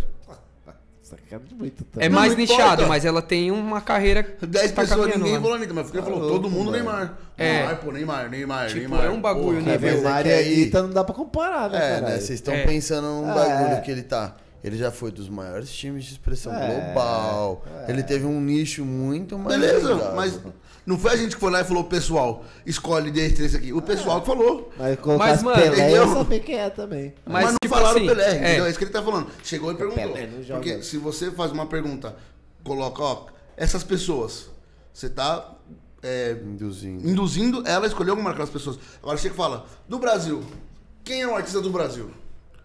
S1: Sacanagem muito, tá?
S4: é
S2: não
S4: mais
S2: importa.
S4: nichado, mas ela tem uma carreira
S2: 10
S4: tá
S2: pessoas,
S4: caminhando
S2: ninguém
S4: lá.
S2: falou a Anitta, mas porque falou, todo mundo Neymar.
S4: É.
S2: Neymar, pô, Neymar, Neymar,
S4: Tipo,
S2: Neymar.
S4: é um bagulho,
S2: Porra,
S1: É,
S3: mas é que
S1: Neymar e
S3: aí-
S1: Anitta não dá pra comparar, né,
S3: É,
S1: caralho?
S3: né? Vocês estão
S4: É.
S3: pensando num
S1: É.
S3: bagulho que ele tá. Ele já foi dos maiores times de expressão
S1: É.
S3: global. Ele teve um nicho muito mais.
S2: Beleza,
S3: ligado.
S2: mas não foi a gente que foi lá e falou, pessoal, escolhe desse, desse aqui. O pessoal que falou.
S1: Mas colocar
S4: Mas,
S1: as
S4: mano,
S1: Pelé, eu
S2: entendeu?
S1: saber quem é também.
S2: Mas,
S4: Mas,
S2: não
S4: tipo
S2: falaram
S4: assim,
S2: Pelé,
S4: é.
S2: entendeu? É isso que ele tá falando. Chegou e perguntou.
S1: Pelé não joga.
S2: Porque se você faz uma pergunta, coloca, ó, essas pessoas, você tá é,
S3: Induzindo.
S2: induzindo ela a escolher alguma daquelas pessoas. Agora chega e fala, do Brasil, quem é o artista do Brasil?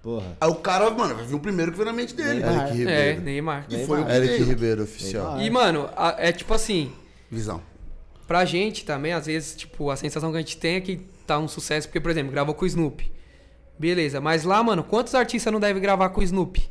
S1: Porra.
S2: Aí o cara, mano, vai vir o primeiro que veio na mente dele.
S1: Neymar.
S3: Eric
S4: É,
S3: Ribeiro.
S4: Neymar.
S2: E foi o que
S3: Eric
S2: veio.
S3: Ribeiro, oficial.
S4: E, mano, a- é tipo assim,
S2: Visão.
S4: pra gente também, às vezes, tipo, a sensação que a gente tem é que tá um sucesso, porque, por exemplo, gravou com o Snoop. Beleza, mas lá, mano, quantos artistas não devem gravar com o Snoop?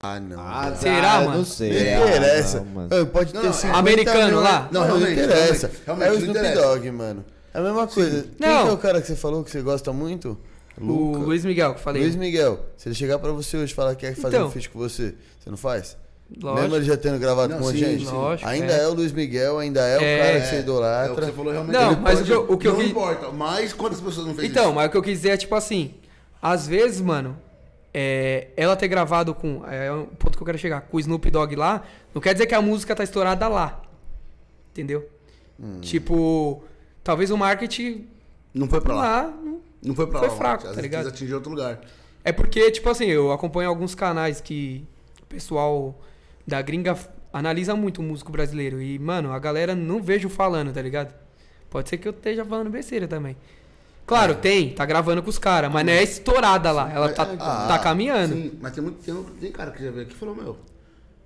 S3: Ah, não.
S1: Ah,
S4: Será,
S1: eu
S4: mano?
S1: Não sei.
S3: É, Não
S1: Ah,
S3: interessa.
S1: não, mano.
S3: Ah, Pode
S2: Não,
S3: ter
S2: não,
S3: 50
S4: é um americano
S3: milhões.
S4: lá?
S3: Não,
S2: Não,
S3: não
S2: realmente,
S3: interessa.
S2: realmente, realmente
S3: é o
S2: não
S3: Snoop
S2: interessa.
S3: Dog, mano. É a mesma coisa. Quem
S4: Não.
S3: que é o cara que você falou que você gosta muito?
S4: O Luiz Miguel, que eu falei.
S3: Luiz Miguel. Se ele chegar pra você hoje e falar que quer fazer
S4: Então.
S3: um feat com você, você não faz?
S4: Lógico.
S3: Mesmo ele já tendo gravado
S2: Não,
S3: com a
S2: sim,
S3: gente?
S2: sim.
S4: Lógico,
S3: ainda
S4: é.
S3: é. o Luiz Miguel, ainda é,
S4: É.
S3: o cara
S2: É
S3: que você
S2: o que
S3: idolatra.
S2: você falou realmente.
S4: Não,
S2: Ele
S4: mas
S2: pode-
S4: o que eu- o que eu
S2: Não
S4: vi-
S2: importa, mas quantas pessoas não fez
S4: Então,
S2: isso?
S4: mas o que eu quis dizer é tipo assim, às vezes, mano, é, ela ter gravado com. É um ponto que eu quero chegar, com o Snoop Dogg lá, não quer dizer que a música tá estourada lá. Entendeu?
S2: Hum.
S4: Tipo, talvez o marketing
S2: Não foi pra lá.
S4: lá não
S2: Não foi pra
S4: Foi
S2: lá.
S4: fraco,
S2: Marte. Às
S4: tá
S2: vezes
S4: ligado?
S2: quis atingir outro lugar.
S4: É porque, tipo assim, eu acompanho alguns canais que o pessoal da gringa f- analisa muito o músico brasileiro. E, mano, a galera não vejo falando, tá ligado? Pode ser que eu esteja falando besteira também.
S2: É.
S4: Claro, tem, tá gravando com os caras, mas não é estourada lá. Ela
S2: Mas-
S4: tá,
S2: ah,
S4: tá
S2: ah,
S4: caminhando.
S2: Sim, mas tem muito tempo. Tem cara que já veio aqui e falou, meu.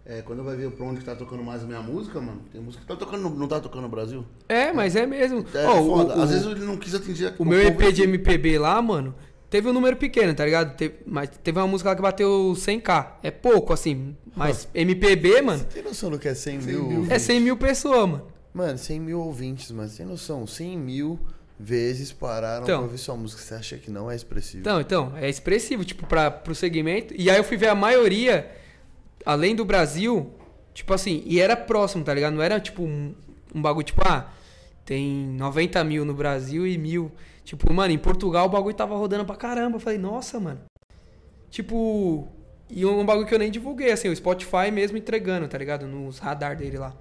S2: É, quando vai ver pra onde que tá tocando mais a minha música, mano, tem música que tá tocando, no- não tá tocando no Brasil.
S4: É, mas é mesmo.
S2: É
S4: Ó, o-
S2: foda.
S4: o-
S2: Às vezes ele não quis atingir
S4: O meu EP
S2: povo
S4: de MPB lá, mano, teve um número pequeno, tá ligado? Teve- mas teve uma música lá que bateu 100k. É pouco, assim.
S2: Ah.
S4: Mas MPB, mano,
S3: Tem noção do que é 100 mil?
S4: é 100 mil pessoas, mano.
S3: Mano, 100 mil ouvintes, mano. Você tem noção? 100 mil vezes pararam
S4: Então.
S3: pra ouvir sua música. Você acha que não é expressivo?
S4: Então, então, é expressivo, tipo, pra, pro segmento. E aí eu fui ver a maioria, além do Brasil, tipo assim, e era próximo, tá ligado? Não era tipo um, um bagulho, tipo, ah, tem 90 mil no Brasil e mil. Tipo, mano, em Portugal o bagulho tava rodando pra caramba. Eu falei, nossa, mano. Tipo, e um bagulho que eu nem divulguei, assim, o Spotify mesmo entregando, tá ligado? Nos radar dele lá.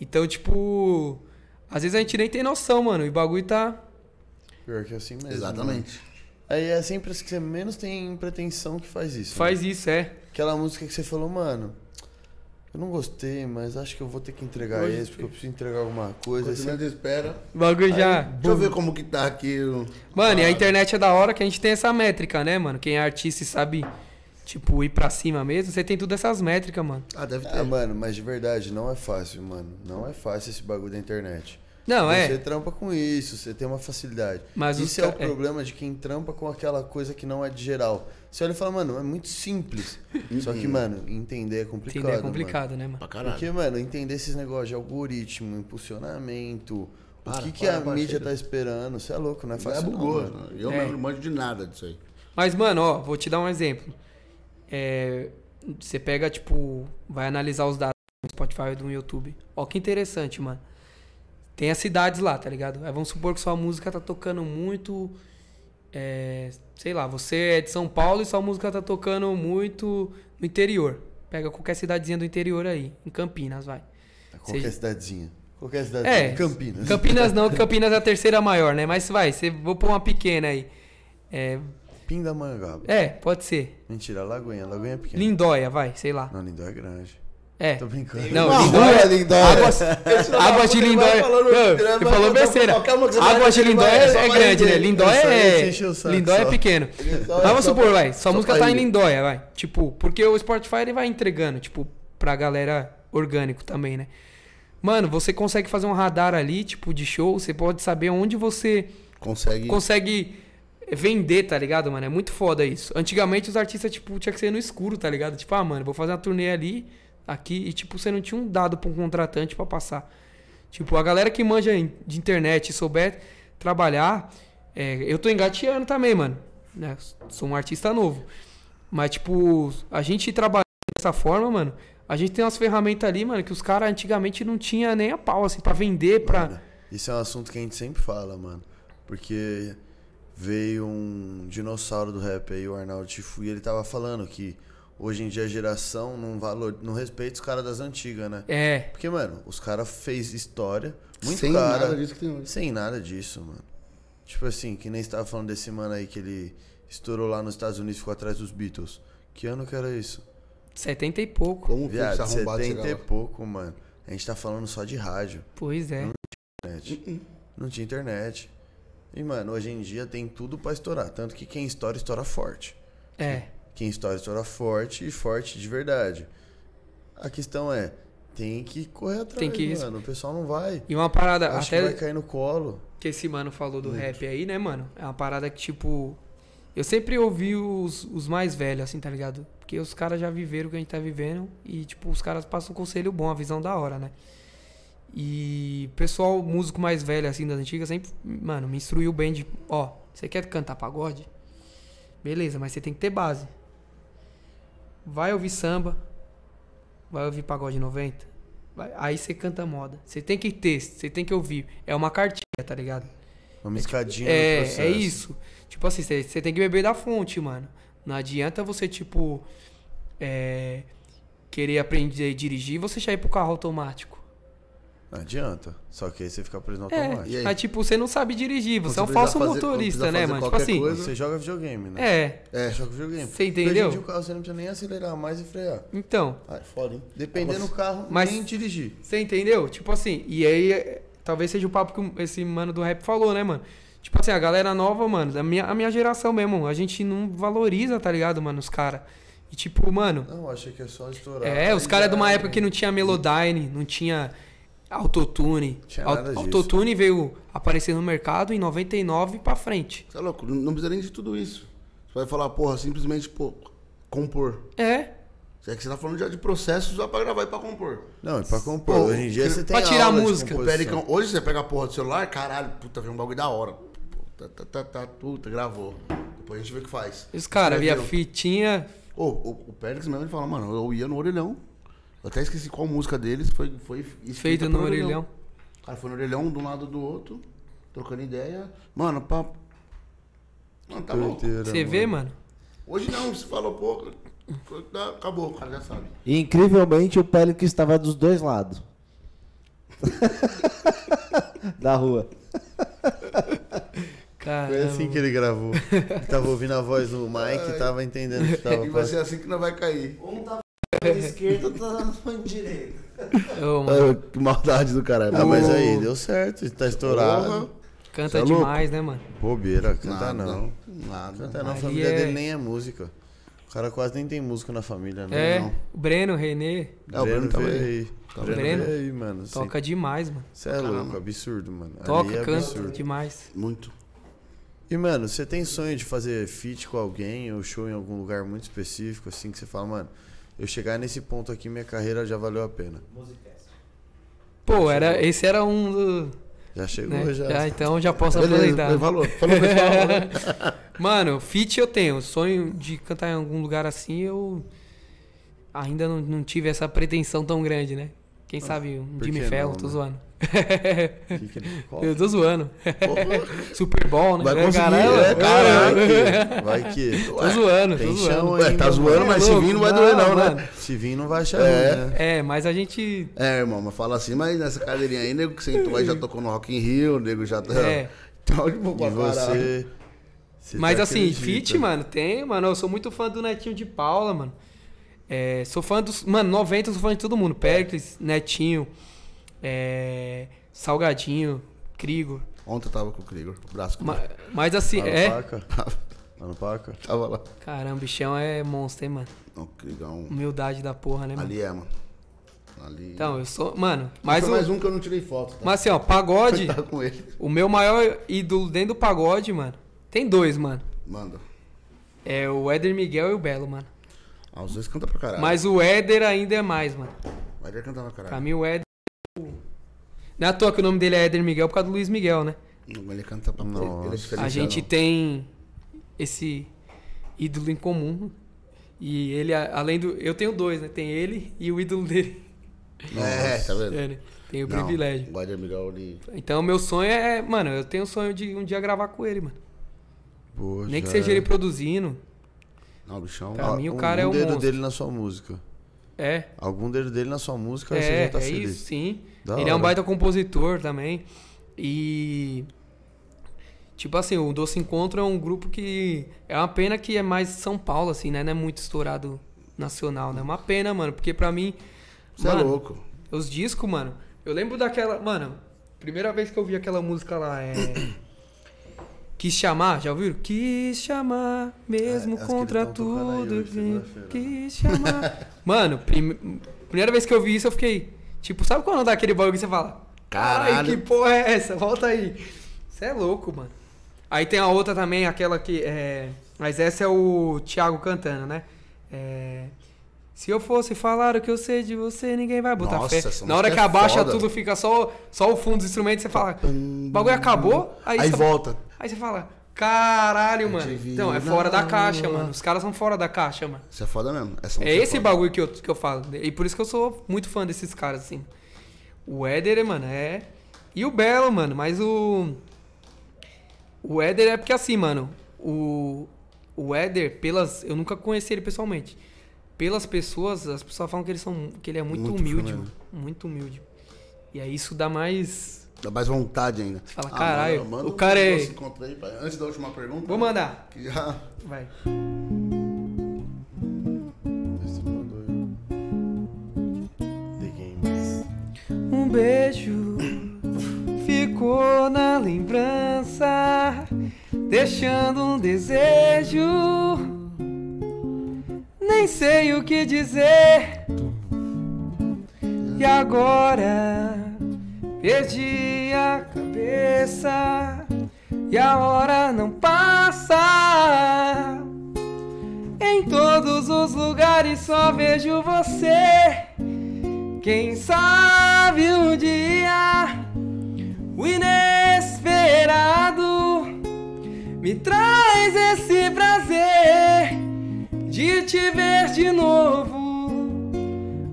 S4: Então, tipo, às vezes a gente nem tem noção, mano. E o bagulho tá.
S3: Pior que assim mesmo. mano.
S2: Exatamente.
S3: Aí é sempre as que você menos tem pretensão que faz isso. né?
S4: Faz isso, é.
S3: Aquela música que você falou, mano. Eu não gostei, mas acho que eu vou ter que entregar
S4: Hoje-
S3: esse, porque eu preciso entregar alguma coisa.
S2: Quanto
S3: Assim.
S2: menos espera.
S4: O bagulho já.
S2: Deixa eu ver como que tá aqui. o-
S4: Mano, e a internet é da hora que a gente tem essa métrica, né, mano? Quem é artista e sabe, tipo, ir pra cima mesmo, você tem tudo essas métricas, mano.
S2: Ah, deve ter.
S3: Ah, mano, mas de verdade, não é fácil, mano. Não é fácil esse bagulho da internet.
S4: Não,
S3: Você tá
S4: é.
S3: trampa com isso, você tem uma facilidade.
S4: Mas os
S3: isso é o
S4: ca- é.
S3: problema de quem trampa com aquela coisa que não é de geral. Você olha e fala, mano, é muito simples.
S2: Uhum.
S3: Só que, mano, entender é complicado.
S4: Entender é
S3: mano.
S4: complicado, né, mano?
S2: Pra caralho.
S3: Porque, mano, entender esses negócios de algoritmo, impulsionamento,
S2: Para,
S3: o que, que
S2: para,
S3: a
S2: para,
S3: mídia
S2: chega.
S3: tá esperando, você é louco, não é
S2: Vai
S3: fácil. não,
S2: bugou.
S3: mano.
S2: Eu
S4: É.
S2: não manjo de nada disso aí.
S4: Mas, mano, ó, vou te dar um exemplo. É, você pega, tipo, vai analisar os dados do Spotify e do YouTube. Ó, que interessante, mano. Tem as cidades lá, tá ligado? Aí vamos supor que sua música tá tocando muito. é, sei lá, você é de São Paulo e sua música tá tocando muito no interior. Pega qualquer cidadezinha do interior aí, em Campinas, vai.
S3: É Qualquer
S4: Seja-
S3: cidadezinha. Qualquer cidadezinha.
S4: É.
S3: Campinas.
S4: Campinas não, que Campinas é a terceira maior, né? Mas vai, você vou pôr uma pequena aí. É,
S3: Pindamonhangaba.
S4: é, pode ser.
S3: Mentira, Lagoinha. Lagoinha é pequena.
S4: Lindóia, vai, sei lá.
S3: Não, Lindóia é grande.
S4: É.
S3: Tô brincando. é
S4: Não,
S5: Uma
S4: Lindóia.
S5: rola, Lindóia.
S4: Águas, águas de Lindóia. Não, Você falou besteira. Águas de Lindóia é é grande, né? Lindóia
S3: Isso aí,
S4: é.
S3: você encheu o saco
S4: Lindóia é
S3: só. é
S4: pequeno. Mas vamos supor, vai. Sua música tá em Lindóia, vai. Tipo, porque o Spotify ele vai entregando, tipo, pra galera orgânico também, né? Mano, você consegue fazer um radar ali, tipo, de show. Você pode saber onde você
S2: Consegue.
S4: consegue vender, tá ligado, mano? É muito foda isso. Antigamente os artistas, tipo, tinha que ser no escuro, tá ligado? Tipo, ah, mano, vou fazer uma turnê ali, aqui, e tipo, você não tinha um dado pra um contratante pra passar. Tipo, a galera que manja in- de internet e souber trabalhar, é, eu tô engateando também, mano. né? Sou um artista novo. Mas, tipo, a gente trabalha dessa forma, mano. A gente tem umas ferramentas ali, mano, que os caras antigamente não tinha nem a pau, assim, pra vender, pra.
S3: Mano, Isso é um assunto que a gente sempre fala, mano. Porque veio um dinossauro do rap aí, o Arnaldo Tifu, e ele tava falando que hoje em dia a geração não, valor, não respeita os caras das antigas, né?
S4: É,
S3: Porque, mano, os caras fez história muito
S2: Sem
S3: cara.
S2: nada disso que tem hoje.
S3: Sem nada disso, mano. Tipo assim, que nem você tava falando desse mano aí que ele estourou lá nos Estados Unidos e ficou atrás dos Beatles. Que ano que era isso?
S4: 70 e pouco.
S2: Como foi que
S3: Viado,
S2: se arrombado
S3: 70 e
S2: chegava?
S3: pouco, mano. A gente tá falando só de rádio
S4: Pois é.
S3: internet. Não tinha internet. E, mano, hoje em dia tem tudo pra estourar. Tanto que quem estoura, estoura forte.
S4: É.
S3: Quem estoura, estoura forte e forte de verdade. A questão é, tem que correr atrás,
S4: Tem que-
S3: mano. O pessoal não vai.
S4: E uma parada,
S3: Acho
S4: até
S3: que vai
S4: que,
S3: cair no colo.
S4: esse mano falou do rap aí, né, mano? É uma parada que, tipo. Eu sempre ouvi os, os mais velhos, assim, tá ligado? Porque os caras já viveram o que a gente tá vivendo e, tipo, os caras passam um conselho bom, a visão da hora, né? E pessoal, músico mais velho, assim, das antigas, sempre, mano, me instruiu bem de, ó, você quer cantar pagode? Beleza, mas você tem que ter base. Vai ouvir samba, vai ouvir pagode 90, vai- aí você canta moda. Você tem que ter, você tem que ouvir. É uma cartilha, tá ligado?
S3: Uma
S2: um
S3: escadinha no
S4: É,
S3: processo.
S4: é isso. Tipo assim, você você tem que beber da fonte, mano. Não adianta você, tipo, é, querer aprender a dirigir e você já ir pro carro automático.
S3: Não adianta. Só que aí você fica preso no automático.
S4: É,
S2: aí?
S4: mas tipo, você não sabe dirigir, você,
S2: Quando
S4: é um
S2: você
S4: falso
S2: precisar fazer- quando
S4: motorista,
S2: precisar
S4: né,
S2: fazer
S4: mano? Tipo
S2: qualquer
S4: assim,
S2: coisa-
S3: Você joga videogame, né?
S4: é,
S3: Você joga videogame.
S4: Você
S3: Porque
S4: entendeu?
S3: Hoje em dia o carro você não precisa nem acelerar mais e frear. Ah, é
S4: então,
S2: Ai, foda, hein?
S3: Dependendo do carro,
S4: Mas-
S3: nem dirigir.
S4: você entendeu? Tipo assim, e aí é, talvez seja o papo que esse mano do rap falou, né, mano? Tipo assim, a galera nova, mano, da minha, a minha geração mesmo, a gente não valoriza, tá ligado, mano, os caras. E tipo, mano,
S3: Não, achei que é só estourar.
S4: É, os
S3: Aí
S4: caras
S3: já
S4: de uma
S3: era.
S4: época que não tinha Melodyne, não tinha autotune.
S3: Tinha
S4: Au-
S3: nada disso.
S4: Autotune veio aparecer no mercado em 99 pra frente.
S2: Você é louco? Não não precisa nem de tudo isso. Você vai falar, porra, simplesmente, pô, compor.
S4: É.
S2: É que você tá falando já de processos já pra gravar e pra compor.
S3: Não, é pra compor.
S2: Pô,
S3: Hoje em dia
S2: que-
S3: você tem
S4: pra tirar
S3: aula de
S4: música.
S2: O
S3: composição.
S2: Pericão, hoje você pega a porra do celular, caralho, puta, vem um bagulho da hora. Puta, tá, tá, tá, puta, gravou. Depois a gente vê o que faz.
S4: E os caras via
S2: Entendeu?
S4: fitinha.
S2: Ô, o, o Pérez mesmo, ele fala, mano, eu ia no orelhão. Eu até esqueci qual música deles foi, foi escrita
S4: Feita no
S2: pro
S4: orelhão.
S2: Cara, foi no orelhão, de um lado do outro, trocando ideia. Mano, papo. Mano, tá louco.
S3: Doideira,
S4: Você vê, mano?
S2: Hoje não, se falou pouco, foi- tá, acabou, o cara já sabe.
S1: E incrivelmente o Pelic estava dos dois lados. da rua.
S3: Foi
S4: Caramba.
S3: assim que ele gravou. Ele tava ouvindo a voz do Mike e tava entendendo o que
S4: [LAUGHS]
S3: tava
S2: E vai
S3: falando.
S2: ser assim que não vai cair.
S1: Um tá na esquerda, outro tá na direita.
S4: Ô, mano,
S2: Ah,
S3: [LAUGHS]
S2: que maldade do caralho.
S3: Ah, mas aí, deu certo. Tá estourado.
S2: Porra,
S4: canta
S2: cê é louco?
S4: demais, né, mano?
S3: Bobeira, cantar
S2: nada,
S3: não.
S2: Nada.
S3: Cantar não, a
S4: Ali
S3: família
S4: é-
S3: dele nem é música. O cara quase nem tem música na família, né?
S4: É.
S3: Não.
S4: O Breno, o Renê,
S2: É, o Breno
S3: veio
S2: também. Tá
S3: aí. Breno,
S4: Breno
S3: veio aí, mano.
S4: toca demais, mano.
S3: Você é louco, absurdo, mano.
S4: Toca,
S3: Ali é
S4: canta
S3: absurdo.
S4: demais.
S2: Muito.
S3: E, mano, você tem sonho de fazer feat com alguém ou show em algum lugar muito específico, assim, que você fala, mano, eu chegar nesse ponto aqui, minha carreira já valeu a pena.
S4: Pô, era, esse era um do.
S3: Já chegou,
S4: né?
S3: já.
S4: Já, então já posso aproveitar.
S2: Beleza, falou. Falou, pessoal. né?
S4: [LAUGHS] Mano, fit eu tenho. Sonho de cantar em algum lugar assim, eu ainda não, não tive essa pretensão tão grande, né? Quem sabe um
S3: Ah, por
S4: Jimmy
S3: que
S4: Fallon,
S3: não,
S4: tô
S3: né?
S4: zoando.
S3: [LAUGHS] Que que
S4: [LAUGHS]
S3: ele- qual?
S4: Eu tô zoando. [LAUGHS] Super Bowl, né? É.
S2: Vai conseguir,
S4: Caralho,
S2: é,
S4: [LAUGHS]
S3: Caralho, vai que.
S4: Tô zoando, tô
S3: Tem
S4: zoando.
S3: chão
S2: Ué,
S3: ainda.
S2: tá zoando, mas se
S4: louco,
S2: vir não vai doer, não, né?
S4: mano.
S3: Se vir, não vai achar
S2: É.
S3: ruim, né?
S4: É, mas a gente.
S2: É, irmão, mas fala assim, mas nessa cadeirinha aí, nego que sentou
S4: [LAUGHS]
S2: aí já tocou no Rock in Rio, nego já
S3: Ah.
S2: tá.
S4: É.
S2: Tá de boa
S3: E
S2: pra caralho.
S3: você. você
S4: Mas
S3: tá
S4: assim,
S3: acredita.
S4: fit, mano, tem, mano. Eu sou muito fã do Netinho de Paula, mano. É, sou fã dos. Mano, 90 eu sou fã de todo mundo. Pericles, Netinho, é, Salgadinho, Crigo.
S2: Ontem eu tava com o um Krigor, o braço com o
S4: Ma-
S2: Krigor.
S4: Mas assim,
S3: Lá no
S4: é.
S3: Paca? Lá no Paca?
S2: [LAUGHS] Tava lá.
S4: Caramba, o bichão é monstro, hein, mano.
S2: Não, o Krigor é
S4: Hum.
S2: um.
S4: Humildade da porra, né, mano?
S2: Ali é, mano. Ali.
S4: Então, eu sou. Mano, mas
S2: Foi
S4: o.
S2: mais um que eu não tirei foto. Tá?
S4: Mas assim, ó,
S2: [LAUGHS]
S4: pagode.
S2: Tá com ele.
S4: o meu maior ídolo dentro do pagode, mano. Tem dois, mano.
S2: Manda.
S4: É o Éder Miguel e o Belo, mano.
S2: Ah, os dois cantam pra caralho.
S4: Mas o Éder ainda é mais, mano.
S2: Vai ter cantar pra
S4: Pra
S2: caralho.
S4: mim, o Éder. Não é à toa que o nome dele é Éder Miguel por causa do Luiz Miguel, né?
S2: Não, Ele canta pra não. Ele é diferenciado.
S4: A gente tem esse ídolo em comum. E ele, a- além do. Eu tenho dois, né? Tem ele e o ídolo dele.
S2: É, tá vendo?
S4: É, né? Tem o
S2: Não,
S4: privilégio.
S2: O é Guardião Miguel, ele.
S4: Então, meu sonho é. Mano, eu tenho o sonho de um dia gravar com ele, mano.
S3: Boa,
S4: Nem
S3: já
S4: que seja
S3: é.
S4: ele produzindo.
S2: Não, bichão.
S4: Pra
S3: Ah,
S4: mim, o cara é um
S3: Algum dedo
S4: monstro.
S3: dele na sua música.
S4: É.
S3: Algum dedo dele na sua música, você
S4: É,
S3: já tá
S4: é
S3: feliz.
S4: isso, sim.
S3: Da
S4: ele é um
S3: hora.
S4: baita compositor também. E. Tipo assim, o Doce Encontro é um grupo que. É uma pena que é mais São Paulo, assim, né? Não é muito estourado nacional, né? É uma pena, mano, porque pra mim.
S2: Você é
S4: mano,
S2: louco.
S4: Os discos, mano. Eu lembro daquela. Mano, primeira vez que eu vi aquela música lá
S3: [COUGHS]
S4: é. Quis chamar, já ouviram? Quis chamar, mesmo
S3: É, as que
S4: contra
S3: eles tão tocando aí
S4: tudo.
S3: hoje,
S4: gente,
S3: segunda-feira. né?
S4: Quis
S3: [LAUGHS]
S4: chamar. mano, prim- primeira vez que eu vi isso, eu fiquei. Tipo, sabe quando dá aquele bagulho que você fala? Caralho, que porra é essa? Volta aí. Você é louco, mano. Aí tem a outra também, aquela que. É... Mas essa é o Thiago cantando, né? É. Se eu fosse falar o que eu sei de você, ninguém vai botar
S2: Nossa,
S4: fé.
S2: essa
S4: Na hora
S2: música
S4: que
S2: é
S4: abaixa
S2: foda.
S4: tudo, fica só, só o fundo dos instrumentos, você fala. O bagulho acabou, aí,
S2: Aí
S4: você,
S2: volta.
S4: aí você fala. Caralho, mano.
S2: vi
S4: Então, é
S2: na
S4: fora da caixa,
S2: rua.
S4: mano. Os caras são fora da caixa, mano.
S2: Isso é foda mesmo. Essa
S4: É
S2: música
S4: esse
S2: foda.
S4: bagulho que eu, que eu falo. E por isso que eu sou muito fã desses caras, assim. O Éder, mano, é. E o Belo, mano, mas o. O Éder é porque assim, mano. O. O Éder, pelas. Eu nunca conheci ele pessoalmente. Pelas pessoas, as pessoas falam que ele, são, que ele é muito,
S2: Muito né?
S4: humilde,
S2: fenômeno.
S4: mano. Muito humilde. E aí isso dá mais.
S2: Dá mais vontade ainda.
S4: fala,
S2: Ah,
S4: caralho,
S2: mano, manda
S4: o
S2: um
S4: cara é-
S2: doce encontro aí, pai. Antes da última pergunta.
S4: Vou mandar.
S2: que já-
S4: Vai.
S3: é The Games.
S4: Um beijo ficou na lembrança, deixando um desejo. Nem sei o que dizer. E agora perdi a cabeça e a hora não passa. Em todos os lugares só vejo você. Quem sabe um dia o inesperado me traz esse prazer de te ver de novo.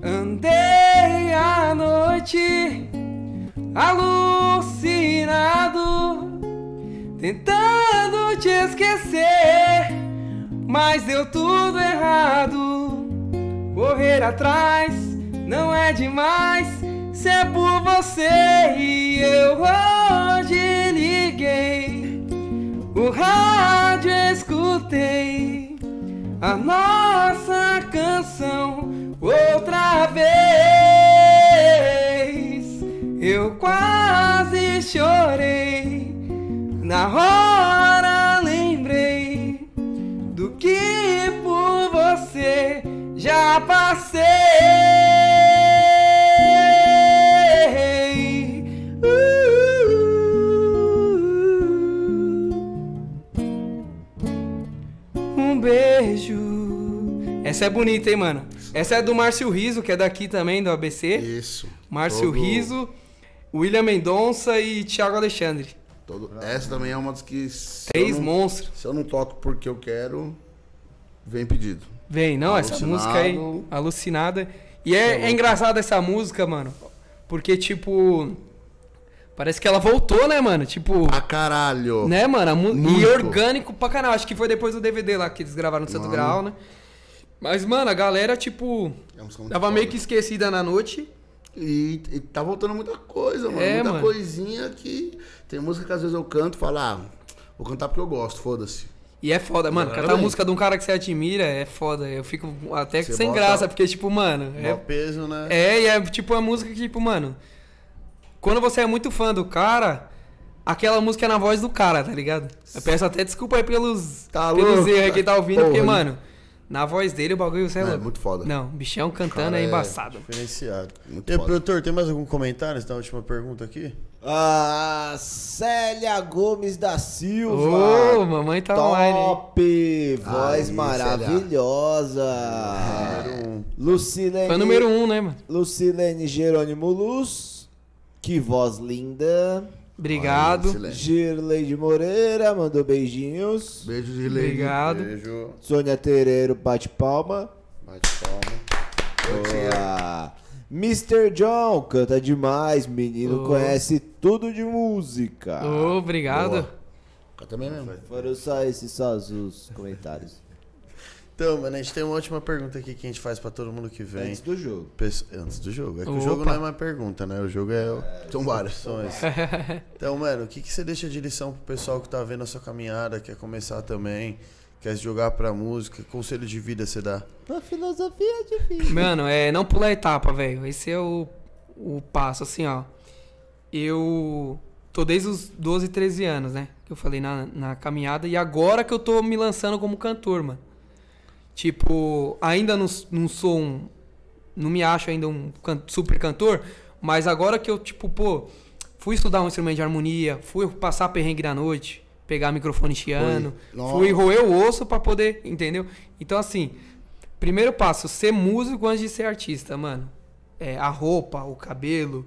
S4: Andei à noite alucinado, tentando te esquecer, mas deu tudo errado. Correr atrás não é demais se é por você e eu hoje liguei. O rádio escutei a nossa canção outra vez. Eu quase chorei, na hora lembrei do que por você já passei. Uh. um beijo. Essa é bonita, hein, mano? Essa é do Márcio Riso, que é daqui também, do ABC.
S2: Isso.
S4: Márcio
S2: Todo-
S4: Riso, William Mendonça e Thiago Alexandre.
S2: todo- Essa também é uma das que. se eu
S4: Três
S2: não-
S4: monstros.
S2: Se eu não toco porque eu quero, vem pedido.
S4: Vem, não, essa
S2: Alucinado.
S4: música aí, é alucinada. E é, é engraçada essa música, mano, porque, tipo, Parece que ela voltou, né, mano? Tipo.
S2: Pra caralho.
S4: Né, mano? A mu- E
S2: Muito.
S4: orgânico pra canal. Acho que foi depois do DVD lá que eles gravaram no Santo Grau, né? Mas, mano, a galera, tipo.
S2: É uma música muito
S4: Tava meio que
S2: foda.
S4: esquecida na noite.
S2: E, e tá voltando muita coisa, mano.
S4: É,
S2: muita
S4: mano.
S2: coisinha que. Tem música que às vezes eu canto e falo, ah, vou cantar porque eu gosto, foda-se.
S4: E é foda, mano. Cantar a música de um cara que você admira é foda. Eu fico até
S2: Você
S4: sem
S2: bota-
S4: graça, porque, tipo, mano.
S3: Mó
S4: É,
S3: peso, né?
S4: é, e é tipo a música que, tipo, mano. Quando você é muito fã do cara, aquela música é na voz do cara, tá ligado? Eu peço até desculpa aí pelos,
S2: Tá
S4: pelos
S2: louco,
S4: erros aí que tá ouvindo, porque,
S2: porra, né?
S4: mano, na voz dele o bagulho você é,
S2: É,
S4: louco.
S2: muito foda.
S4: Não, bichão cantando é embaçado.
S3: Diferenciado.
S2: Muito
S3: E,
S2: foda.
S3: produtor, tem mais algum comentário da última pergunta aqui?
S1: Ah, Célia Gomes da
S4: Ô,
S1: Silva.
S4: mamãe tá online aí.
S1: Top! Voz
S2: Aí,
S1: maravilhosa! Lucilene,
S4: Foi um. número um, né, mano?
S1: Lucilene Jerônimo Luz, que voz linda!
S4: Obrigado.
S2: Excelente.
S1: Girley de Moreira mandou beijinhos.
S2: Beijo de lei.
S4: Obrigado.
S3: Beijo.
S1: Sônia Tereiro bate palma.
S2: Bate palma.
S1: Boa. Mr. John canta demais, menino
S4: Ô.
S1: conhece tudo de música.
S4: Ô, obrigado.
S2: Canta bem mesmo.
S1: Foram só esses só os comentários.
S3: Então, mano, a gente tem uma última pergunta aqui que a gente faz pra todo mundo que vem.
S1: Antes do jogo.
S3: Pesso- Antes do jogo. É que
S4: Opa.
S3: o jogo não é uma pergunta, né? O jogo é. São várias. Opções.
S4: [LAUGHS]
S3: Então, mano, o que, que você deixa de lição pro pessoal que tá vendo a sua caminhada, quer começar também, quer se jogar pra música? Conselho de vida você dá?
S1: A filosofia é difícil.
S4: [LAUGHS] Mano, é não pular etapa, velho. Esse é o, o passo, assim, ó. Eu tô desde os 12, 13 anos, né? Que eu falei na, na caminhada. E agora que eu tô me lançando como cantor, mano. Tipo, ainda não, s- não sou um. Não me acho ainda um can- super cantor. Mas agora que eu, tipo, pô, fui estudar um instrumento de harmonia, fui passar perrengue na noite, pegar microfone chiano,
S2: Nossa.
S4: fui roer o osso pra poder. Entendeu? Então, assim, Primeiro passo, ser músico antes de ser artista, mano. É, a roupa, o cabelo,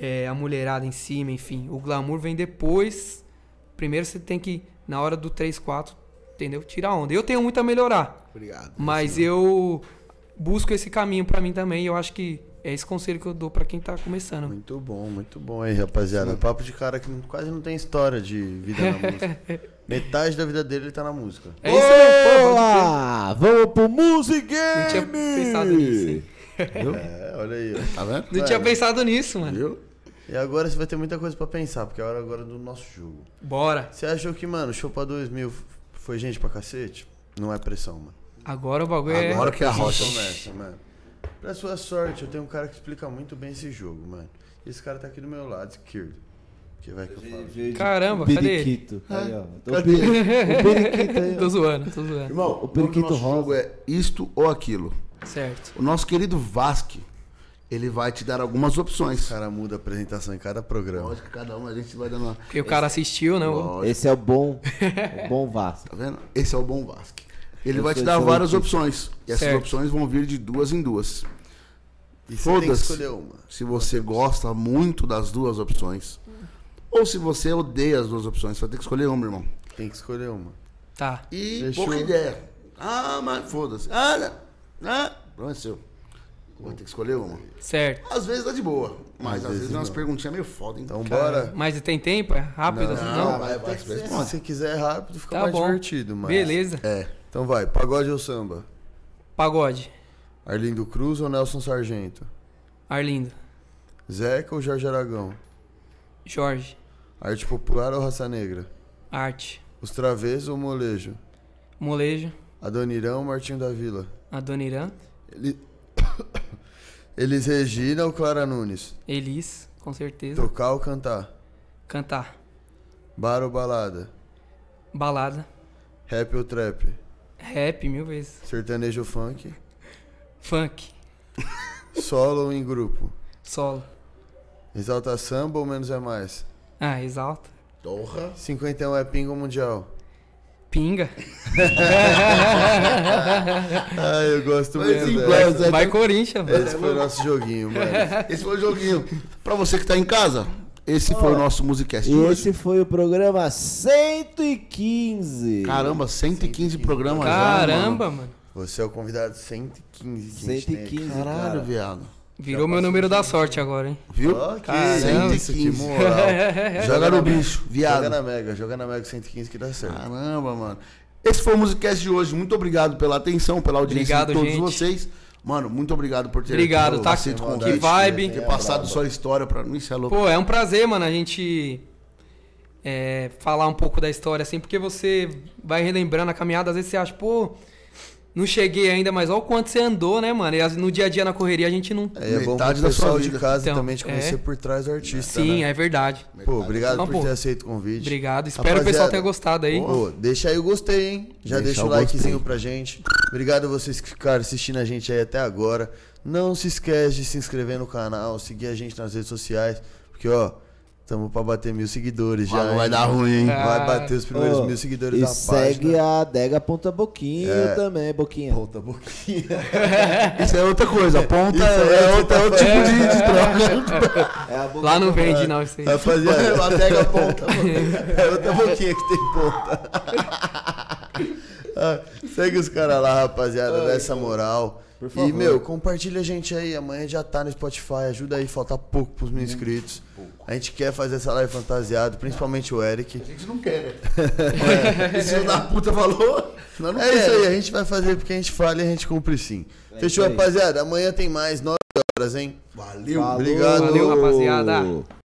S4: é, a mulherada em cima, enfim. O glamour vem depois. Primeiro você tem que, na hora do 3, 4, entendeu? Tirar onda. Eu tenho muito a melhorar,
S2: Obrigado.
S4: mas eu busco esse caminho pra mim também. E eu acho que é esse conselho que eu dou pra quem tá começando.
S3: Muito bom, muito bom aí, rapaziada. Papo de cara que não- quase não tem história de vida na música. [LAUGHS] Metade da vida dele ele tá na música.
S4: É isso aí, pô. pode crer.
S1: Boa! Vamos pro Music Game!
S4: Não tinha pensado nisso, hein?
S3: É, olha aí, ó.
S2: Tá vendo?
S4: Não tinha pensado nisso, mano.
S2: Viu?
S3: E agora você vai ter muita coisa pra pensar, porque é a hora agora do nosso jogo.
S4: Bora.
S3: Você achou que, mano, show pra 2000 foi gente pra cacete? Não é pressão, mano.
S4: Agora o bagulho é.
S2: Agora que a rocha.
S3: Começa, mano. Pra sua sorte, eu tenho um cara que explica muito bem esse jogo, mano. Esse cara tá aqui do meu lado esquerdo. Que vai que eu falo.
S4: Caramba, cadê ele?
S1: periquito. Aí, ó. Tô
S2: Cadê?
S1: o periquito
S2: é-
S1: aí,
S4: Tô zoando, tô zoando.
S2: Irmão, o
S1: periquito
S2: periquito jogo é isto ou aquilo.
S4: Certo.
S2: O nosso querido Vasque, ele vai te dar algumas opções.
S3: O cara muda a apresentação em cada programa.
S2: Lógico que cada um a gente vai dando uma.
S4: Porque o cara assistiu, né? o-
S1: ó. Esse é o bom, o bom Vasco.
S2: Tá vendo? Esse é o bom Vasque. Ele
S1: Eu
S2: vai te
S1: sou
S2: dar
S1: excelente.
S2: várias opções. E essas
S4: Certo.
S2: opções vão vir de duas em duas.
S3: E você tem que
S2: Foda-se.
S3: escolher uma.
S2: Se você gosta muito das duas opções. Ou se você odeia as duas opções, você vai ter que escolher uma, irmão.
S3: Tem que escolher uma.
S4: Tá.
S2: E
S3: Fechou.
S2: pouca ideia. Ah, mas foda-se. Ah, não. Ah, não é seu. Vai ter que escolher uma.
S4: Certo.
S2: Às vezes dá de boa, mas às, vezes,
S3: vezes
S2: é umas
S3: não.
S2: perguntinhas meio foda, então.
S3: Então bora.
S4: Mas tem tempo? É rápido assim?
S2: vai,
S4: Não?
S2: vai, vai,
S3: Se
S2: responde.
S3: você quiser é rápido, fica
S4: Tá
S3: mais
S4: bom.
S3: divertido, mas.
S4: Beleza.
S2: É.
S3: Então vai, pagode ou samba?
S4: Pagode.
S3: Arlindo Cruz ou Nelson Sargento?
S4: Arlindo.
S3: Zeca ou Jorge Aragão?
S4: Jorge.
S3: Arte popular ou raça negra?
S4: Arte.
S3: Os Travês ou Molejo?
S4: Molejo.
S3: Adonirão ou Martinho da Vila?
S4: Adonirã.
S3: Ele... [COUGHS] Elis Regina ou Clara Nunes?
S4: Elis, com certeza.
S3: Tocar ou cantar?
S4: Cantar.
S3: Bar ou balada?
S4: Balada.
S3: Rap ou trap?
S4: Rap, mil vezes.
S3: Sertanejo ou funk?
S4: Funk.
S3: Solo ou em grupo?
S4: Solo.
S3: Exalta samba ou menos é mais?
S4: Ah, exalta.
S2: Torra.
S3: 51 é pingo ou mundial?
S4: Pinga.
S3: Ah, eu gosto
S2: Mas em
S3: muito
S2: inglês,
S3: dessa.
S2: Zé,
S4: Vai
S2: tem-
S4: Corinthians, velho.
S3: Esse foi o nosso joguinho, mano.
S2: [LAUGHS] Esse foi o
S3: [LAUGHS]
S2: joguinho. pra você que tá em casa, esse foi o nosso Musicast
S1: E
S2: de hoje.
S1: esse foi o programa 115.
S2: Caramba, 115 programas já, mano.
S4: Caramba, mano. né?
S3: Você é o convidado 115 que a gente tem aqui.
S1: 115,
S2: Caralho,
S1: cara.
S2: viado.
S4: Virou meu número da sorte agora, hein?
S3: Viu?
S2: Viu?
S3: que
S4: Caramba.
S3: 115. Que moral.
S2: [LAUGHS] Joga no bicho,
S3: Joga
S2: viado.
S3: na Mega, joga na Mega 115 que dá certo.
S2: Caramba, mano. Esse foi o Musicast de hoje. Muito obrigado pela atenção, pela audiência
S4: Obrigado,
S2: de todos
S4: gente.
S2: vocês. Mano, muito obrigado por ter
S4: Obrigado,
S2: aqui,
S4: tá?
S2: aceito o
S4: Que
S2: convite,
S4: vibe.
S2: ter passado sua história pra mim, isso é louco.
S4: Pô, é um prazer, mano, a gente é, falar um pouco da história, assim, porque você vai relembrando a caminhada, às vezes você acha, pô, não cheguei ainda, mas olha o quanto você andou, né, mano? E as- no dia a dia na correria a gente não.
S3: É, é bom
S2: Ah, Metade
S3: pro
S2: da sua
S3: pessoal de
S2: vida.
S3: casa
S4: Então,
S3: também te conhecer
S4: é.
S3: por trás do artista,
S4: Sim,
S3: né?
S4: é verdade.
S3: Pô, obrigado
S4: Mas,
S3: por
S4: pô,
S3: ter aceito o convite.
S4: Obrigado. Espero que o
S3: Rapaziada,
S4: pessoal tenha gostado aí.
S3: Ô, deixa aí o gostei, hein? Já
S2: Deixa
S3: deixa,
S2: o
S3: o likezinho
S2: gostei.
S3: pra gente. Obrigado a vocês que ficaram assistindo a gente aí até agora. Não se esquece de se inscrever no canal, seguir a gente nas redes sociais, porque ó, tamo pra bater mil seguidores já.
S2: Mano, vai
S3: hein?
S2: dar ruim, hein?
S4: Ah.
S3: Vai bater os primeiros
S1: Ô,
S3: mil seguidores
S1: E
S3: da
S1: segue
S3: página.
S1: a adega Ponta Boquinha
S3: É.
S1: também, Boquinha.
S3: Ponta boquinha.
S2: Isso é outra coisa. A ponta
S3: Isso
S2: é,
S3: é
S2: outra, é outro tipo de, de troca.
S1: É a boquinha.
S4: Lá não vende, não, isso aí.
S3: é [LAUGHS] Rapaziada,
S2: Pega a
S1: [LAUGHS]
S2: ponta.
S3: É outra boquinha que tem ponta. [LAUGHS] Ah, Segue os caras lá, rapaziada, dá essa moral. E, meu, compartilha a gente aí. Amanhã já tá no Spotify. Ajuda aí, falta pouco pros mil inscritos. A gente quer fazer essa live fantasiado, principalmente o Eric.
S10: A gente não quer, né?
S2: né? Esse filho da puta falou. Nós não né?
S3: É isso
S2: queremos.
S3: aí, a gente vai fazer porque a gente fala e a gente cumpre sim.
S1: isso
S3: Fechou,
S1: aí.
S3: rapaziada? Amanhã tem mais, 9 horas, hein?
S2: Valeu.
S3: Obrigado.
S4: Valeu, rapaziada.